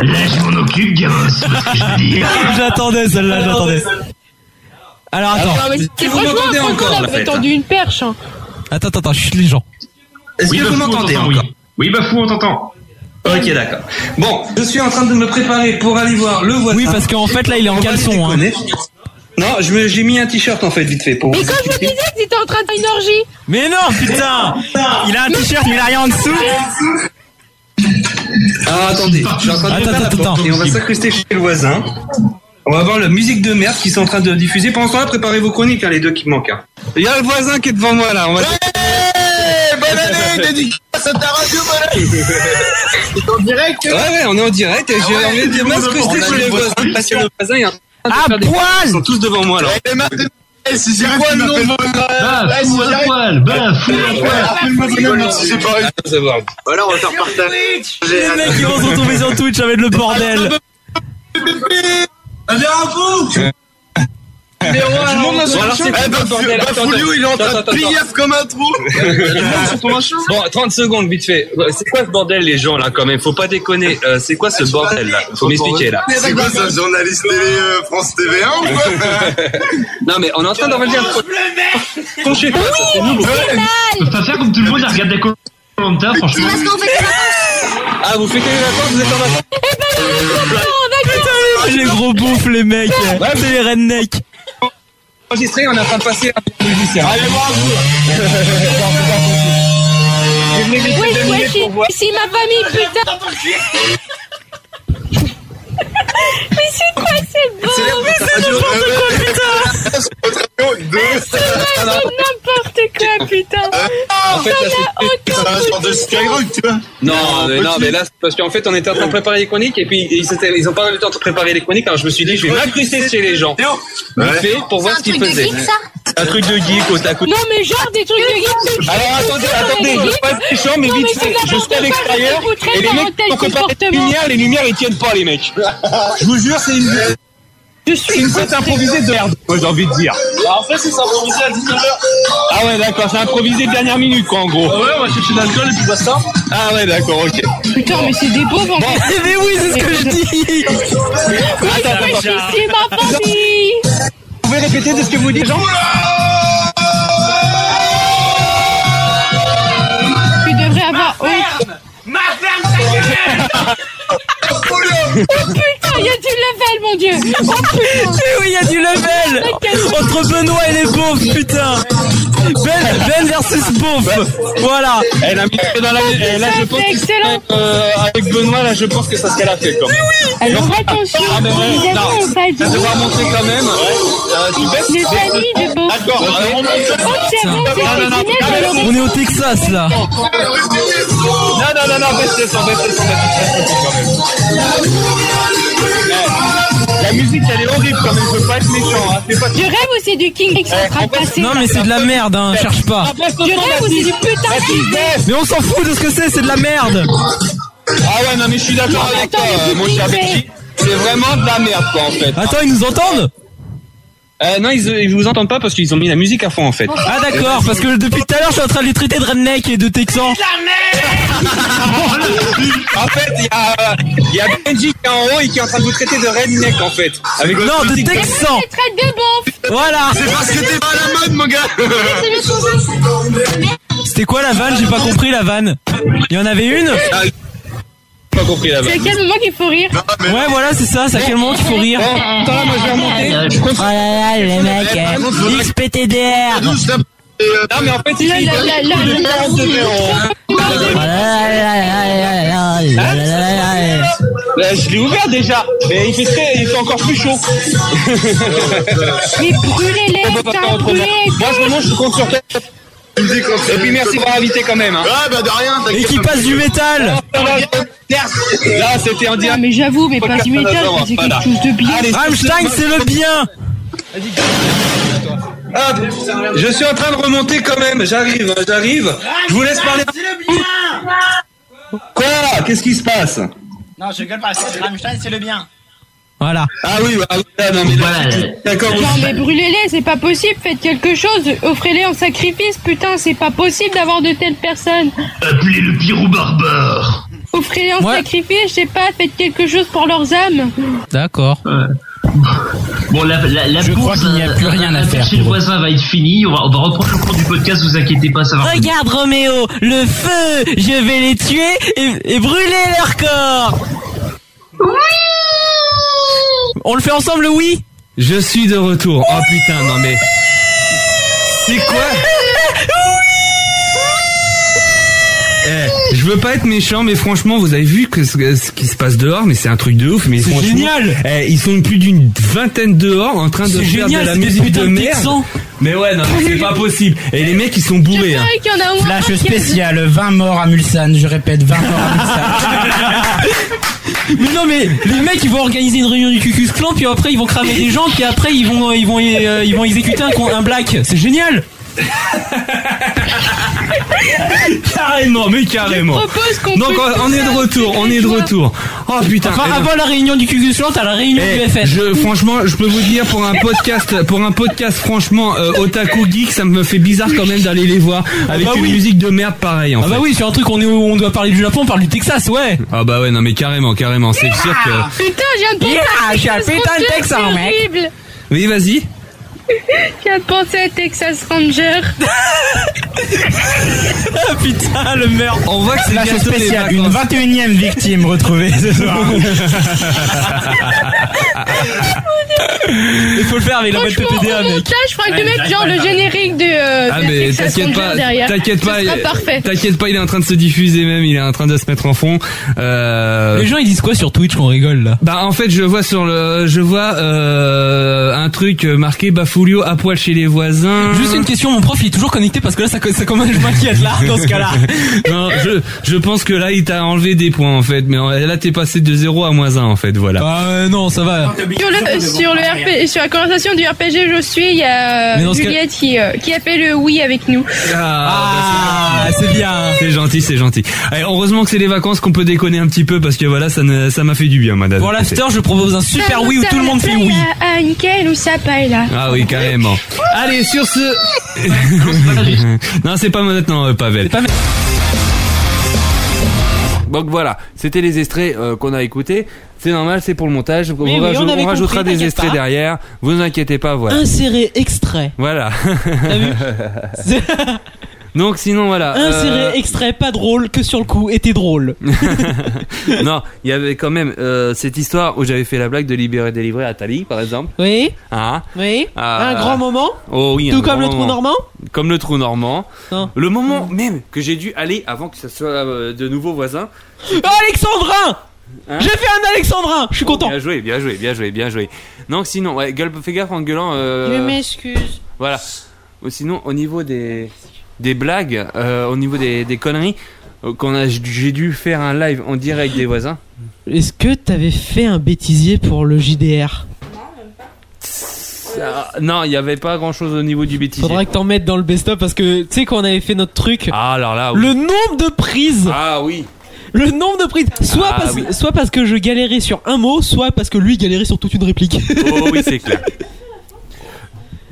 Speaker 12: Là, je m'en occupe, Gamos. J'attendais celle-là, j'attendais. Alors, attends.
Speaker 26: Ah, mais c'est-
Speaker 12: Tu
Speaker 26: franchement,
Speaker 12: m'entendez
Speaker 26: franchement,
Speaker 12: encore,
Speaker 26: on
Speaker 12: la
Speaker 26: avait
Speaker 12: fête,
Speaker 26: tendu une perche. hein.
Speaker 12: Attends, attends, attends, je suis les gens.
Speaker 21: Est-ce
Speaker 12: Oui,
Speaker 21: que
Speaker 12: bah,
Speaker 21: vous
Speaker 12: fou, on
Speaker 21: m'entendez
Speaker 12: t'entend,
Speaker 21: encore
Speaker 12: oui.
Speaker 21: Oui, bah fou, on t'entend. Ok, d'accord. Bon, je suis en train de me préparer pour aller voir le voisin.
Speaker 12: Oui, parce qu'en fait, là, il est en caleçon. Hein.
Speaker 21: Non, je me- j'ai mis un t-shirt en fait, vite fait. Pour
Speaker 26: Mais quand je vous disais que t'étais en train de faire une orgie
Speaker 12: hein. Mais non, Ah, putain Il a un t-shirt, mais il a rien en dessous Ah,
Speaker 21: Ah, attendez, je suis en train de
Speaker 12: Attends,
Speaker 21: ouvrir la
Speaker 12: attends,
Speaker 21: porte
Speaker 12: attends.
Speaker 21: et on va s'incruster chez le voisin. On va voir la musique de merde qui sont en train de diffuser. Pendant ce temps-là, préparez vos chroniques, hein, les deux qui me manquent. hein. Il y a le voisin qui est devant moi là. On va...
Speaker 26: Bonne année, dédicace à ta radio, bonne En direct
Speaker 21: Ouais, hein. ouais, on est en direct et
Speaker 26: Ah
Speaker 21: j'ai
Speaker 26: ouais,
Speaker 21: envie de
Speaker 26: on a
Speaker 21: m'incruster
Speaker 26: les
Speaker 21: chez les
Speaker 26: voisins.
Speaker 21: voisins. Parce que le voisin est en train de
Speaker 26: Ah,
Speaker 21: faire des-
Speaker 26: poil
Speaker 21: Ils sont tous devant moi là.
Speaker 26: C'est quoi le nom de
Speaker 21: Bah, fou à poil, bah, fou à poil. Ah,
Speaker 26: Voilà, on va faire partager. Les
Speaker 12: mecs, ils vont se retrouver sur Twitch, Ah, ça Ah, va être le bordel
Speaker 26: Un verre à vous
Speaker 15: Je monte la solution.
Speaker 21: ben,
Speaker 15: Eh, bah, Fou- bah, Foulio, il est en train de piaffe
Speaker 21: comme un trou. bon, 30 secondes, vite fait. C'est quoi ce bordel, les gens, là, quand même Faut pas déconner. Euh, c'est quoi ce bordel, là Faut m'expliquer, là.
Speaker 26: C'est quoi ça, journaliste télé euh, France TV1 ou quoi
Speaker 21: Non, mais on est en train d'enlever un pro- Ton chef, ça, c'est nous,
Speaker 5: Ça fait comme tout le monde, elle regarde des commentaires, franchement.
Speaker 21: Ah, vous fêtez les vacances, vous êtes en vacances
Speaker 12: les gros bouffes, les mecs. C'est les rednecks.
Speaker 21: Enregistré, on est en train de passer un musicien. Allez, moi,
Speaker 8: Oui, ouais,
Speaker 21: vous
Speaker 8: si- si ma famille, putain Mais c'est quoi cette bombe Mais c'est n'importe quoi, putain C'est vrai, c'est n'importe quoi, putain
Speaker 21: En fait, là, c'est
Speaker 26: C'est un genre de Skyrock, tu vois.
Speaker 21: Non, mais, non, mais là, c'est parce qu'en fait, on était en train de préparer les chroniques et puis ils, étaient- ils ont pas eu le temps de préparer les chroniques. Alors je me suis dit, je vais m'incruster chez les gens,
Speaker 26: Ouais.
Speaker 21: vite fait, pour voir ce qu'ils faisaient. un truc de geek, otaku.
Speaker 8: Non, mais genre des trucs de geek
Speaker 21: Alors attendez, attendez, je passe les champs, mais vite fait, je suis à l'extérieur et les mecs sont préparés les lumières, les lumières ils tiennent pas les mecs. Je vous jure, c'est une c'est une fête improvisée de merde, moi j'ai envie de dire.
Speaker 15: Bah, En fait, c'est s'improviser à 19h.
Speaker 21: Ah ouais, d'accord, c'est improvisé de dernière minute quoi en gros.
Speaker 15: Ah Ouais, on va chercher de l'alcool et puis basta.
Speaker 21: Ah ouais, d'accord, ok.
Speaker 8: Putain, mais c'est des pauvres en fait
Speaker 12: Eh, Mais oui, c'est ce que je dis
Speaker 8: Attends, attends, C'est ma famille
Speaker 21: Vous pouvez répéter de ce que vous dites, Jean
Speaker 8: Tu devrais avoir honte Ma ferme, ta gueule Oh putain, il y a du level, mon dieu Oh putain
Speaker 12: Mais Eh oui, il y a du level Entre Benoît et les beaufs, putain Ben, ben versus beauf Voilà
Speaker 21: Elle a mis dans la et là je pense
Speaker 8: C'est excellent
Speaker 21: que, euh, avec Benoît là je pense que ça ce qu'elle a fait quoi.
Speaker 8: Alors attention,
Speaker 21: Ah, mais ouais,
Speaker 8: les amis,
Speaker 21: non.
Speaker 8: on va
Speaker 21: Je vais devoir montrer quand même. Euh,
Speaker 8: Les amis de Beauf.
Speaker 21: D'accord, alors, on-
Speaker 8: Observons ces
Speaker 21: Non, non, non,
Speaker 8: cuisiniers
Speaker 21: non,
Speaker 8: valorisés.
Speaker 12: On est au Texas là
Speaker 21: Non, non, non, non, baisse le son, baisse le son, baisse le son, quand même. Eh, La musique, elle est horrible quand même, je veux pas être méchant, hein. C'est pas
Speaker 8: Je rêve aussi du King X en train de passer.
Speaker 12: Non mais c'est de la merde, hein, cherche pas
Speaker 8: Je rêve aussi du putain de King X.
Speaker 12: Mais on s'en fout de ce que c'est, c'est de la merde
Speaker 21: Ah ouais, non, mais je suis d'accord
Speaker 8: Non, mais
Speaker 21: avec toi,
Speaker 8: attends,
Speaker 21: euh,
Speaker 8: mais
Speaker 21: mon
Speaker 8: vous
Speaker 21: cher
Speaker 8: kiffez.
Speaker 21: Benji. C'est vraiment de la merde, quoi, en fait.
Speaker 12: Attends, ils nous entendent
Speaker 21: Euh, non, ils, ils vous entendent pas parce qu'ils ont mis la musique à fond, en fait.
Speaker 12: Ah d'accord, parce que depuis tout à l'heure je suis en train de les traiter de redneck et de texan
Speaker 21: En fait, il y a, il y a Benji qui est en haut et qui est en train de vous traiter de redneck, en fait. Avec
Speaker 12: Non,
Speaker 21: votre
Speaker 12: de
Speaker 21: musique.
Speaker 8: Et moi, je les traite de beauf.
Speaker 12: Voilà
Speaker 26: C'est parce que t'es pas à la mode, mon gars.
Speaker 8: C'est le trouble.
Speaker 12: C'était quoi la vanne J'ai pas compris la vanne Il y en avait une
Speaker 21: Ah, j'ai pas compris là-bas.
Speaker 8: C'est à quel moment qu'il faut rire
Speaker 12: Ouais voilà c'est ça, c'est à quel moment qu'il faut rire
Speaker 21: Bon, attends, là, moi, je vais remonter. Je
Speaker 12: Oh là là les mecs hein. XPTDR
Speaker 26: Nous, je tape-
Speaker 21: Non, mais en fait, il
Speaker 8: Là, là, là, là, là, là.
Speaker 12: Oh là là là là là là là là là là.
Speaker 21: Bah, je l'ai ouvert déjà, mais il fait, très- il fait encore plus chaud.
Speaker 8: Mais brûlez-les,
Speaker 21: On peut pas faire
Speaker 8: putain,
Speaker 21: autrement.
Speaker 8: brûlez
Speaker 21: Moi, je me je compte sur toi.
Speaker 26: Tu me dis qu'on
Speaker 21: Et puis merci pour l'invité quand même. Hein.
Speaker 26: Ah, bah de rien,
Speaker 12: Et
Speaker 26: t'inquiète.
Speaker 12: qui passe du métal
Speaker 21: Là, c'était en
Speaker 8: Non,
Speaker 21: direct.
Speaker 8: Ah, mais j'avoue, mais pas du métal,
Speaker 21: Voilà.
Speaker 8: c'est quelque chose de bien.
Speaker 21: Allez,
Speaker 12: Rammstein c'est le bien
Speaker 21: Hop, je suis en train de remonter quand même. J'arrive, hein, j'arrive. Je vous laisse parler. Quoi Qu'est-ce qui se passe
Speaker 46: Non, je gueule pas, c'est Rammstein, c'est le bien.
Speaker 12: Voilà.
Speaker 21: Ah oui, bah, ah, non, mais là, d'accord.
Speaker 8: Non, mais brûlez-les, c'est pas possible, faites quelque chose, offrez-les en sacrifice, putain, c'est pas possible d'avoir de telles personnes.
Speaker 5: Appelez le pyro barbare.
Speaker 8: Offrez-les en
Speaker 12: Ouais.
Speaker 8: sacrifice, je sais pas, faites quelque chose pour leurs âmes.
Speaker 12: D'accord.
Speaker 5: Bon, la, la, la
Speaker 12: Je crois
Speaker 5: course,
Speaker 12: qu'il n'y a
Speaker 5: euh,
Speaker 12: plus rien à
Speaker 5: euh,
Speaker 12: faire
Speaker 5: Chez le voisin va être finie. On va, on va reprendre le cours du podcast. Vous inquiétez pas, ça va. revenir.
Speaker 12: Regarde Roméo, le feu Je vais les tuer et, et brûler leur corps Oui On le fait ensemble, oui
Speaker 4: Je suis de retour. Oh putain, non mais. C'est quoi Eh, je veux pas être méchant, mais franchement, vous avez vu que ce, ce qui se passe dehors, mais c'est un truc de ouf. Mais
Speaker 12: C'est
Speaker 4: franchement,
Speaker 12: génial.
Speaker 4: eh, ils sont plus d'une vingtaine dehors en train de
Speaker 12: C'est
Speaker 4: faire
Speaker 12: génial,
Speaker 4: de la
Speaker 12: c'est des
Speaker 4: musique
Speaker 12: putains
Speaker 4: de
Speaker 12: de
Speaker 4: merde.
Speaker 12: Texans.
Speaker 4: Mais ouais, non, mais c'est pas possible. Et les mecs, ils sont bourrés. hein.
Speaker 8: Ouais, qu'il y en a au moins un
Speaker 46: Flash
Speaker 8: qui-
Speaker 46: spécial, 20 morts à Mulsanne, je répète, 20 morts à
Speaker 12: Mais non, mais les mecs, ils vont organiser une réunion du Cucus Clan, puis après, ils vont cramer des gens, puis après, ils vont, ils vont, euh, ils vont exécuter un, con- un black. C'est génial
Speaker 4: Carrément, mais carrément.
Speaker 8: propose qu'on
Speaker 4: Donc
Speaker 8: peut
Speaker 4: on on est de
Speaker 8: faire
Speaker 4: retour, on est de
Speaker 8: joie.
Speaker 4: retour. Oh putain.
Speaker 12: Enfin,
Speaker 4: eh non.
Speaker 12: avant la réunion du QQ suivante, à la réunion
Speaker 4: Eh,
Speaker 12: du FN.
Speaker 4: Je, franchement, je peux vous dire pour un podcast, pour un podcast, franchement, euh, otaku geek, ça me fait bizarre quand même d'aller les voir
Speaker 1: Ah
Speaker 4: avec
Speaker 12: bah
Speaker 4: une
Speaker 12: oui.
Speaker 4: musique de merde pareille. En
Speaker 12: Ah bah
Speaker 4: fait.
Speaker 12: oui, sur un truc on est où on doit parler du Japon, on parle du Texas, ouais.
Speaker 1: Ah bah ouais, non mais carrément, carrément, c'est sûr que...
Speaker 47: Ah, Putain, je viens de penser
Speaker 12: Yeah,
Speaker 47: à
Speaker 12: je suis un
Speaker 47: Texas
Speaker 12: putain de
Speaker 47: Ranger,
Speaker 12: Texan,
Speaker 47: c'est
Speaker 12: mec.
Speaker 47: horrible.
Speaker 1: Oui, vas-y.
Speaker 47: Je viens de penser à Texas Ranger.
Speaker 12: Ah putain, le meurtre.
Speaker 1: On voit que c'est
Speaker 3: Classe
Speaker 1: bientôt les
Speaker 3: spéciale, une
Speaker 1: vacances.
Speaker 3: 21ème victime retrouvée ce soir.
Speaker 12: Il faut le faire avec la bonne
Speaker 47: Franchement,
Speaker 12: PPDA,
Speaker 47: au
Speaker 12: mec.
Speaker 47: montage, je ferai que mettre genre
Speaker 4: Ah,
Speaker 47: le générique de. euh,
Speaker 1: Ah
Speaker 47: de
Speaker 1: mais
Speaker 47: Texas
Speaker 1: t'inquiète
Speaker 47: Ranger
Speaker 1: pas,
Speaker 47: derrière.
Speaker 1: t'inquiète
Speaker 47: Ce
Speaker 1: pas,
Speaker 47: sera
Speaker 4: euh,
Speaker 1: il-
Speaker 47: parfait.
Speaker 1: t'inquiète pas, il est en train de se diffuser même, il est en train de se mettre en fond. Euh...
Speaker 12: Les gens ils disent quoi sur Twitch qu'on rigole là
Speaker 1: Bah en fait je vois sur le je vois euh, un truc marqué Bafoulio à poil chez les voisins.
Speaker 12: Juste une question, mon prof il est toujours connecté parce que là ça, ça commence, je m'inquiète là, dans ce cas là.
Speaker 1: non, je je pense que là il t'a enlevé des points en fait, mais en- là t'es passé de 0 à moins 1 en fait, voilà.
Speaker 12: Ah non, ça va.
Speaker 47: Sur le, euh, sur le
Speaker 4: hein.
Speaker 47: RP, sur la conversation du RPG, je suis, il y a
Speaker 1: Mais dans
Speaker 47: euh,
Speaker 1: ce cas-
Speaker 47: Juliette qui, euh, qui a fait le oui avec nous.
Speaker 1: Ah,
Speaker 12: c'est bien.
Speaker 1: C'est gentil, c'est gentil. Allez, heureusement que c'est les vacances qu'on peut déconner un petit peu parce que voilà, ça ne- ça m'a fait du bien, madame.
Speaker 12: Pour l'after, je propose un super oui où tout le monde fait oui.
Speaker 47: Ah, nickel, où ça paille là.
Speaker 1: Ah oui, carrément. Allez, sur ce. non, c'est pas maintenant, euh, Pavel.
Speaker 4: Donc voilà, c'était les extraits euh, qu'on a écoutés. C'est normal, c'est pour le montage.
Speaker 12: oui,
Speaker 4: on,
Speaker 12: on avait
Speaker 4: rajoutera
Speaker 12: compris,
Speaker 4: des
Speaker 12: t'inquiète
Speaker 4: extraits
Speaker 12: pas.
Speaker 4: derrière. Vous inquiétez pas, voilà.
Speaker 12: Insérer extrait.
Speaker 4: Voilà. Donc sinon voilà.
Speaker 12: Insérer
Speaker 4: euh,
Speaker 12: extrait pas drôle que sur le coup était drôle.
Speaker 4: non, il y avait quand même euh, cette histoire où j'avais fait la blague de libérer délivrer à Tali, par exemple.
Speaker 12: Oui.
Speaker 4: Ah.
Speaker 12: Oui.
Speaker 4: Ah.
Speaker 12: un grand moment.
Speaker 4: Oh oui.
Speaker 12: Tout
Speaker 4: un
Speaker 12: comme
Speaker 4: grand
Speaker 12: le trou
Speaker 4: moment.
Speaker 12: normand.
Speaker 4: Comme le trou normand.
Speaker 12: Non.
Speaker 4: Le moment même que j'ai dû aller avant que ça soit euh, de nouveaux voisins.
Speaker 12: Alexandrin J'ai fait un Alexandrin. Je suis content.
Speaker 4: Bien joué, bien joué, bien joué, bien joué. Non, sinon, ouais, gueule, fais gaffe en gueulant. euh,
Speaker 12: Je m'excuse.
Speaker 4: Voilà. Ou sinon, au niveau des, des blagues, euh, au niveau des, des conneries, euh, qu'on a, j'ai dû faire un live en direct des voisins.
Speaker 12: Est-ce que t'avais fait un bêtisier pour le JDR
Speaker 4: Ça- non, il n'y avait pas grand chose au niveau du bêtisier.
Speaker 12: Faudra que t'en mettes dans le best-of parce que tu sais quand on avait fait notre truc.
Speaker 4: Ah, alors là, oui.
Speaker 12: Le nombre de prises
Speaker 4: Ah oui
Speaker 12: Le nombre de prises soit,
Speaker 4: Ah
Speaker 12: parce,
Speaker 4: oui.
Speaker 12: soit parce que je galérais sur un mot, soit parce que lui galérait sur toute une réplique.
Speaker 4: Oh oui, c'est clair.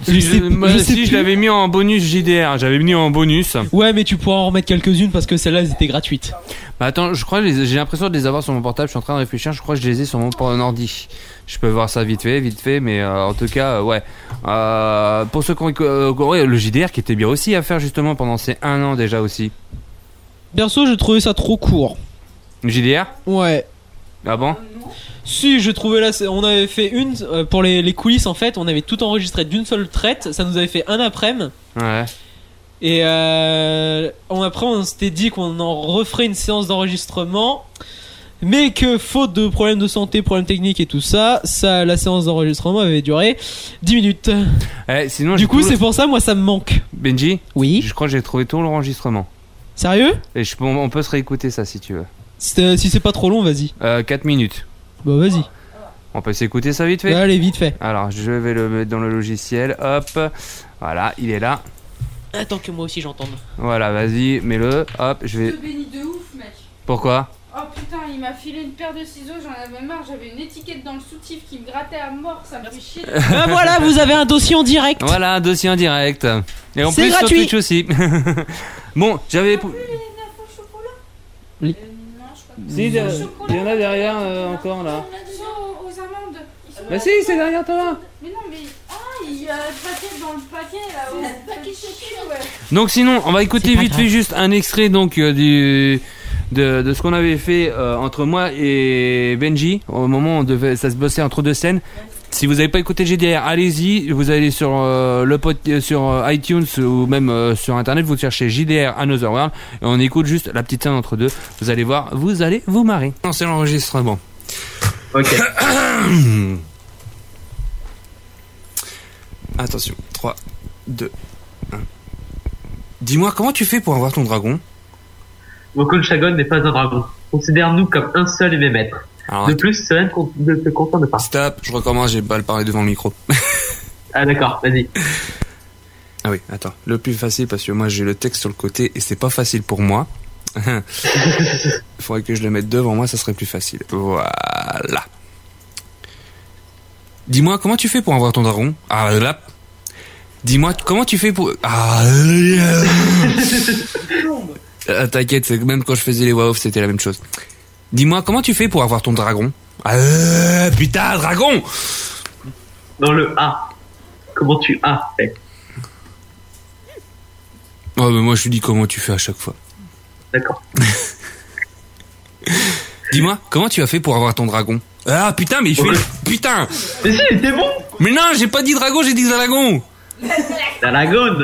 Speaker 4: Si je, moi,
Speaker 12: je sais
Speaker 4: si je
Speaker 12: plus.
Speaker 4: l'avais mis en bonus JDR, j'avais mis en bonus.
Speaker 12: ouais, mais tu pourras en remettre quelques-unes parce que celles-là elles étaient gratuites.
Speaker 4: Bah attends, je crois que les- j'ai l'impression de les avoir sur mon portable. Je suis en train de réfléchir. Je crois que je les ai sur mon por- un ordi. Je peux voir ça vite fait, vite fait. Mais euh, en tout cas, euh, ouais. Euh, pour ceux qui ont éco- euh, ouais, le JDR qui était bien aussi à faire justement pendant ces un an déjà aussi.
Speaker 12: Perso, je trouvais ça trop court.
Speaker 4: Le JDR
Speaker 12: Ouais.
Speaker 4: Ah bon
Speaker 12: Si, je trouvais là, c'est- on avait fait une euh, pour les, les coulisses en fait, on avait tout enregistré d'une seule traite, ça nous avait fait un après-midi.
Speaker 4: Ouais.
Speaker 12: Et euh, on, après, on s'était dit qu'on en referait une séance d'enregistrement, mais que faute de problèmes de santé, problèmes techniques et tout ça, ça la séance d'enregistrement avait duré 10 minutes.
Speaker 4: Eh, sinon,
Speaker 12: du
Speaker 4: j'ai
Speaker 12: coup,
Speaker 4: tout-
Speaker 12: c'est pour ça, moi, ça me manque.
Speaker 4: Benji.
Speaker 12: Oui.
Speaker 4: Je crois que j'ai trouvé tout l'enregistrement.
Speaker 12: Sérieux
Speaker 4: Et je, on on peut se réécouter ça si tu veux.
Speaker 12: C'est- euh, Si c'est pas trop long, vas-y.
Speaker 4: Euh, 4 minutes.
Speaker 12: Bah, vas-y.
Speaker 4: On peut s'écouter ça vite fait
Speaker 12: Bah, allez, vite fait.
Speaker 4: Alors, je vais le mettre dans le logiciel. Hop. Voilà, il est là.
Speaker 12: Attends que moi aussi j'entende.
Speaker 4: Voilà, vas-y, mets-le. Hop, je vais.
Speaker 8: bénis de ouf, mec.
Speaker 4: Pourquoi
Speaker 8: Oh putain, il m'a filé une paire de ciseaux, j'en avais marre, j'avais une étiquette dans le soutif qui me grattait à mort, ça me fait chier.
Speaker 12: Ah, voilà, vous avez un dossier en direct.
Speaker 4: Voilà, un dossier en direct. Et en
Speaker 12: C'est
Speaker 4: plus
Speaker 12: gratuit.
Speaker 4: sur Twitch aussi. bon, j'avais.
Speaker 12: Les-
Speaker 8: Euh,
Speaker 4: Si,
Speaker 12: de-
Speaker 4: il y en a derrière euh, encore là.
Speaker 8: Ils sont aux amandes. Ils sont-
Speaker 4: Bah si, c'est derrière toi.
Speaker 8: Mais non, mais. Ah, il y a le paquet dans le paquet là. ouais. Le paquet chécu, ouais.
Speaker 4: Donc sinon, on va écouter vite fait juste un extrait donc euh, du de, de ce qu'on avait fait euh, entre moi et Benji au moment où on devait ça se bossait entre deux scènes. Si vous n'avez pas écouté GDR, allez-y. Vous allez sur euh, le pod- euh, sur euh, iTunes ou même euh, sur internet, vous cherchez JDR Another World et on écoute juste la petite scène entre deux. Vous allez voir, vous allez vous marrer. C'est l'enregistrement.
Speaker 5: Ok.
Speaker 1: Attention, 3, 2, 1. Dis-moi, comment tu fais pour avoir ton dragon
Speaker 5: Mon Shagon n'est pas un dragon. Considère-nous comme un seul et même être.
Speaker 1: Alors,
Speaker 5: de plus, cela ne con- ne te concerne pas.
Speaker 1: Stop, je recommence, j'ai pas le parler devant le micro.
Speaker 5: Ah d'accord, vas-y.
Speaker 1: Ah oui, attends. Le plus facile, parce que moi j'ai le texte sur le côté et c'est pas facile pour moi.
Speaker 48: Il faudrait que je le mette devant moi, ça serait plus facile. Voilà.
Speaker 4: Dis-moi, comment tu fais pour avoir ton daron Ah là. Dis-moi, comment tu fais pour. Ah. Ah, T'inquiète, c'est que même quand je faisais les voix off, c'était la même chose. Dis-moi, comment tu fais pour avoir ton dragon Ah, putain, dragon
Speaker 5: Dans le A. Comment tu as fait
Speaker 4: Oh, mais moi, je lui dis comment tu fais à chaque fois.
Speaker 5: D'accord.
Speaker 4: Dis-moi, comment tu as fait pour avoir ton dragon Ah, putain, mais il fait...
Speaker 5: Ouais.
Speaker 4: Putain
Speaker 5: Mais si, t'es bon
Speaker 4: Mais non, j'ai pas dit dragon, j'ai dit dragon
Speaker 5: Dragon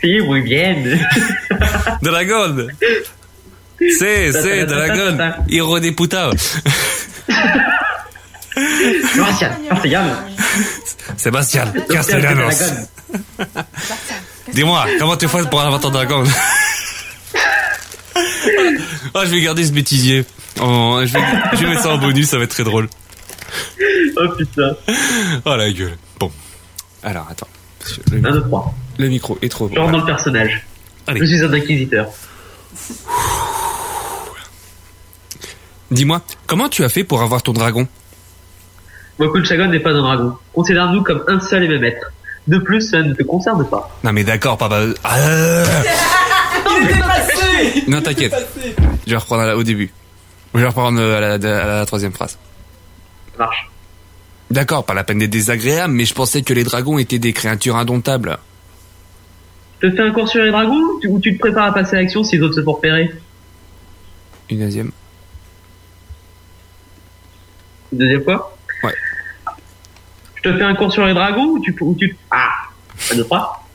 Speaker 5: Si, muy bien
Speaker 4: Dragon C'est, c'est, dragon Hiro de puta
Speaker 5: Martial, Martial
Speaker 4: Sébastien
Speaker 5: Donc,
Speaker 4: Castellanos
Speaker 5: c'est dragon.
Speaker 4: Dis-moi, comment tu fais pour avoir ton dragon Ah, je vais garder ce bêtisier. Oh, je, vais, je vais mettre ça en bonus, ça va être très drôle.
Speaker 5: Oh putain
Speaker 4: Oh la gueule. Bon. Alors, attends.
Speaker 5: Un, deux, trois.
Speaker 4: Le micro est trop.
Speaker 5: Je rentre dans le personnage.
Speaker 4: Allez.
Speaker 5: Je suis un inquisiteur.
Speaker 4: Dis-moi, comment tu as fait pour avoir ton dragon
Speaker 5: Wakul Shagon n'est pas un dragon. Considère-nous comme un seul et même être. De plus, cela ne te concerne pas.
Speaker 4: Non mais d'accord, papa. Ah
Speaker 49: Il est passé
Speaker 4: Non, t'inquiète. Je vais reprendre à la- au début. Je vais reprendre euh, à la, à la troisième phrase.
Speaker 5: Marche.
Speaker 4: D'accord, pas la peine d'être désagréable, mais je pensais que les dragons étaient des créatures indomptables.
Speaker 5: Je te fais un cours sur les dragons ou tu- ou tu te prépares à passer à l'action si les autres se font repérer
Speaker 4: Une deuxième.
Speaker 5: Une deuxième fois
Speaker 4: Ouais.
Speaker 5: Je te fais un cours sur les dragons ou tu. Ou tu... Ah Un, deux, trois.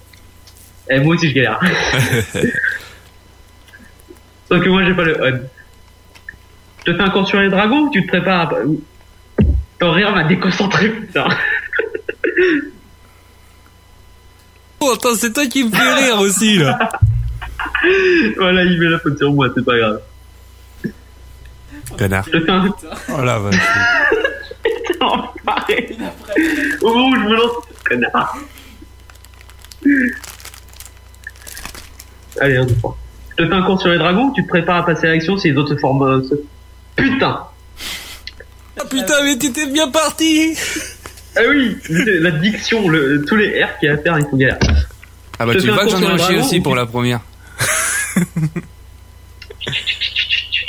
Speaker 5: Et moi aussi je galère. Sauf que moi j'ai pas le on. Je te fais un cours sur les dragons ou tu te prépares à. ou- Ton rire m'a déconcentré, putain.
Speaker 4: Oh, attends, c'est toi qui me fais rire aussi, là.
Speaker 5: voilà, il met la faute sur moi, c'est pas grave.
Speaker 4: Connard.
Speaker 5: Je te fais un.
Speaker 4: Oh la vache.
Speaker 5: Putain, enfoiré. Au moment où je me lance, connard. Allez, on y va. Je te fais un cours sur les dragons ou tu te prépares à passer à l'action si les autres se forment. euh, se- Putain
Speaker 4: Ah putain, mais t'étais bien parti
Speaker 5: Ah oui La diction, le- tous les R qu'il y a à faire, il faut galère.
Speaker 4: Ah bah
Speaker 5: Je te
Speaker 4: tu
Speaker 5: fais un
Speaker 4: vois que j'en
Speaker 5: cours sur
Speaker 4: ai
Speaker 5: les
Speaker 4: lâché
Speaker 5: dragons
Speaker 4: aussi
Speaker 5: ou
Speaker 4: pour
Speaker 5: tu-
Speaker 4: la première.
Speaker 5: Je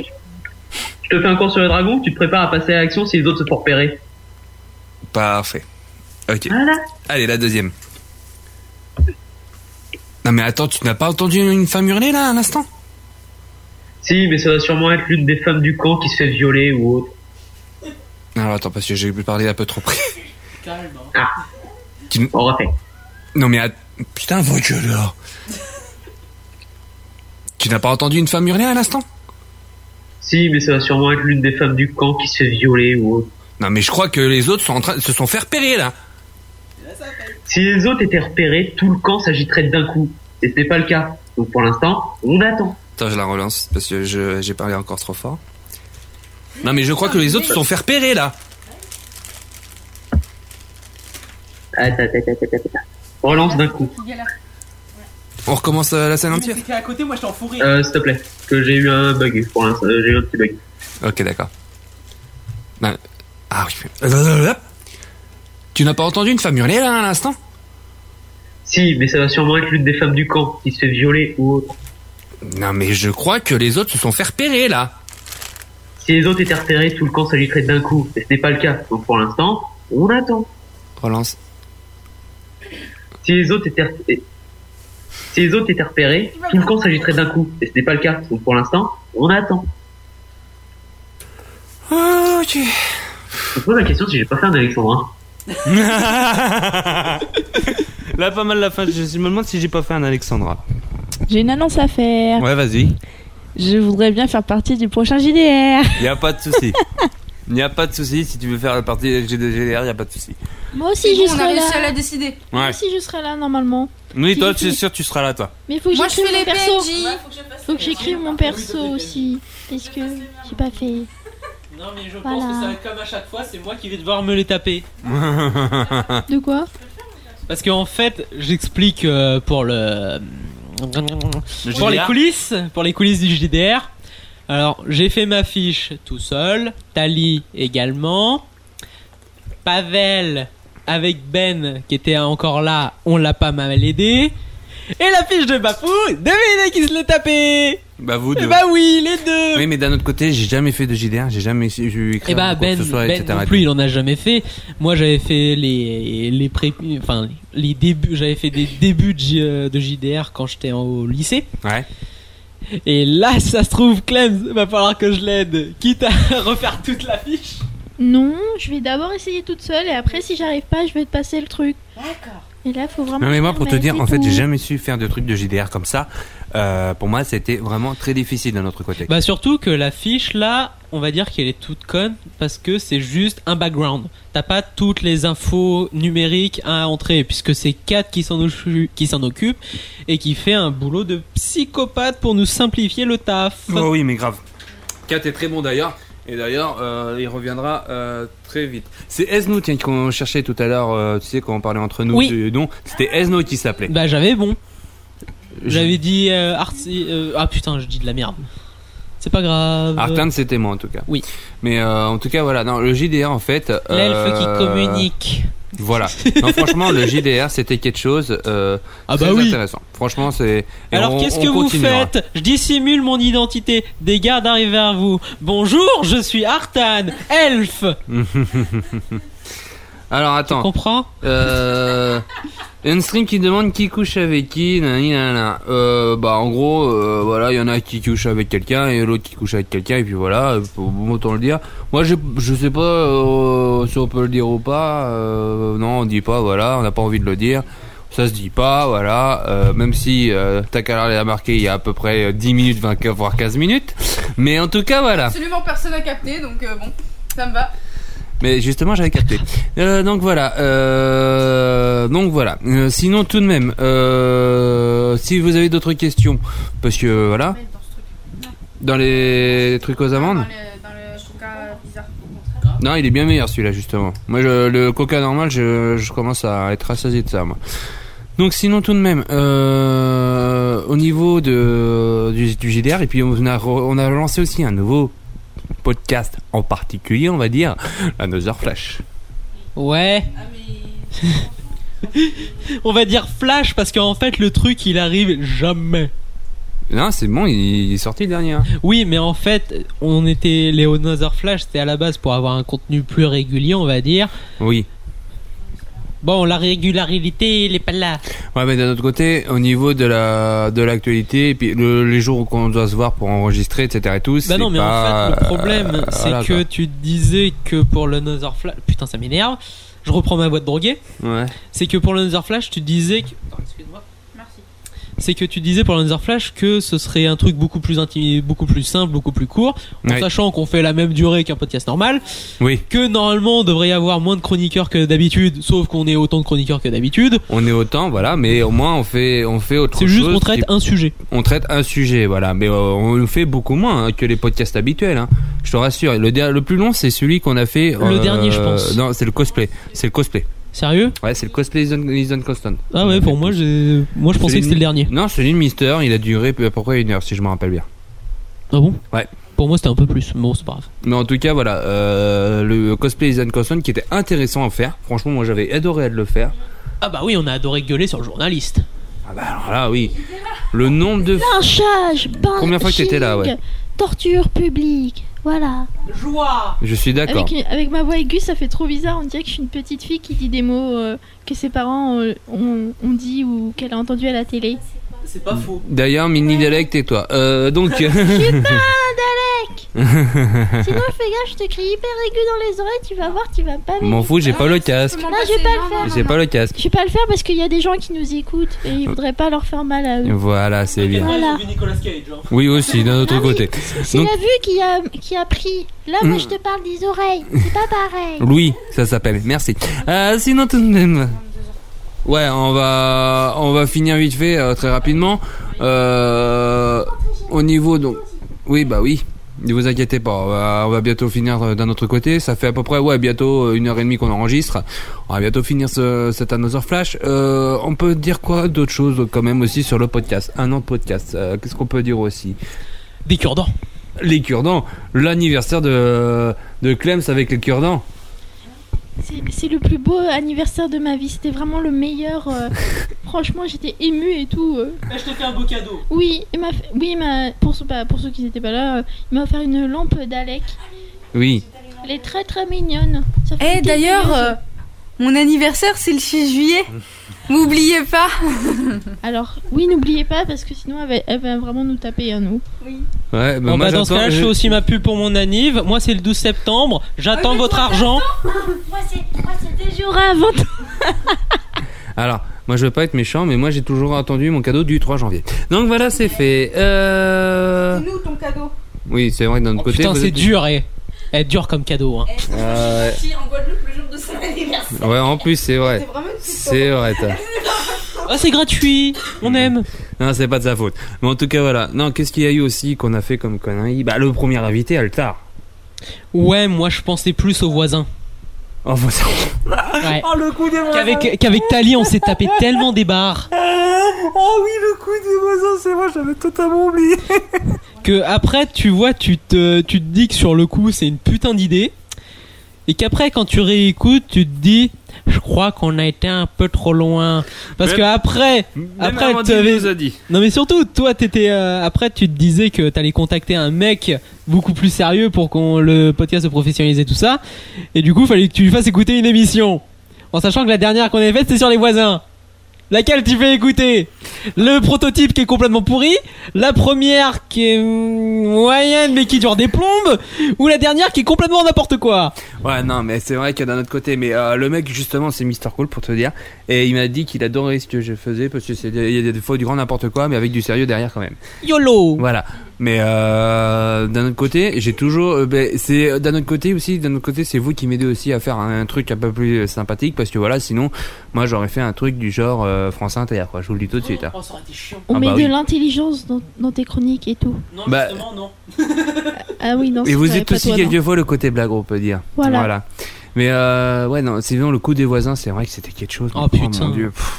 Speaker 5: te fais un cours sur les dragons ou tu te prépares à passer à l'action si les autres se font repérer.
Speaker 4: Parfait. Ok.
Speaker 5: Voilà.
Speaker 4: Allez, la deuxième. Non mais attends, tu n'as pas entendu une femme hurler là à l'instant
Speaker 5: Si, mais ça doit sûrement être l'une des femmes du camp qui se fait violer ou autre.
Speaker 4: Alors attends, parce que j'ai parlé un peu trop près.
Speaker 5: Ah,
Speaker 4: Tu-
Speaker 5: on refait.
Speaker 4: Non mais att- putain, vos gueules là. Tu n'as pas entendu une femme hurler à l'instant
Speaker 5: Si, mais ça doit sûrement être l'une des femmes du camp qui se fait violer ou autre.
Speaker 4: Non mais je crois que les autres sont en train se sont fait repérer là.
Speaker 5: Si les autres étaient repérés, tout le camp s'agiterait d'un coup. Et ce n'est pas le cas. Donc pour l'instant, on attend.
Speaker 4: Attends, je la relance parce que je- j'ai parlé encore trop fort. Non mais je crois que les autres se sont fait repérer là.
Speaker 5: Attends, attends, attends, attends, attends. Relance d'un coup.
Speaker 4: On recommence euh, la scène entière
Speaker 5: à côté, moi je t'en Euh, s'il te plaît. Parce que j'ai eu un bug pour l'instant. euh, J'ai eu un petit bug.
Speaker 4: Ok, d'accord. Non. Ah oui. Tu n'as pas entendu une femme hurler là à l'instant
Speaker 5: Si, mais ça va sûrement être l'une des femmes du camp qui se fait violer ou autre.
Speaker 4: Non mais je crois que les autres se sont fait repérer là.
Speaker 5: Si les autres étaient repérés, tout le camp s'agiterait d'un coup. Et ce n'est pas le cas. Donc pour l'instant, on attend.
Speaker 4: Relance.
Speaker 5: Si les autres étaient repérés, si les autres étaient repérés, tout le camp s'agiterait d'un coup. Et ce n'est pas le cas. Donc pour l'instant, on attend.
Speaker 4: Ok.
Speaker 5: Je me pose la question si j'ai pas fait un hein. Alexandrin.
Speaker 48: Là, pas mal la fin. Je me demande si j'ai pas fait un Alexandra.
Speaker 15: J'ai une annonce à faire.
Speaker 48: Ouais, vas-y.
Speaker 15: Je voudrais bien faire partie du prochain JDR.
Speaker 50: Y a pas de souci. Y a pas de souci si tu veux faire la partie GDR, y a pas de souci.
Speaker 15: Moi
Speaker 50: aussi,
Speaker 8: je serai là.
Speaker 15: décider.
Speaker 50: Ouais.
Speaker 15: Moi aussi, je serai là normalement.
Speaker 50: Oui, toi,
Speaker 15: Qui-
Speaker 50: c'est sûr, tu seras là, toi.
Speaker 15: Mais faut que
Speaker 8: Moi, je fais
Speaker 15: j'écrive mon
Speaker 8: les
Speaker 15: perso.
Speaker 8: PNJ. Ouais, faut que je fasse
Speaker 15: Faut que j'écrive mon perso aussi. Parce que j'ai pas fait.
Speaker 12: Non, mais je
Speaker 15: Voilà.
Speaker 12: pense que ça va être comme à chaque fois, c'est moi qui vais devoir me les taper.
Speaker 15: De quoi
Speaker 12: Parce qu'en fait, j'explique euh, pour le
Speaker 4: Le
Speaker 12: Pour les
Speaker 4: JDR.
Speaker 12: coulisses, pour les coulisses du JDR. Alors, j'ai fait ma fiche tout seul, Tali également. Pavel avec Ben qui était encore là, on l'a pas mal aidé. Et la fiche de Bafou, devinez qui se l'est tapé
Speaker 4: Bah vous
Speaker 12: Eh
Speaker 4: deux.
Speaker 12: Bah oui, les deux
Speaker 4: Oui, mais d'un autre côté, j'ai jamais fait de JDR, j'ai jamais eu
Speaker 15: Eh
Speaker 4: écrit
Speaker 12: Et bah Ben, Ben non plus, il en a jamais fait. Moi, j'avais fait les les pré, enfin les débuts, j'avais fait des débuts de, J- euh, de JDR quand j'étais en- au lycée.
Speaker 4: Ouais.
Speaker 12: Et là, ça se trouve, Clem, va falloir que je l'aide, quitte à refaire toute la fiche.
Speaker 15: Non, je vais d'abord essayer toute seule et après, si j'arrive pas, je vais te passer le truc.
Speaker 8: D'accord.
Speaker 15: Et là, faut vraiment.
Speaker 4: Non mais moi
Speaker 15: faire
Speaker 4: pour te
Speaker 15: ma
Speaker 4: dire,
Speaker 15: vie
Speaker 4: en fait,
Speaker 15: tout.
Speaker 4: j'ai jamais su faire de trucs de JDR comme ça. Euh, pour moi, c'était vraiment très difficile d'un autre côté.
Speaker 12: Bah surtout que la fiche là, on va dire qu'elle est toute conne parce que c'est juste un background. T'as pas toutes les infos numériques à entrer puisque c'est 4 qui s'en occu- qui s'en occupe et qui fait un boulot de psychopathe pour nous simplifier le taf.
Speaker 4: Oh oui, mais grave. Kat est très bon d'ailleurs. Et d'ailleurs, euh, il reviendra euh, très vite. C'est Esno tiens, qu'on cherchait tout à l'heure, euh, tu sais, quand on parlait entre nous
Speaker 12: Oui.
Speaker 4: du nom. C'était Esno qui s'appelait.
Speaker 12: Bah j'avais bon. J'avais dit euh, Artsy- euh, ah putain, je dis de la merde. C'est pas grave.
Speaker 4: Artan, c'était moi en tout cas.
Speaker 12: euh, Oui.
Speaker 4: Mais euh, en tout cas, voilà. Non, le JDR en fait.
Speaker 12: L'elfe qui
Speaker 4: euh,
Speaker 12: communique.
Speaker 4: Voilà. Non, franchement, le JDR, c'était quelque chose. Euh,
Speaker 12: Ah bah
Speaker 4: très
Speaker 12: oui.
Speaker 4: Intéressant. Franchement, c'est. et
Speaker 12: Alors
Speaker 4: on-
Speaker 12: qu'est-ce
Speaker 4: on hein.
Speaker 12: que vous
Speaker 4: continuera.
Speaker 12: faites Je dissimule mon identité. Des gardes arrivent vers vous. Bonjour, je suis Artan, elfe.
Speaker 4: Alors attends. Tu
Speaker 12: comprends
Speaker 4: euh, Une stream qui demande qui couche avec qui. Nani, nana. Euh, bah en gros, euh, voilà, il y en a qui couche avec quelqu'un et l'autre qui couche avec quelqu'un et puis voilà, euh, faut- autant le dire. Moi je, je sais pas euh, si on peut le dire ou pas. euh, non, on dit pas, voilà, on n'a pas envie de le dire. Ça se dit pas, voilà. euh, même si euh, Takara l'a marqué il y a à peu près 10 minutes, 20, voire 15 minutes. Mais en tout cas, voilà.
Speaker 8: Absolument personne a capté, donc euh, bon, ça me va.
Speaker 4: Mais justement, j'avais capté. Euh, donc voilà. euh, donc voilà. Euh, sinon, tout de même, euh, si vous avez d'autres questions, parce que euh, voilà, dans les trucs aux amandes. Non, il est bien meilleur celui-là justement. Moi, je- le coca normal, je, je commence à être rassasié de ça. Moi. Donc sinon tout de même, euh, au niveau de du, du JDR et puis on a re- on a lancé aussi un nouveau podcast en particulier, on va dire, Another Flash.
Speaker 12: Ouais. On va dire flash parce qu'en fait le truc il arrive jamais.
Speaker 4: Non, c'est bon, il est sorti le dernier. hein.
Speaker 12: Oui, mais en fait, on était les Another Flash, c'était à la base pour avoir un contenu plus régulier, on va dire.
Speaker 4: Oui.
Speaker 12: Bon, la régularité, il est pas là. Bah
Speaker 4: Ouais, mais d'un autre côté, au niveau de la de l'actualité, et puis le- les jours qu'on doit se voir pour enregistrer, etc. Et tout,
Speaker 12: Bah non,
Speaker 4: c'est
Speaker 12: mais
Speaker 4: pas-
Speaker 12: en fait, le problème,
Speaker 4: euh,
Speaker 12: c'est
Speaker 4: voilà,
Speaker 12: que
Speaker 4: quoi.
Speaker 12: tu disais que pour le Another Flash. Putain, ça m'énerve. Je reprends ma voix de drogué.
Speaker 4: euh, Ouais.
Speaker 12: C'est que pour le Another Flash, tu disais que. Attends, excuse-moi. C'est que tu disais pour le Another Flash que ce serait un truc beaucoup plus intime, beaucoup plus simple, beaucoup plus court, en
Speaker 4: Ouais.
Speaker 12: sachant qu'on fait la même durée qu'un podcast normal.
Speaker 4: Oui.
Speaker 12: Que normalement, on devrait y avoir moins de chroniqueurs que d'habitude, sauf qu'on est autant de chroniqueurs que d'habitude.
Speaker 4: On est autant, voilà, mais au moins on fait on fait autre
Speaker 12: C'est
Speaker 4: chose.
Speaker 12: juste qu'on traite
Speaker 4: qui-
Speaker 12: un sujet.
Speaker 4: On traite un sujet, voilà, mais euh, on le fait beaucoup moins hein, que les podcasts habituels. hein. Je te rassure. Le der- le plus long, c'est celui qu'on a fait. euh,
Speaker 12: Le dernier, je pense.
Speaker 4: Non, c'est le cosplay. C'est le cosplay.
Speaker 12: Sérieux
Speaker 4: Ouais, c'est le cosplay Ison, Ison Constant.
Speaker 12: Ah ouais, pour moi, j'ai- moi je pensais que c'était le dernier.
Speaker 4: Non, celui de Mister, il a duré euh, à peu près une heure, si je me rappelle bien.
Speaker 12: Ah bon
Speaker 4: Ouais.
Speaker 12: Pour moi, c'était un peu plus. mais Bon, c'est pas grave.
Speaker 4: Mais en tout cas, voilà, euh, le cosplay Ethan Carson qui était intéressant à faire. Franchement, moi j'avais adoré à le faire.
Speaker 12: Ah bah oui, on a adoré gueuler sur le journaliste.
Speaker 4: Ah bah alors là, oui. Le nombre de.
Speaker 15: Lynchage, ban-
Speaker 4: Combien de fois que t'étais là,
Speaker 15: shaming,
Speaker 4: ouais.
Speaker 15: Torture publique, voilà.
Speaker 12: Joie.
Speaker 4: Je suis d'accord.
Speaker 15: Avec, une- avec ma voix aiguë, ça fait trop bizarre. On dirait que je suis une petite fille qui dit des mots euh, que ses parents euh, ont, ont dit ou qu'elle a entendu à la télé.
Speaker 12: C'est
Speaker 4: Mm,
Speaker 12: pas faux.
Speaker 4: D'ailleurs, Mini Dalek, et toi Euh, donc.
Speaker 15: Dalek Sinon, fais gaffe, je te crie hyper aigu dans les oreilles, tu vas voir, tu vas pas.
Speaker 4: M'en fous, j'ai pas le casque.
Speaker 15: Non, je vais pas le faire.
Speaker 4: J'ai pas le casque.
Speaker 15: Je vais pas le faire parce qu'il y a des gens qui nous écoutent et ils voudraient pas leur faire mal à eux.
Speaker 4: Voilà, c'est bien.
Speaker 15: Voilà.
Speaker 12: hein.
Speaker 4: Oui, aussi, d'un autre côté.
Speaker 15: C'est
Speaker 4: Donc,
Speaker 15: la vue qui a, qui a pris. Là, moi,
Speaker 4: Mm.
Speaker 15: je te parle des oreilles. C'est pas pareil.
Speaker 4: Louis, ça s'appelle. Merci. Euh, sinon, tout de même. Ouais, on va, on va finir vite fait, euh, très rapidement. Euh, au niveau donc, oui, bah oui. Ne vous inquiétez pas, on va, on va bientôt finir euh, d'un autre côté. Ça fait à peu près, ouais, bientôt euh, une heure et demie qu'on enregistre. On va bientôt finir ce, cet Another Flash. Euh, on peut dire quoi d'autres choses quand même aussi sur le podcast Un an de podcast. Euh, Qu'est-ce qu'on peut dire aussi
Speaker 12: Des cure-dents.
Speaker 4: Les cure-dents. L'anniversaire de, de Clems avec les cure-dents.
Speaker 19: C'est- C'est le plus beau anniversaire de ma vie, c'était vraiment le meilleur. euh, franchement, j'étais émue et tout. euh.
Speaker 12: Je te fais un beau cadeau.
Speaker 19: Oui, il m'a fait- oui, il m'a- pour, ceux- bah, pour ceux qui n'étaient pas là, euh, il m'a offert une lampe d'Alec.
Speaker 4: Oui.
Speaker 19: Elle est très très mignonne. Ça fait
Speaker 15: Eh
Speaker 19: une petite
Speaker 15: d'ailleurs,
Speaker 19: lumière.
Speaker 15: euh, mon anniversaire c'est le 6 juillet. N'oubliez pas.
Speaker 19: Alors, oui, n'oubliez pas parce que sinon elle va, elle va vraiment nous taper à nous. Oui.
Speaker 4: Ouais,
Speaker 12: Bon, bah, dans ce cas-là, je fais
Speaker 4: suis
Speaker 12: aussi ma pub pour mon anniv. Moi, c'est le 12 septembre. Ah, J'attends votre argent.
Speaker 19: Moi, c'est des jours avant
Speaker 4: Alors, moi je veux pas être méchant, mais moi j'ai toujours attendu mon cadeau du 3 janvier. Donc voilà, c'est fait. Euh...
Speaker 15: Nous, ton cadeau.
Speaker 4: Oui, c'est vrai d'un autre côté.
Speaker 12: Oh, Putain,
Speaker 4: vous
Speaker 12: c'est
Speaker 4: êtes-
Speaker 12: dur, eh. Elle est dure comme cadeau. Hein.
Speaker 4: Euh,
Speaker 15: en Guadeloupe le jour de son anniversaire.
Speaker 4: Ouais, en plus, c'est vrai. C'est vrai, t'as-
Speaker 12: Ah, c'est gratuit. On aime.
Speaker 4: Non, c'est pas de sa faute. Mais en tout cas, voilà. Non, qu'est-ce qu'il y a eu aussi qu'on a fait comme connerie Bah, le premier invité, Altar.
Speaker 12: Ouais, moi, je pensais plus aux voisins.
Speaker 4: Oh, voisin.
Speaker 12: Ouais.
Speaker 47: Oh,
Speaker 12: Qu'avec qu'avec Tali, on s'est tapé tellement des barres
Speaker 47: Oh oui, le coup des voisins, c'est moi, j'avais totalement oublié.
Speaker 12: que après, tu vois, tu te, tu te dis que sur le coup, c'est une putain d'idée. Et qu'après, quand tu réécoutes, tu te dis, je crois qu'on a été un peu trop loin. Parce
Speaker 4: Même-
Speaker 12: que après, après,
Speaker 4: Amandine
Speaker 12: t'avais-
Speaker 4: nous a dit.
Speaker 12: Non mais surtout, toi, t'étais. euh, après, tu te disais que t'allais contacter un mec beaucoup plus sérieux pour qu'on le podcast se professionnalise et tout ça. Et du coup, fallait que tu lui fasses écouter une émission. En sachant que la dernière qu'on avait faite, c'était sur les voisins. Laquelle tu fais écouter Le prototype qui est complètement pourri, la première qui est hum, moyenne mais qui dure des plombes, ou la dernière qui est complètement n'importe quoi
Speaker 4: Ouais, non, mais c'est vrai qu'il y a d'un autre côté. Mais euh, le mec, justement, c'est Mr. Cool pour te dire. Et il m'a dit qu'il adorait ce que je faisais parce que c'est des- il y a des fois du grand n'importe quoi, mais avec du sérieux derrière quand même.
Speaker 12: YOLO
Speaker 4: Voilà. Mais euh, d'un autre côté, j'ai toujours. euh, ben, c'est euh, d'un autre côté aussi. D'un autre côté, c'est vous qui m'aidez aussi à faire un, un truc un peu plus euh, sympathique parce que voilà, sinon, moi, j'aurais fait un truc du genre euh, France Inter. Quoi. Je vous le dis tout de suite.
Speaker 12: Oh,
Speaker 4: hein.
Speaker 19: On
Speaker 4: Ah
Speaker 19: met
Speaker 4: bah
Speaker 19: de
Speaker 4: oui.
Speaker 19: l'intelligence dans, dans tes chroniques et tout.
Speaker 12: Non,
Speaker 4: Bah,
Speaker 12: non.
Speaker 19: Ah oui, non.
Speaker 4: Et
Speaker 19: c'est
Speaker 4: vous
Speaker 19: pas-
Speaker 4: êtes
Speaker 19: pas
Speaker 4: aussi
Speaker 19: toi, non.
Speaker 4: quelquefois le côté blague, on peut dire.
Speaker 19: Voilà.
Speaker 4: Mais euh, ouais, non, sinon le coup des voisins, c'est vrai que c'était quelque chose.
Speaker 12: Oh, putain.
Speaker 4: mon Dieu. Pff.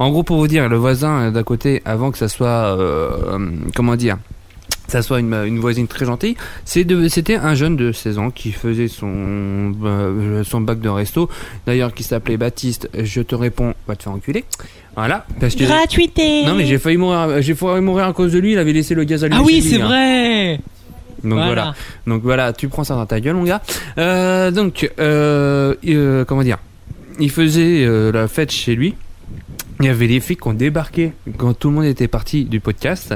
Speaker 4: En gros, pour vous dire, le voisin euh, d'à côté, avant que ça soit. euh, hum, comment dire ça soit une, euh, une voisine très gentille. c'est de- C'était un jeune de 16 ans qui faisait son, euh, son bac de resto. D'ailleurs, qui s'appelait Baptiste. Je te réponds, va te faire enculer. Voilà. Parce que
Speaker 12: Gratuité
Speaker 4: Non, mais j'ai failli mourir. J'ai failli mourir à cause de lui. Il avait laissé le gaz à
Speaker 12: Ah oui, c'est vrai
Speaker 4: hein. donc voilà.
Speaker 12: Voilà.
Speaker 4: Donc voilà, tu prends ça dans ta gueule, mon gars. Euh, donc, euh, euh, comment dire Il faisait euh, la fête chez lui. Il y avait les flics qui ont débarqué quand tout le monde était parti du podcast.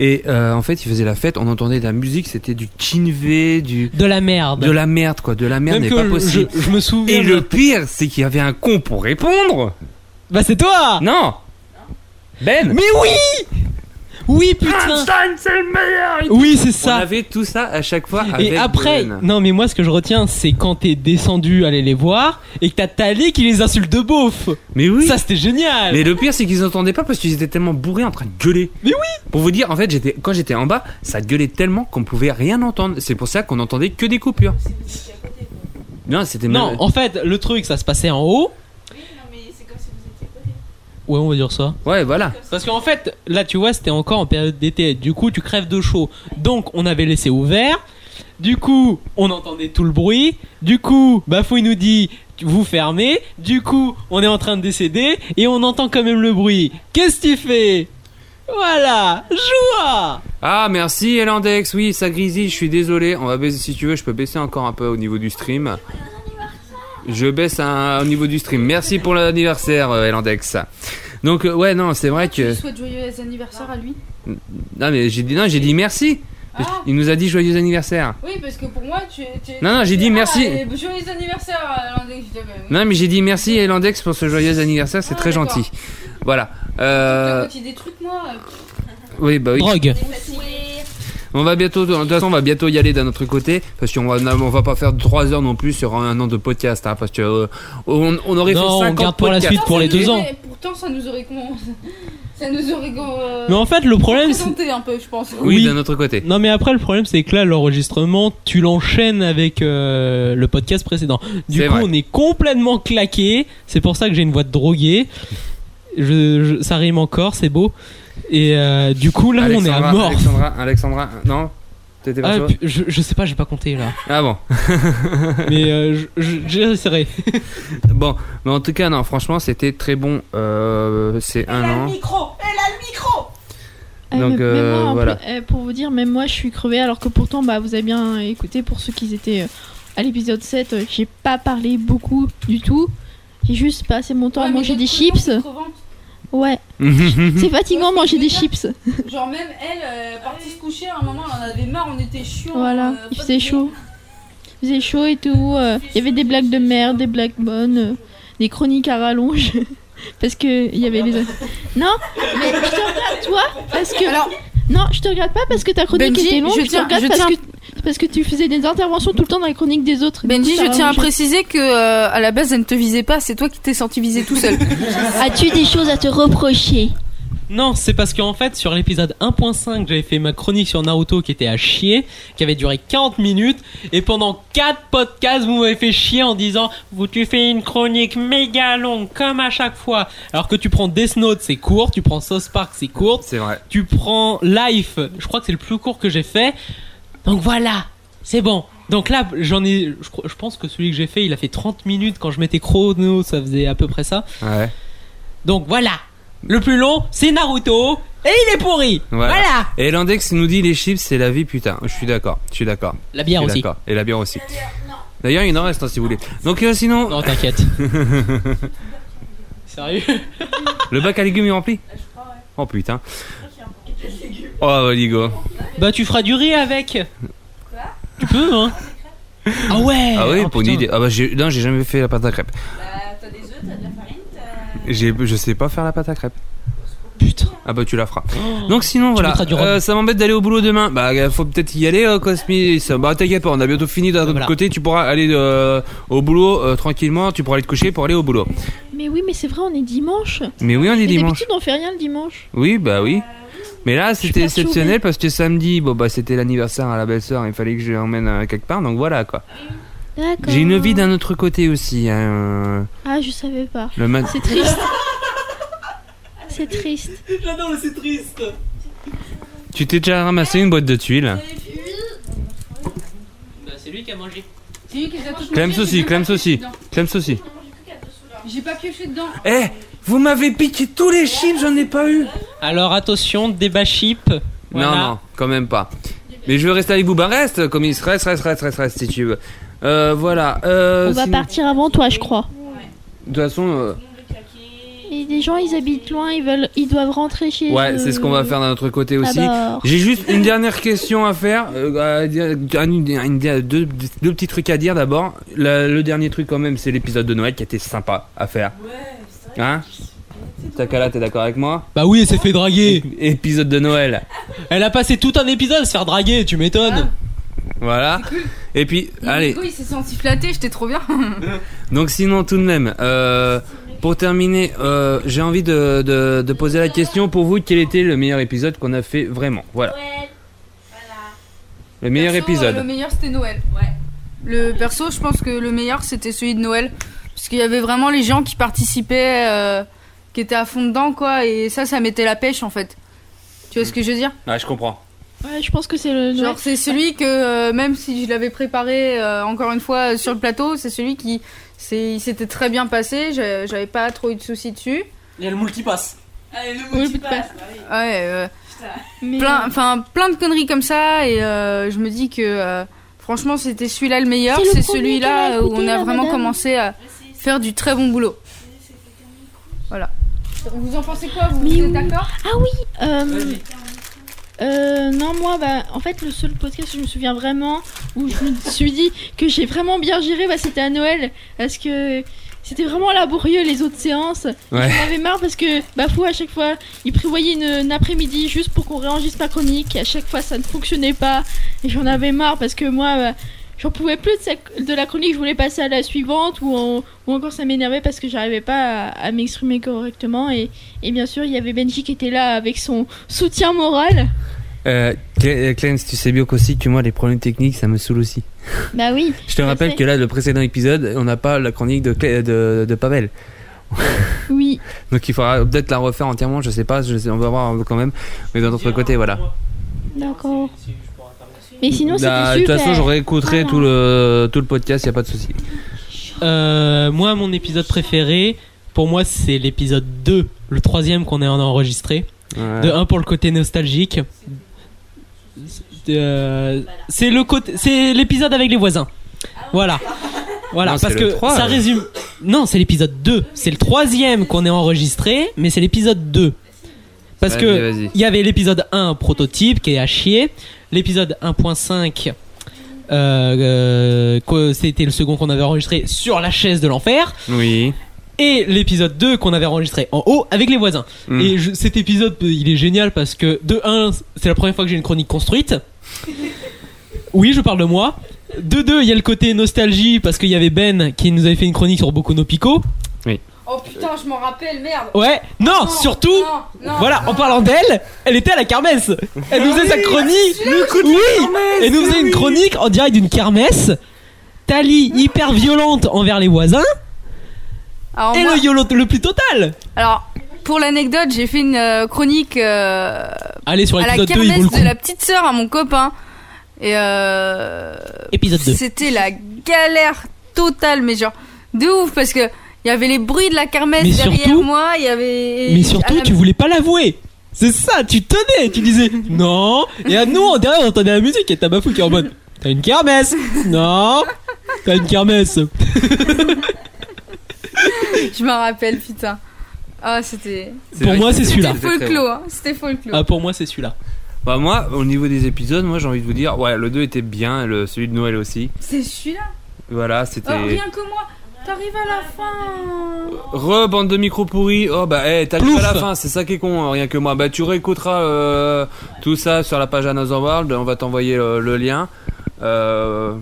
Speaker 4: Et euh, en fait, il faisait la fête. On entendait de la musique. C'était du Kinvé, du
Speaker 12: de la merde,
Speaker 4: de la merde quoi, de la merde
Speaker 12: Même
Speaker 4: n'est
Speaker 12: que
Speaker 4: pas
Speaker 12: je-
Speaker 4: possible.
Speaker 12: je me souviens
Speaker 4: Et
Speaker 12: de
Speaker 4: le
Speaker 12: la-
Speaker 4: pire, c'est qu'il y avait un con pour répondre.
Speaker 12: Bah c'est toi
Speaker 4: Non. Ben.
Speaker 12: Mais oui Oui, putain
Speaker 4: Einstein, c'est le meilleur
Speaker 12: Oui, c'est ça.
Speaker 4: On avait tout ça à chaque fois. avec
Speaker 12: Et après,
Speaker 4: Ben.
Speaker 12: non mais moi ce que je retiens c'est quand t'es descendu aller les voir et que t'as Tali qui les insulte de beauf.
Speaker 4: Mais oui.
Speaker 12: Ça c'était génial.
Speaker 4: Mais le pire, c'est qu'ils entendaient pas parce qu'ils étaient tellement bourrés en train de gueuler.
Speaker 12: Mais oui
Speaker 4: Pour vous dire, en fait, j'étais quand j'étais en bas, ça gueulait tellement qu'on pouvait rien entendre. C'est pour ça qu'on entendait que des coupures. Non, c'était
Speaker 12: Non,
Speaker 4: mal-
Speaker 12: en fait le truc ça se passait en haut. Ouais, on va dire ça.
Speaker 4: Ouais, voilà.
Speaker 12: Parce qu'en fait, là, tu vois, c'était encore en période d'été. Du coup, tu crèves de chaud. Donc, on avait laissé ouvert. Du coup, on entendait tout le bruit. Du coup, Bafouille nous dit vous fermez. Du coup, on est en train de décéder et on entend quand même le bruit. Qu'est-ce qu'il fait Voilà, joie
Speaker 4: Ah, merci Elandex. Oui, ça grisille. Je suis désolé. On va baisser si tu veux. Je peux baisser encore un peu au niveau du stream. Je baisse un- au niveau du stream. Merci pour l'anniversaire, euh, Elandex. Donc euh, ouais, non, c'est vrai
Speaker 8: Je
Speaker 4: que.
Speaker 8: lui souhaite joyeux anniversaire à lui.
Speaker 4: Non, mais j'ai dit non, j'ai dit merci.
Speaker 8: Ah.
Speaker 4: Il nous a dit joyeux anniversaire.
Speaker 8: Oui, parce que pour moi, tu. tu-
Speaker 4: Non, non, j'ai dit
Speaker 8: Ah,
Speaker 4: merci.
Speaker 8: et Joyeux anniversaire, euh, Landais. Je dis, bah, oui.
Speaker 4: Non, mais j'ai dit merci à Elandex pour ce joyeux anniversaire, c'est très
Speaker 8: d'accord.
Speaker 4: gentil. Voilà. Euh,
Speaker 8: Quand il y a des trucs, moi. euh,
Speaker 4: oui, bah oui.
Speaker 12: Drogue.
Speaker 4: On va bientôt, de toute façon, on va bientôt y aller d'un autre côté, parce qu'on va, on va pas faire 3 heures non plus sur un an de podcast, hein, parce que euh, on, on aurait
Speaker 12: Non, on
Speaker 4: fait 50
Speaker 12: garde pour la
Speaker 4: podcasts.
Speaker 12: suite, pour les
Speaker 8: mais Pourtant, ça nous aurait con-
Speaker 51: Ça nous aurait. euh,
Speaker 12: Mais en fait, le problème, c'est-
Speaker 51: présenté un peu, je pense.
Speaker 4: Ah, autre côté.
Speaker 12: Non, mais après, le problème, c'est que là, l'enregistrement, tu l'enchaînes avec euh, le podcast précédent. Du
Speaker 4: C'est
Speaker 12: coup,
Speaker 4: vrai.
Speaker 12: on est complètement claqué. C'est pour ça que j'ai une voix de drogué. Je, je- ça rime encore, c'est beau. Et euh, du coup, là, on est à mort.
Speaker 52: Alexandra, Alexandra, non T'étais pas
Speaker 12: Ah,
Speaker 52: sûr
Speaker 12: pu- je, je sais pas, j'ai pas compté là.
Speaker 52: Ah bon
Speaker 12: Mais euh, je- je- j'essaierai.
Speaker 52: bon, mais en tout cas, non, franchement, c'était très bon. euh, c'est un an.
Speaker 51: Micro Elle a le micro
Speaker 15: Ah,
Speaker 52: Donc,
Speaker 15: mais- mais
Speaker 52: euh,
Speaker 15: moi, en
Speaker 52: voilà.
Speaker 15: plus, euh, pour vous dire, même moi je suis crevée alors que pourtant bah, vous avez bien écouté pour ceux qui étaient euh, à l'épisode 7, euh, j'ai pas parlé beaucoup du tout. J'ai juste passé mon temps à
Speaker 51: Ouais, mais
Speaker 15: manger des
Speaker 51: d'autres gens
Speaker 15: chips.
Speaker 51: sont crevantes.
Speaker 15: Ouais, c'est fatigant manger des chips.
Speaker 51: Genre même elle, euh, partie se coucher, à un moment elle en avait marre, on était chiant.
Speaker 15: Voilà,
Speaker 51: euh,
Speaker 15: il
Speaker 51: pas
Speaker 15: faisait
Speaker 51: de-
Speaker 15: chaud. Il faisait chaud et tout. euh, Il y avait des blagues de merde, des blagues bonnes, euh, des chroniques à rallonge. parce que il y avait les. Non, mais je te regarde toi parce que. Non, je te regarde pas parce que ta chronique
Speaker 8: Benji,
Speaker 15: était longue.
Speaker 8: je
Speaker 15: Je,
Speaker 8: tiens-
Speaker 15: te regarde
Speaker 8: je
Speaker 15: parce,
Speaker 8: tiens-
Speaker 15: que, parce que tu faisais des interventions tout le temps dans la chronique des autres.
Speaker 8: Benji, je tiens à
Speaker 15: préciser.
Speaker 8: préciser que euh, à la base, elle ne te visait pas, c'est toi qui t'es senti visé tout seul.
Speaker 15: As-tu des choses à te reprocher
Speaker 12: Non, c'est parce qu'en fait, sur l'épisode 1.5, j'avais fait ma chronique sur Naruto qui était à chier, qui avait duré 40 minutes, et pendant 4 podcasts, vous m'avez fait chier en disant Vous, tu fais une chronique méga longue, comme à chaque fois. Alors que tu prends Death Note, c'est court, tu prends South Park, c'est court.
Speaker 4: C'est vrai.
Speaker 12: Tu prends Life, je crois que c'est le plus court que j'ai fait. Donc voilà, c'est bon. Donc là, j'en ai, je, crois- je pense que celui que j'ai fait, il a fait 30 minutes quand je mettais chrono, ça faisait à peu près ça.
Speaker 4: Ouais.
Speaker 12: Donc voilà, le plus long, c'est Naruto, et il est pourri. Voilà.
Speaker 4: Et Landex nous dit les chips, c'est la vie, putain. Je suis d'accord, je suis d'accord.
Speaker 12: La bière
Speaker 4: Je suis
Speaker 12: aussi.
Speaker 4: d'accord. Et la bière aussi. D'ailleurs, il en reste hein, si vous voulez. Donc euh, sinon.
Speaker 12: Non, t'inquiète. Sérieux
Speaker 4: Le bac à légumes est rempli Oh putain. Oh, Ligo.
Speaker 12: Bah tu feras du riz avec. Tu peux, hein Ah ouais.
Speaker 4: Ah oui,
Speaker 12: Oh,
Speaker 4: pour une
Speaker 12: putain.
Speaker 4: idée. Ah bah, j'ai- non, j'ai jamais fait la pâte à crêpes. J'ai- Je sais pas faire la pâte à crêpes. Putain. Ah bah tu la
Speaker 12: Oh.
Speaker 4: feras. Donc sinon
Speaker 52: Tu
Speaker 4: voilà,
Speaker 52: mettras du
Speaker 4: Euh, ça m'embête d'aller au boulot demain. Bah euh, faut peut-être y aller, euh, Cosmis. Bah t'inquiète pas, on a bientôt fini d'un autre
Speaker 12: Voilà.
Speaker 4: côté. Tu pourras aller euh, au boulot euh, tranquillement. Tu pourras aller te coucher pour aller au boulot.
Speaker 15: Mais oui, mais c'est vrai, on est dimanche.
Speaker 4: Mais oui, on est
Speaker 15: Et
Speaker 4: dimanche.
Speaker 15: D'habitude, on fait rien le dimanche.
Speaker 4: Oui, bah oui. Mais là, c'était
Speaker 15: perturbée.
Speaker 4: exceptionnel parce que samedi, bon bah c'était l'anniversaire à la belle-sœur, il fallait que je l'emmène euh, quelque part, donc voilà quoi.
Speaker 15: D'accord.
Speaker 4: J'ai une vie d'un autre côté aussi. hein.
Speaker 15: Ah, je savais pas.
Speaker 4: Le mat-
Speaker 15: C'est triste. C'est triste.
Speaker 12: J'adore le c'est triste.
Speaker 4: Tu t'es déjà ramassé une boîte de tuiles.
Speaker 12: Bah c'est lui qui a mangé.
Speaker 51: C'est lui qui les a toutes
Speaker 4: Clem
Speaker 51: mangées, j'ai
Speaker 4: aussi,
Speaker 51: même
Speaker 4: Clem
Speaker 51: pas pioché
Speaker 4: aussi,
Speaker 51: dedans.
Speaker 4: Clem aussi.
Speaker 51: J'ai pas pioché dedans.
Speaker 4: Eh, vous m'avez piqué tous les chips, j'en ai pas eu.
Speaker 12: Alors attention, débat chip.
Speaker 4: Non, non, quand même pas. Mais je veux rester avec vous, bah reste, comme il se reste, reste, reste, reste, reste si tu veux. Euh, voilà. Euh,
Speaker 15: on va
Speaker 4: sinon-
Speaker 15: partir avant toi, je crois.
Speaker 4: De toute façon, euh,
Speaker 15: Et les gens, ils habitent loin, ils veulent, ils doivent rentrer chez
Speaker 4: ouais,
Speaker 15: eux. Ah bah,
Speaker 4: c'est ce qu'on va faire d'un autre côté aussi.
Speaker 15: D'abord.
Speaker 4: J'ai juste une dernière question à faire, euh, à dire- un- une- une- deux, deux petits trucs à dire d'abord. La- Le, dernier truc quand même, c'est l'épisode de Noël qui était sympa à faire. Hein Takala, t'es d'accord avec moi
Speaker 12: Bah oui, elle s'est fait draguer.
Speaker 4: Épisode de Noël.
Speaker 12: Elle a passé tout un épisode à se faire draguer, tu m'étonnes.
Speaker 4: Voilà. Et puis, allez.
Speaker 51: Hugo, il s'est senti flatté, j'étais trop bien.
Speaker 4: Donc sinon tout de même, euh, pour terminer, euh, j'ai envie de, de- de poser la question pour vous, quel était le meilleur épisode qu'on a fait vraiment Voilà. Le meilleur
Speaker 8: Perso, euh, Le
Speaker 4: épisode.
Speaker 8: meilleur c'était Noël. Ouais. Le perso, je pense que le meilleur c'était celui de Noël parce qu'il y avait vraiment les gens qui participaient euh, qui étaient à fond dedans quoi et ça ça mettait la pêche en fait. Tu vois ce que je veux dire
Speaker 4: Ah, je comprends.
Speaker 15: Ouais, je pense que c'est le.
Speaker 8: Genre c'est celui que euh, même si je l'avais préparé euh, encore une fois euh, sur le plateau, c'est celui qui c'est il s'était très bien passé, j'a- j'avais pas trop eu de soucis dessus.
Speaker 12: Il y a le multipass.
Speaker 8: Allez, le
Speaker 15: multipass.
Speaker 8: Ouais, euh, plein enfin plein de conneries comme ça et euh, je me dis que euh, franchement c'était celui-là le meilleur,
Speaker 15: C'est le
Speaker 8: c'est
Speaker 15: premier qu'elle a
Speaker 8: celui-là où
Speaker 15: écouté,
Speaker 8: on a
Speaker 15: la
Speaker 8: vraiment
Speaker 15: madame.
Speaker 8: commencé à faire du très bon boulot. Voilà.
Speaker 51: Vous en pensez quoi Vous,
Speaker 15: Mais
Speaker 51: vous
Speaker 15: oui.
Speaker 51: êtes d'accord
Speaker 15: Ah oui euh, euh, Non, moi, bah, en fait, le seul podcast que je me souviens vraiment où je me suis dit que j'ai vraiment bien géré, bah, c'était à Noël. Parce que c'était vraiment laborieux les autres séances.
Speaker 53: Ouais.
Speaker 15: J'en avais marre parce que Bafou, à chaque fois, il prévoyait une, une après-midi juste pour qu'on réenregistre ma chronique. À chaque fois, ça ne fonctionnait pas. Et j'en avais marre parce que moi. bah, J'en pouvais plus de, sa- de la chronique, je voulais passer à la suivante ou, en- ou encore ça m'énervait parce que j'arrivais pas à, à m'exprimer correctement. Et, et bien sûr, il y avait Benji qui était là avec son soutien moral.
Speaker 4: Euh, Cle- euh, Clem, tu sais bien qu'aussi que moi, les problèmes techniques, ça me saoule aussi.
Speaker 15: Bah oui.
Speaker 4: Je te rappelle
Speaker 15: sais.
Speaker 4: que là, le précédent épisode, on n'a pas la chronique de, Clé- de, de Pavel.
Speaker 15: Oui.
Speaker 4: Donc il faudra peut-être la refaire entièrement, je sais pas, je sais- on va voir quand même. Mais d'un autre côté, voilà.
Speaker 15: D'accord. Mais sinon,
Speaker 4: Bah,
Speaker 15: c'était
Speaker 4: de toute
Speaker 15: super.
Speaker 4: façon, je réécouterai tout, le, tout le podcast, il a pas de souci.
Speaker 12: Euh, moi, mon épisode préféré, pour moi, c'est l'épisode 2, le troisième qu'on a enregistré.
Speaker 4: Ouais.
Speaker 12: De un pour le côté nostalgique. Euh, c'est le côté, c'est l'épisode avec les voisins. Voilà. Voilà,
Speaker 4: Non,
Speaker 12: parce
Speaker 4: c'est le
Speaker 12: que
Speaker 4: trois,
Speaker 12: ça
Speaker 4: ouais.
Speaker 12: résume. Non, c'est l'épisode 2. C'est le troisième qu'on ait enregistré, mais c'est l'épisode 2. Parce
Speaker 4: Vas-y,
Speaker 12: que
Speaker 4: vas-y.
Speaker 12: il y avait l'épisode 1 prototype qui est à chier, l'épisode 1.5 euh, euh, que c'était le second qu'on avait enregistré sur la chaise de l'enfer
Speaker 4: Oui.
Speaker 12: et l'épisode 2 qu'on avait enregistré en haut avec les voisins.
Speaker 4: Mm.
Speaker 12: Et je- cet épisode euh, il est génial parce que de 1 c'est la première fois que j'ai une chronique construite. Oui, je parle de moi. De 2 il y a le côté nostalgie parce qu'il y avait Ben qui nous avait fait une chronique sur Boku no Pico.
Speaker 54: Oh putain, je m'en rappelle, merde.
Speaker 12: Ouais, Oh, non, surtout,
Speaker 54: non,
Speaker 12: voilà,
Speaker 8: Ah
Speaker 12: en parlant d'elle, elle était à la kermesse. Elle nous faisait sa
Speaker 54: Oui,
Speaker 12: chronique.
Speaker 54: le coup de
Speaker 12: oui,
Speaker 54: la kermesse,
Speaker 12: elle nous faisait une
Speaker 54: oui.
Speaker 12: chronique en direct d'une kermesse. Tali hyper violente envers les voisins.
Speaker 8: Alors,
Speaker 12: et
Speaker 8: moi-
Speaker 12: le YOLO le plus total.
Speaker 8: Alors, pour l'anecdote, j'ai fait une euh, chronique euh,
Speaker 12: Allez, sur
Speaker 8: à la
Speaker 12: l'épisode deux, il vaut
Speaker 8: kermesse
Speaker 12: le coup.
Speaker 8: de la petite sœur à mon copain. Et euh,
Speaker 12: Épisode deux.
Speaker 8: C'était la galère totale, mais genre de ouf parce que il y avait les bruits de la kermesse
Speaker 12: Mais
Speaker 8: derrière
Speaker 12: surtout-
Speaker 8: moi, il y avait.
Speaker 12: Mais surtout, tu voulais pas l'avouer. C'est ça, tu tenais, tu disais non. Et à nous, en derrière, on entendait la musique et t'as bafou qui est en mode T'as une kermesse Non T'as une kermesse
Speaker 8: Je m'en rappelle, putain. Ah, c'était.
Speaker 12: C'est Pour vrai moi, que c'est c'était celui-là.
Speaker 8: C'était folklore, hein, c'était folklore.
Speaker 12: Ah, pour moi, c'est celui-là.
Speaker 4: Bah moi, au niveau des épisodes, moi j'ai envie de vous dire, ouais, le 2 était bien, le, celui de Noël aussi.
Speaker 12: Ah.
Speaker 8: C'est celui-là.
Speaker 4: Voilà,
Speaker 8: Oh,
Speaker 4: c'était...
Speaker 8: rien que moi. T'arrives à la fin.
Speaker 4: Re, bande de micro pourris. Oh bah, eh, t'as vu à la fin, c'est ça qui est con, hein, rien que moi. Bah, tu réécouteras euh, tout ça sur la page Another World, on va t'envoyer euh, le lien. Euh,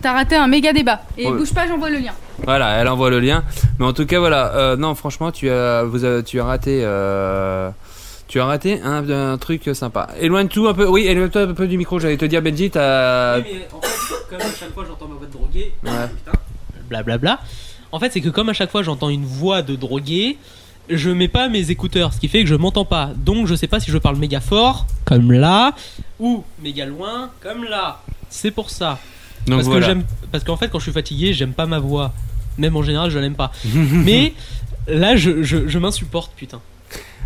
Speaker 8: T'as raté un méga débat. Et
Speaker 4: Ouais.
Speaker 8: bouge pas, j'envoie le lien.
Speaker 4: voilà, elle envoie le lien. Mais en tout cas, voilà. euh, non, franchement, tu as, vous avez- tu as raté. euh, tu as raté un, un truc sympa. Éloigne tout un peu. Oui, éloigne-toi un peu du micro. J'allais te dire, Benji, t'as.
Speaker 12: en fait, comme à chaque fois j'entends ma voix de drogué,
Speaker 4: Ah. Ouais.
Speaker 12: blablabla. En fait, c'est que comme à chaque fois j'entends une voix de drogué, je mets pas mes écouteurs, ce qui fait que je m'entends pas. Donc, je sais pas si je parle méga fort, comme là, ou méga loin, comme là. C'est pour ça.
Speaker 4: Donc
Speaker 12: parce
Speaker 4: voilà.
Speaker 12: que j'aime, parce qu'en fait, quand je suis fatigué, j'aime pas ma voix. Même en général, je l'aime pas. Mais là, je, je, je m'insupporte, putain.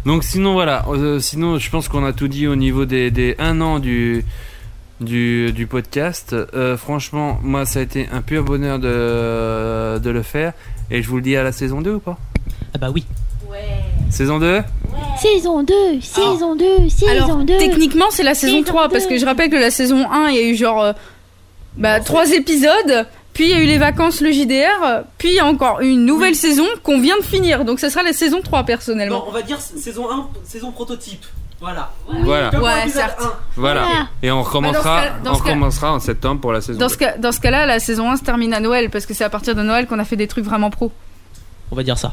Speaker 4: Donc sinon voilà, Euh, sinon je pense qu'on a tout dit au niveau des, des un an du du, du podcast. Euh, franchement, moi ça a été un pur bonheur de, de le faire et je vous le dis à la saison 2 ou pas
Speaker 12: Ah bah oui.
Speaker 4: Saison 2
Speaker 15: Saison 2, saison 2, saison
Speaker 8: Alors,
Speaker 15: 2.
Speaker 8: techniquement, c'est la saison 3, parce que je rappelle que la saison 1, il y a eu genre euh, bah, 3 épisodes, puis il y a eu les vacances, le JDR, euh, puis il y a encore une nouvelle saison qu'on vient de finir, donc ça sera la saison 3 personnellement.
Speaker 12: va dire saison 1, saison prototype. Voilà.
Speaker 4: Voilà. Comme
Speaker 8: Ouais, certes.
Speaker 4: Voilà.
Speaker 8: Voilà.
Speaker 4: Et on recommencera,
Speaker 8: Bah, dans ce cas- dans
Speaker 4: on
Speaker 8: ce cas-
Speaker 4: recommencera en septembre pour la saison
Speaker 8: Dans
Speaker 4: 2.
Speaker 8: ce, cas, dans ce cas-là, la saison 1 se termine à Noël, parce que c'est à partir de Noël qu'on a fait des trucs vraiment pro.
Speaker 12: On va dire ça.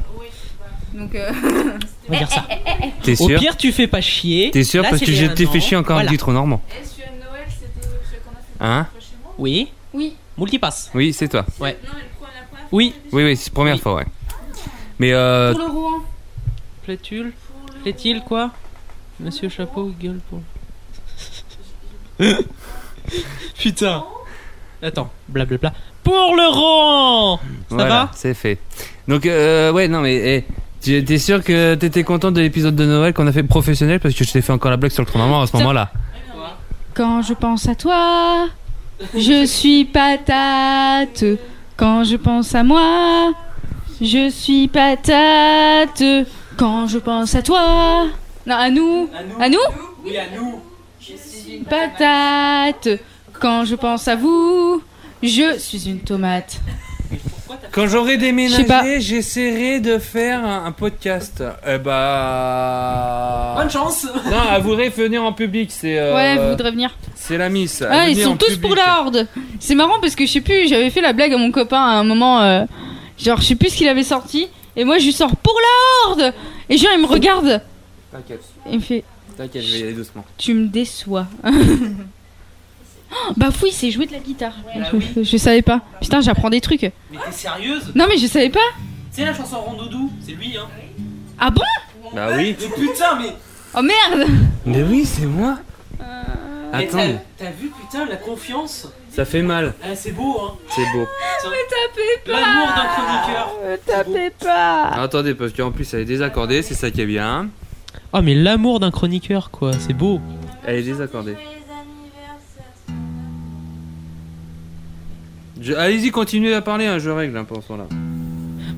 Speaker 8: Donc, euh,
Speaker 12: On va dire ça.
Speaker 4: T'es
Speaker 12: Au
Speaker 4: sûr
Speaker 12: pire, tu fais pas chier.
Speaker 4: T'es sûr
Speaker 12: Là,
Speaker 4: parce
Speaker 12: c'est
Speaker 4: que
Speaker 12: les
Speaker 4: j'ai
Speaker 12: un
Speaker 4: t'ai
Speaker 12: an.
Speaker 4: fait chier encore
Speaker 12: Voilà.
Speaker 4: du trop normand. Hein
Speaker 12: Oui.
Speaker 8: Oui.
Speaker 12: Multipass.
Speaker 4: Oui, c'est toi.
Speaker 12: Ouais. Oui.
Speaker 4: Oui oui, c'est la première fois ouais. Mais euh,
Speaker 8: le Rouen.
Speaker 12: Plaît-il Plaît-il quoi Monsieur Chapeau gueule pour. Putain. Attends, blablabla. Pour le rang Ça
Speaker 4: Voilà,
Speaker 12: va
Speaker 4: C'est fait. Donc, euh, ouais, non, mais eh, tu- t'es sûr que t'étais content de l'épisode de Noël qu'on a fait professionnel parce que je t'ai fait encore la blague sur le tournoi à ce moment-là.
Speaker 8: Quand je pense à toi, je suis patate. Quand je pense à moi, je suis patate. Quand je pense à toi, non, à nous, à nous,
Speaker 12: Oui, à nous.
Speaker 8: patate. Quand je pense à vous, je suis une tomate.
Speaker 4: Quand j'aurai
Speaker 55: Je sais pas.
Speaker 4: déménagé, j'essaierai de faire un, un podcast. Eh bah.
Speaker 12: Bonne chance.
Speaker 4: Non, elle voudrait venir en public, c'est. euh,
Speaker 8: Ouais, elle voudrait venir.
Speaker 4: C'est la miss. elle
Speaker 8: Ah,
Speaker 4: veut
Speaker 8: ils
Speaker 4: venir
Speaker 8: sont
Speaker 4: en
Speaker 8: tous
Speaker 4: public.
Speaker 8: pour la horde. C'est marrant parce que je sais plus, j'avais fait la blague à mon copain à un moment, euh, genre je sais plus ce qu'il avait sorti, et moi je lui sors pour la horde. Et genre il me regarde,
Speaker 4: T'inquiète,
Speaker 8: et il me fait,
Speaker 4: t'inquiète, je vais y aller doucement.
Speaker 8: tu me déçois. bah fouille, c'est jouer de la guitare. je, je savais pas. Putain, j'apprends des trucs.
Speaker 12: Mais t'es sérieuse
Speaker 8: Non mais je savais pas.
Speaker 12: C'est la chanson Rondoudou, c'est lui hein.
Speaker 8: Ah bon
Speaker 4: Bah oui.
Speaker 12: Mais putain mais
Speaker 8: Oh merde.
Speaker 4: Mais oui, c'est moi.
Speaker 8: Euh,
Speaker 12: Mais
Speaker 4: Attends,
Speaker 12: t'as-
Speaker 4: mais
Speaker 12: T'as vu putain la confiance
Speaker 4: ça fait mal.
Speaker 12: Ah, C'est beau hein.
Speaker 4: C'est beau.
Speaker 12: Mais tapez pas L'amour d'un chroniqueur.
Speaker 8: Me tapez pas.
Speaker 4: Attendez, parce qu'en plus elle est désaccordée, c'est ça qui est bien.
Speaker 12: Ah mais l'amour d'un chroniqueur quoi, c'est beau.
Speaker 4: Elle est désaccordée. Je- Allez-y, continuez à parler, hein, je règle hein, pour ce là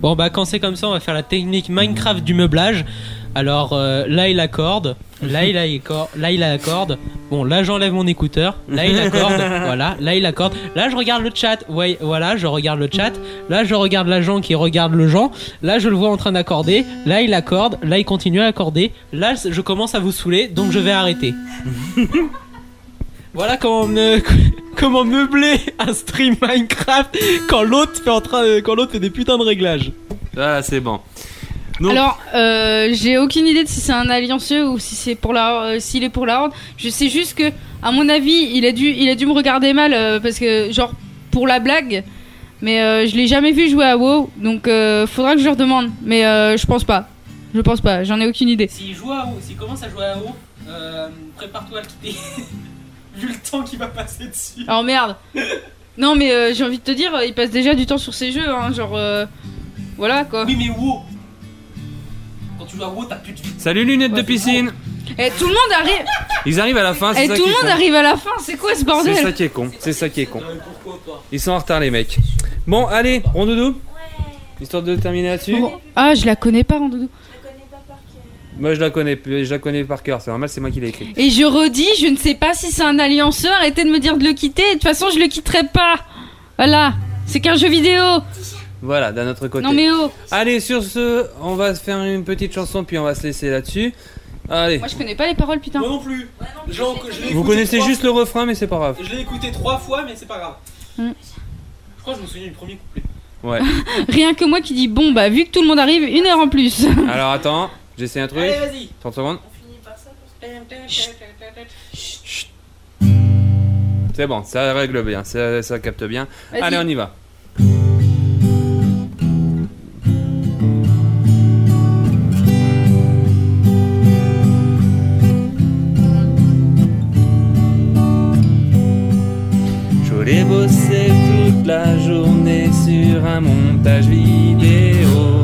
Speaker 12: Bon bah quand c'est comme ça, on va faire la technique Minecraft du meublage. Alors euh, là il accorde, là il accorde, là il accorde. Bon là j'enlève mon écouteur, là il accorde, voilà, là il accorde. Là je regarde le chat, ouais, voilà je regarde le chat. Là je regarde l'agent qui regarde le Jean. Là je le vois en train d'accorder, là il accorde, là il continue à accorder. Là je commence à vous saouler, donc je vais arrêter. Voilà comment me- comment meubler un stream Minecraft quand l'autre fait en train de- quand l'autre fait des putains de réglages.
Speaker 4: Voilà, Ah, c'est bon. Donc-
Speaker 8: Alors, euh, j'ai aucune idée de si c'est un alliancieux ou si c'est pour la, euh, s'il est pour la horde. Je sais juste que, à mon avis, il a dû, il a dû me regarder mal euh, parce que, genre, pour la blague. Mais euh, je l'ai jamais vu jouer à WoW, donc euh, faudra que je leur demande. Mais euh, je pense pas. Je pense pas. J'en ai aucune idée.
Speaker 12: S'il joue à haut, s'il commence à jouer à haut, euh, prépare-toi à le quitter. Vu le temps qui va passer dessus.
Speaker 8: Oh merde. Non, mais euh, j'ai envie de te dire, il passe déjà du temps sur ces jeux, hein, genre, euh, voilà quoi.
Speaker 12: Oui, mais WoW. Quand tu joues à WoW, t'as plus de vie.
Speaker 4: Salut, lunettes de piscine.
Speaker 8: Et Eh, tout le monde arrive.
Speaker 4: Ils arrivent à la fin, Ah, c'est
Speaker 8: Et
Speaker 4: ça
Speaker 8: tout
Speaker 4: qui
Speaker 8: le
Speaker 4: est
Speaker 8: monde
Speaker 4: con.
Speaker 8: arrive à la fin. C'est quoi ce bordel
Speaker 4: C'est ça qui est con, c'est ça qui est con. Ils sont en retard, les mecs. Bon, allez, rondoudou. Histoire de terminer là-dessus.
Speaker 8: Ah, je la connais pas, Rondoudou.
Speaker 4: Moi, je la connais, je la connais par cœur. C'est normal, c'est moi qui l'ai écrit.
Speaker 8: Et je redis, je ne sais pas si c'est un allianceur. Arrêtez de me dire de le quitter. De toute façon, je le quitterai pas. Voilà. C'est qu'un jeu vidéo.
Speaker 4: Voilà, d'un autre côté.
Speaker 8: Non mais oh.
Speaker 4: Allez, sur ce, on va se faire une petite chanson, puis on va se laisser là-dessus. Allez.
Speaker 8: Moi, je connais pas les paroles, putain.
Speaker 12: Moi non plus. Genre que je l'ai
Speaker 4: Vous
Speaker 12: écouté
Speaker 4: connaissez
Speaker 12: trois-
Speaker 4: juste le refrain, mais c'est pas grave.
Speaker 12: Je l'ai écouté trois fois, mais c'est pas grave.
Speaker 8: Hmm.
Speaker 12: Je crois que je me souviens du premier couplet.
Speaker 4: Ouais.
Speaker 8: Rien que moi qui dis bon bah vu que tout le monde arrive, une heure en plus.
Speaker 4: Alors attends, j'essaie un truc.
Speaker 12: Allez, vas-y.
Speaker 4: 30 secondes. C'est bon, ça règle bien, ça, ça capte bien.
Speaker 8: Vas-y.
Speaker 4: Allez, on y va. Je voulais bosser toute la journée sur un montage vidéo.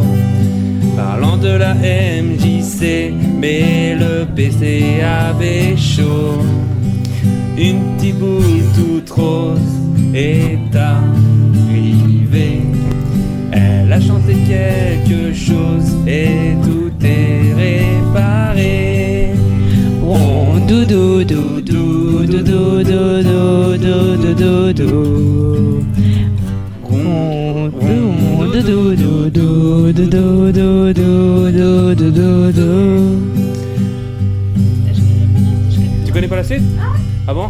Speaker 4: Parlant de la MJC, mais le PC avait chaud. Une petite boule toute rose est arrivée. Elle a chanté quelque chose et tout est réparé. Oh, doudou, doudou, doudou, doudou, doudou, doudou. Tu connais pas la suite Ah bon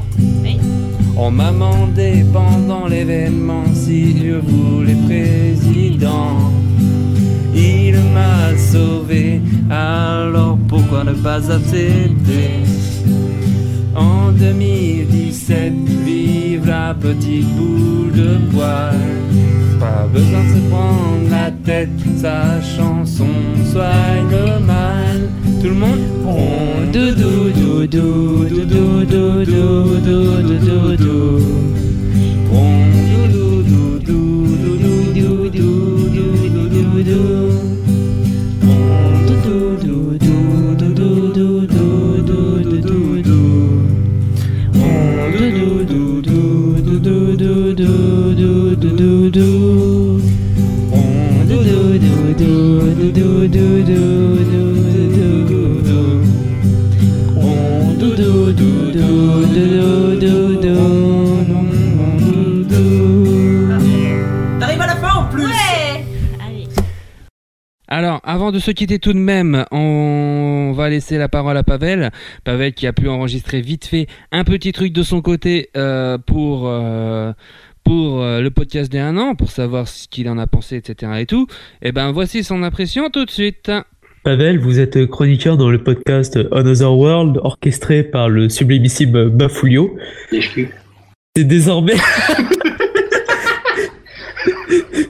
Speaker 4: On m'a demandé pendant l'événement si je voulais président. Il m'a sauvé, alors pourquoi ne pas accepter En 2017, vive la petite boule de poil. Pas besoin de se prendre la tête, sa chanson soigne le mal. Tout le monde On doudou doudou doudou doudou doudou doudou. On doudou doudou doudou doudou doudou doudou. On doudou doudou doudou doudou doudou doudou. On doudou doudou doudou doudou doudou doudou. On doudou doudou doudou doudou doudou. On doudou doudou doudou doudou.
Speaker 12: T'arrives à la fin en plus
Speaker 8: Ouais
Speaker 4: Alors, avant de se quitter tout de même, on va laisser la parole à Pavel. Pavel qui a pu enregistrer vite fait un petit truc de son côté euh, pour euh, pour euh, le podcast des 1 an, pour savoir ce qu'il en a pensé, etc. et tout. Et ben voici son impression tout de suite.
Speaker 12: Pavel, vous êtes chroniqueur dans le podcast Another World, orchestré par le sublimissime Bafoulio. C'est désormais.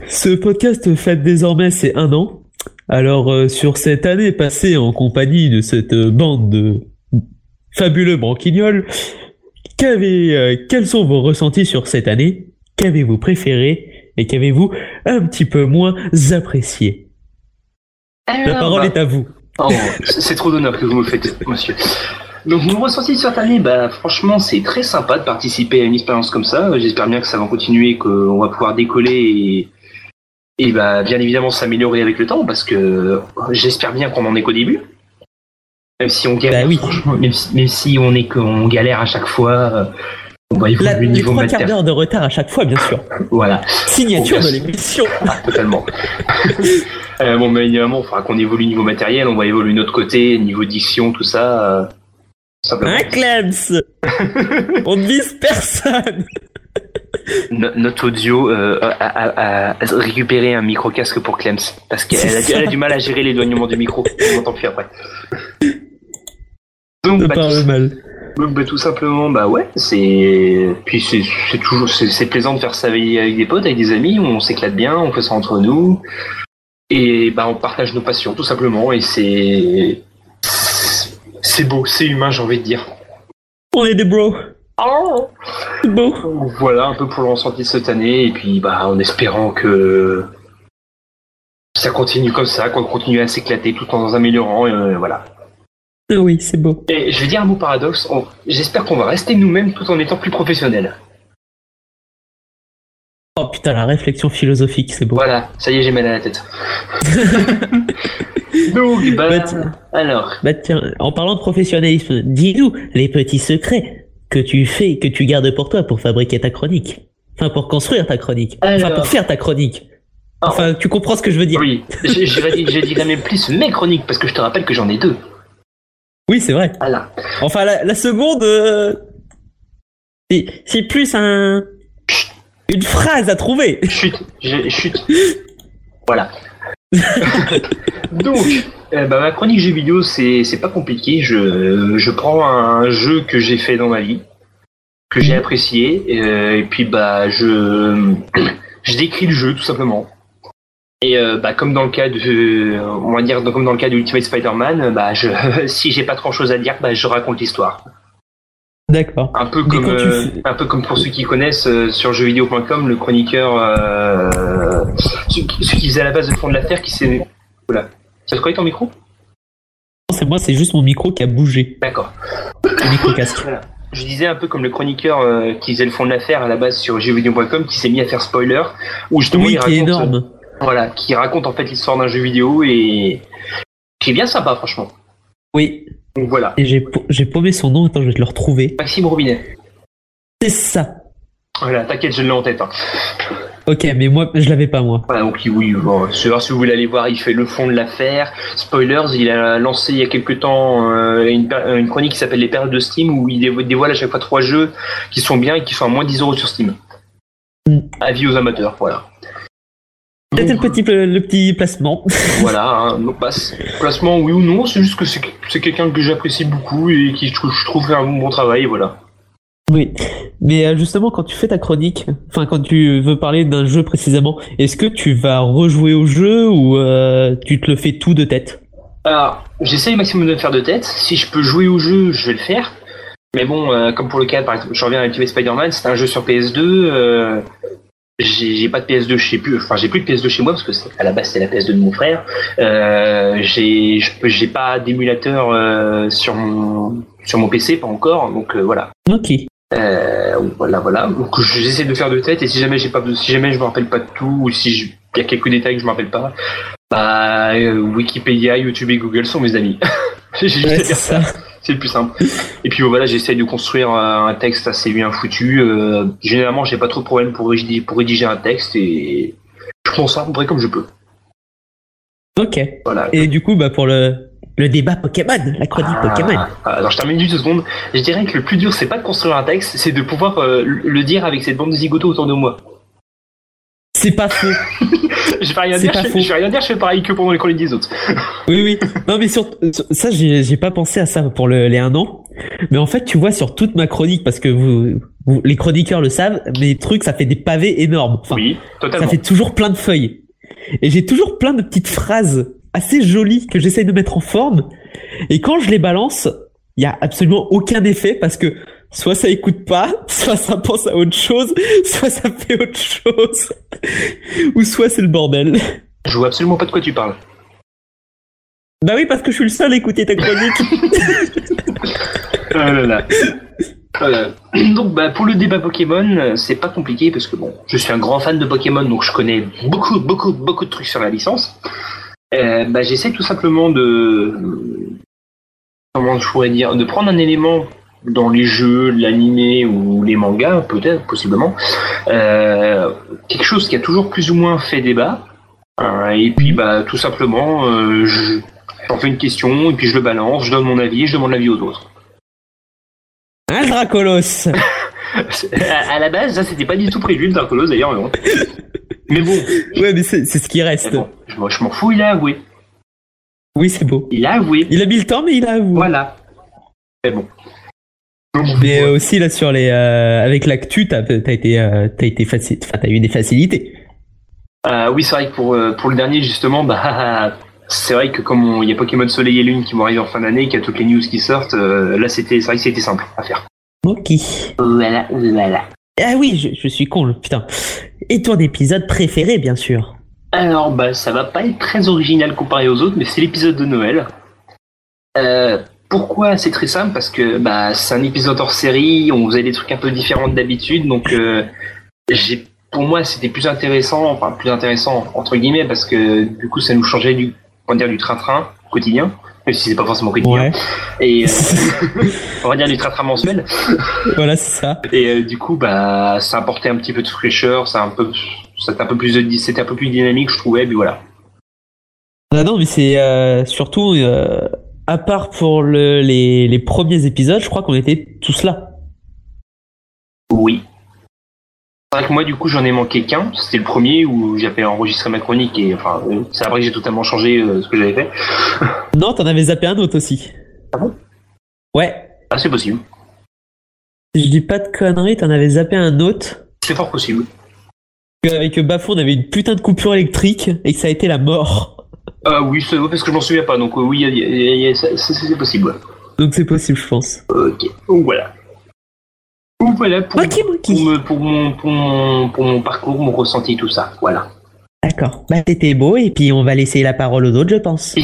Speaker 12: Ce podcast fête désormais ses un an. Alors, euh, sur cette année passée en compagnie de cette euh, bande de fabuleux branquignols, qu'avez, euh, quels sont vos ressentis sur cette année Qu'avez-vous préféré Et qu'avez-vous un petit peu moins apprécié La parole est à vous.
Speaker 15: Oh, c'est trop d'honneur que vous me faites, monsieur. Donc mon ressenti sur cette année, bah franchement c'est très sympa de participer à une expérience comme ça. J'espère bien que ça va continuer, qu'on va pouvoir décoller et, et bah bien évidemment s'améliorer avec le temps parce que j'espère bien qu'on en est qu'au début. Même si on galère, Eh ben franchement, même, si, même si on est qu'on galère à chaque fois, euh, on va évoluer
Speaker 12: La, les
Speaker 15: niveau
Speaker 12: trois quarts
Speaker 15: matériel.
Speaker 12: d'heure de retard à chaque fois, bien sûr.
Speaker 15: Voilà.
Speaker 12: Signature
Speaker 15: Bon,
Speaker 12: de
Speaker 15: bien sûr.
Speaker 12: l'émission.
Speaker 15: Ah, totalement. Euh, bon, mais évidemment, il faudra qu'on évolue niveau matériel, on va évoluer de notre côté, niveau diction, tout ça. euh, simplement.
Speaker 12: Hein, Clems On ne vise personne
Speaker 15: No- notre audio euh, a, a- a- a récupéré un micro casque pour Clems parce qu'elle a,
Speaker 12: C'est ça.
Speaker 15: elle a du mal à gérer l'éloignement du micro. On m'entend plus après. Donc, bah, tout, donc, bah, tout simplement, bah ouais, c'est puis c'est c'est toujours c'est c'est plaisant de faire ça avec, avec des potes, avec des amis. On s'éclate bien, on fait ça entre nous et bah on partage nos passions tout simplement et c'est c'est beau, c'est humain, j'ai envie de dire.
Speaker 12: On est des bros. Beau.
Speaker 15: Voilà un peu pour le ressenti de cette année, et puis bah en espérant que ça continue comme ça, qu'on continue à s'éclater tout en améliorant, euh, voilà.
Speaker 12: Oui, c'est beau.
Speaker 15: Et je vais dire un mot paradoxe, on- j'espère qu'on va rester nous-mêmes tout en étant plus professionnels.
Speaker 12: Oh putain, la réflexion philosophique, c'est beau.
Speaker 15: Voilà, ça y est, j'ai mal à la tête. Donc, bah, alors,
Speaker 12: Bah tiens, en parlant de professionnalisme, dis-nous les petits secrets que tu fais, que tu gardes pour toi pour fabriquer ta chronique. Enfin, pour construire ta chronique. Enfin,
Speaker 15: Alors. Ah.
Speaker 12: pour faire ta chronique. Enfin, tu comprends ce que je veux dire.
Speaker 15: Oui, je, je vais- je dirais même plus mes chroniques, parce que je te rappelle que j'en ai deux.
Speaker 12: Oui, c'est vrai. Enfin, la, la seconde, euh, c'est c'est plus un une phrase à trouver.
Speaker 15: Chut, chut. Voilà. Donc, euh, bah, ma chronique jeux vidéo, c'est c'est pas compliqué. Je, je prends un jeu que j'ai fait dans ma vie, que j'ai apprécié, euh, et puis bah je, je décris le jeu tout simplement. Et euh, bah, comme dans le cas de, on va dire comme dans le cas de Ultimate Spider-Man, euh, bah je, si j'ai pas grand chose à dire, bah je raconte l'histoire.
Speaker 12: D'accord.
Speaker 15: Un peu comme,
Speaker 12: quand tu
Speaker 15: euh, un peu comme pour ceux qui connaissent euh, sur jeuxvideo.com le chroniqueur, euh, ce ce qui faisait à la base le fond de l'affaire, qui s'est, voilà. Ça se connaît ton micro
Speaker 12: C'est moi, c'est juste mon micro qui a bougé.
Speaker 15: D'accord.
Speaker 12: Micro casque.
Speaker 15: Voilà. Je disais un peu comme le chroniqueur euh, qui faisait le fond de l'affaire à la base sur jeuxvideo.com qui s'est mis à faire spoiler, où justement
Speaker 12: Oui,
Speaker 15: il
Speaker 12: qui est
Speaker 15: raconte,
Speaker 12: énorme.
Speaker 15: voilà, qui raconte en fait l'histoire d'un jeu vidéo et qui est bien sympa franchement.
Speaker 12: Oui.
Speaker 15: Donc voilà.
Speaker 12: Et j'ai pau- j'ai paumé son nom. Attends, je vais te le retrouver.
Speaker 15: Maxime Robinet.
Speaker 12: C'est ça.
Speaker 15: Voilà, t'inquiète, je l'ai en tête. hein.
Speaker 12: Ok, mais moi, je l'avais pas moi.
Speaker 15: Voilà, donc oui, bon, c'est vrai, si vous voulez aller voir, il fait le fond de l'affaire. Spoilers, il a lancé il y a quelques temps euh, une, per- une chronique qui s'appelle Les périodes de Steam où il dévo- dévoile à chaque fois trois jeux qui sont bien et qui sont à moins 10 euros sur Steam.
Speaker 12: Mm.
Speaker 15: Avis aux amateurs, voilà.
Speaker 12: C'était le petit, le petit placement.
Speaker 15: Voilà, hein, donc, bah, c'est- placement oui ou non, c'est juste que c'est c'est quelqu'un que j'apprécie beaucoup et qui je trouve, je trouve fait un bon travail, voilà.
Speaker 12: Oui, mais euh, justement, quand tu fais ta chronique, enfin quand tu veux parler d'un jeu précisément, est-ce que tu vas rejouer au jeu ou euh, tu te le fais tout de tête?
Speaker 15: Alors, j'essaye au maximum de le faire de tête. Si je peux jouer au jeu, je vais le faire. Mais bon, euh, comme pour le cas, par exemple, je reviens à Ultimate Spider-Man, c'est un jeu sur PS2. euh, j'ai j'ai pas de PS2 chez plus, enfin j'ai plus de PS2 chez moi parce que c'est- à la base c'était la PS2 de mon frère. Euh, j'ai je peux- j'ai pas d'émulateur euh, sur mon sur mon PC pas encore, donc euh, voilà.
Speaker 12: Ok.
Speaker 15: Euh, voilà, voilà. Donc j'essaie de le faire de tête et si jamais j'ai pas, si jamais je me rappelle pas de tout ou si je- il y a quelques détails que je me rappelle pas, bah euh, Wikipédia, YouTube et Google sont mes amis. J'ai juste à faire ça. C'est le plus simple. Et puis oh, voilà, j'essaie de construire euh, un texte assez bien foutu. Euh, généralement, j'ai pas trop de problème pour rédiger, pour rédiger un texte et je prends ça à peu près comme je peux.
Speaker 12: Ok. Et du coup, bah, pour le, le débat Pokémon, la chronique Pokémon.
Speaker 15: Ah, alors je termine juste deux secondes. Je dirais que le plus dur, c'est pas de construire un texte, c'est de pouvoir euh, le dire avec cette bande de zigotos autour de moi.
Speaker 12: C'est pas faux.
Speaker 15: je vais rien
Speaker 12: C'est
Speaker 15: dire,
Speaker 12: pas
Speaker 15: je,
Speaker 12: faux.
Speaker 15: je vais rien dire, je fais pareil que pendant les chroniques des autres.
Speaker 12: Oui, oui. Non, mais sur sur- ça, j'ai j'ai pas pensé à ça pour le- les un an. Mais en fait, tu vois, sur toute ma chronique, parce que vous, vous- les chroniqueurs le savent, mes trucs, ça fait des pavés énormes. Enfin,
Speaker 15: totalement.
Speaker 12: Ça fait toujours plein de feuilles. Et j'ai toujours plein de petites phrases assez jolies que j'essaye de mettre en forme. Et quand je les balance, il y a absolument aucun effet parce que soit ça écoute pas, soit ça pense à autre chose, soit ça fait autre chose, ou soit c'est le bordel.
Speaker 15: Je vois absolument pas de quoi tu parles.
Speaker 12: Bah oui, parce que je suis le seul à écouter ta chronique.
Speaker 15: Oh là là. Oh là. Donc bah, pour le débat Pokémon, euh, c'est pas compliqué parce que bon, je suis un grand fan de Pokémon, donc je connais beaucoup, beaucoup, beaucoup de trucs sur la licence. Euh, bah, j'essaie tout simplement de comment je pourrais dire, de prendre un élément dans les jeux, l'animé ou les mangas, peut-être, possiblement, euh, quelque chose qui a toujours plus ou moins fait débat. hein, et puis bah tout simplement, euh, je- j'en fais une question et puis je le balance, je donne mon avis, je demande l'avis aux autres.
Speaker 12: Un Hein, Dracolos.
Speaker 15: à, à la base, ça c'était pas du tout prévu le Dracolos d'ailleurs, mais bon. Mais bon.
Speaker 12: Ouais, mais c'est c'est ce qui reste.
Speaker 15: je m'en- je m'en fous, il a avoué.
Speaker 12: Oui, c'est beau.
Speaker 15: Il a avoué.
Speaker 12: Il a mis le temps, mais il a avoué.
Speaker 15: Voilà. Mais bon.
Speaker 12: Mais euh, aussi là sur les euh, avec l'actu, t'as t'as été euh, t'as été faci- enfin, t'as eu des facilités.
Speaker 15: Euh, oui, c'est vrai que pour, euh, pour le dernier, justement, bah, c'est vrai que comme on- il y a Pokémon Soleil et Lune qui vont arriver en fin d'année, qu'il y a toutes les news qui sortent, euh, là c'était c'est vrai que c'était simple à faire.
Speaker 12: Ok.
Speaker 15: Voilà, voilà.
Speaker 12: Ah oui, je, je suis con, là, putain. Et ton épisode préféré, bien sûr.
Speaker 15: Alors, bah, ça va pas être très original comparé aux autres, mais c'est l'épisode de Noël. Euh, pourquoi C'est très simple, parce que bah, c'est un épisode hors série, on faisait des trucs un peu différents de d'habitude, donc euh, j'ai, pour moi c'était plus intéressant, enfin plus intéressant entre guillemets, parce que du coup ça nous changeait du, on va dire, du train-train quotidien, même si c'est pas forcément quotidien, et euh, on va dire du train-train mensuel.
Speaker 12: Voilà, c'est ça.
Speaker 15: Et euh, du coup, bah, ça apportait un petit peu de fraîcheur, ça un peu, c'était un peu plus, de- c'était un peu plus dynamique, je trouvais. Puis voilà.
Speaker 12: Ah, Non, non, mais c'est euh, surtout euh, à part pour le, les, les premiers épisodes, je crois qu'on était tous là.
Speaker 15: Oui. C'est vrai que moi, du coup, j'en ai manqué qu'un. C'était le premier où j'avais enregistré ma chronique et enfin, euh, c'est après que j'ai totalement changé euh, ce que j'avais fait.
Speaker 12: Non, t'en avais zappé un autre aussi.
Speaker 15: Ah bon
Speaker 12: Ouais.
Speaker 15: Ah, c'est possible.
Speaker 12: Si je dis pas de conneries, t'en avais zappé un autre.
Speaker 15: C'est fort possible.
Speaker 12: Avec Bafou, on avait une putain de coupure électrique et que ça a été la mort.
Speaker 15: Ah oui, c'est- parce que je m'en souviens pas. Donc euh, oui, il y a- il y a- il y a- ça- ça- c'est possible. ouais.
Speaker 12: Donc c'est possible, je pense.
Speaker 15: Ok. Donc voilà. Donc voilà pour, pour me- pour mon, pour, mon, pour mon parcours, mon ressenti, tout ça. Voilà.
Speaker 12: D'accord. Bah, c'était beau, et puis on va laisser la parole aux autres, je pense.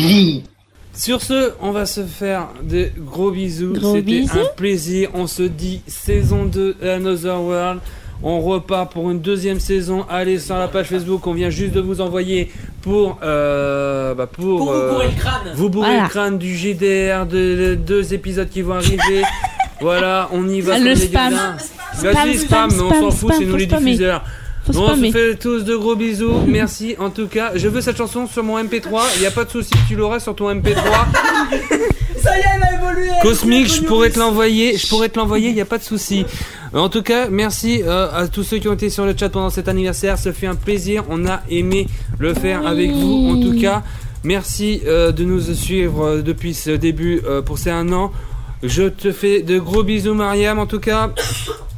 Speaker 4: Sur ce, on va se faire des gros bisous.
Speaker 12: Gros
Speaker 4: C'était
Speaker 12: bisous.
Speaker 4: un plaisir. On se dit saison 2 Another World. On repart pour une deuxième saison. Allez sur la page Facebook, on vient juste de vous envoyer pour euh, bah, pour,
Speaker 56: Pour vous
Speaker 4: euh,
Speaker 56: bourrer le crâne.
Speaker 4: vous bourrer
Speaker 56: Voilà.
Speaker 4: le crâne du JDR de, de- deux épisodes qui vont arriver. voilà, on y va.
Speaker 56: Le
Speaker 4: sur les
Speaker 56: spam.
Speaker 4: gueulins.
Speaker 56: Spam,
Speaker 4: Vas-y
Speaker 56: spam,
Speaker 4: spam, mais on s'en
Speaker 56: spam,
Speaker 4: fout,
Speaker 56: spam,
Speaker 4: c'est nous
Speaker 56: faut
Speaker 4: les
Speaker 56: spammer.
Speaker 4: diffuseurs.
Speaker 56: Faut
Speaker 4: Bon, on se
Speaker 56: spammer.
Speaker 4: fait tous de gros bisous. Merci en tout cas. Je veux cette chanson sur mon MP3. Il a pas de souci, tu l'auras sur ton MP3.
Speaker 57: Ça y est, elle a évolué.
Speaker 4: Cosmique, je pourrais te l'envoyer, je pourrais te l'envoyer, il n'y a pas de souci. Euh, En tout cas, merci euh, à tous ceux qui ont été sur le chat pendant cet anniversaire, ça fait un plaisir, on a aimé le faire avec vous. En tout cas, merci euh, de nous suivre euh, depuis ce début euh, pour ces un an. Je te fais de gros bisous Mariam en tout cas.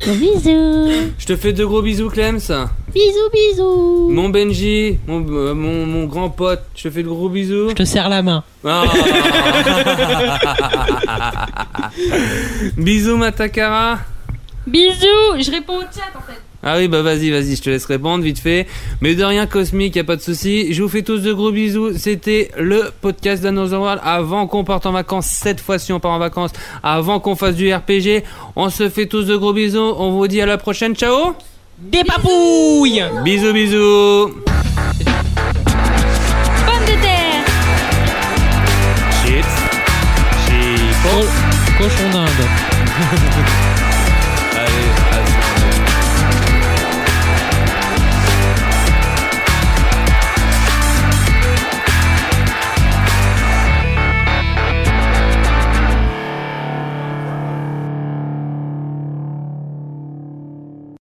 Speaker 26: Bisous.
Speaker 4: Je te fais de gros bisous Clems.
Speaker 26: Bisous, bisous.
Speaker 4: Mon Benji, mon, euh, mon, mon grand pote, je te fais de gros bisous. Ah. Je
Speaker 56: te serre la main.
Speaker 4: bisous Matakara.
Speaker 8: Bisous Je réponds au chat en fait.
Speaker 4: Ah oui, bah vas-y, vas-y, je te laisse répondre vite fait. Mais de rien, Cosmique, y a pas de souci. Je vous fais tous de gros bisous. C'était le podcast d'Another World. Avant qu'on parte en vacances, cette fois-ci, on part en vacances. Avant qu'on fasse du RPG, on se fait tous de gros bisous. On vous dit à la prochaine. Ciao
Speaker 56: Des papouilles
Speaker 4: Bisous, bisous
Speaker 57: Pomme de terre.
Speaker 4: Shit.
Speaker 56: Cochon d'Inde.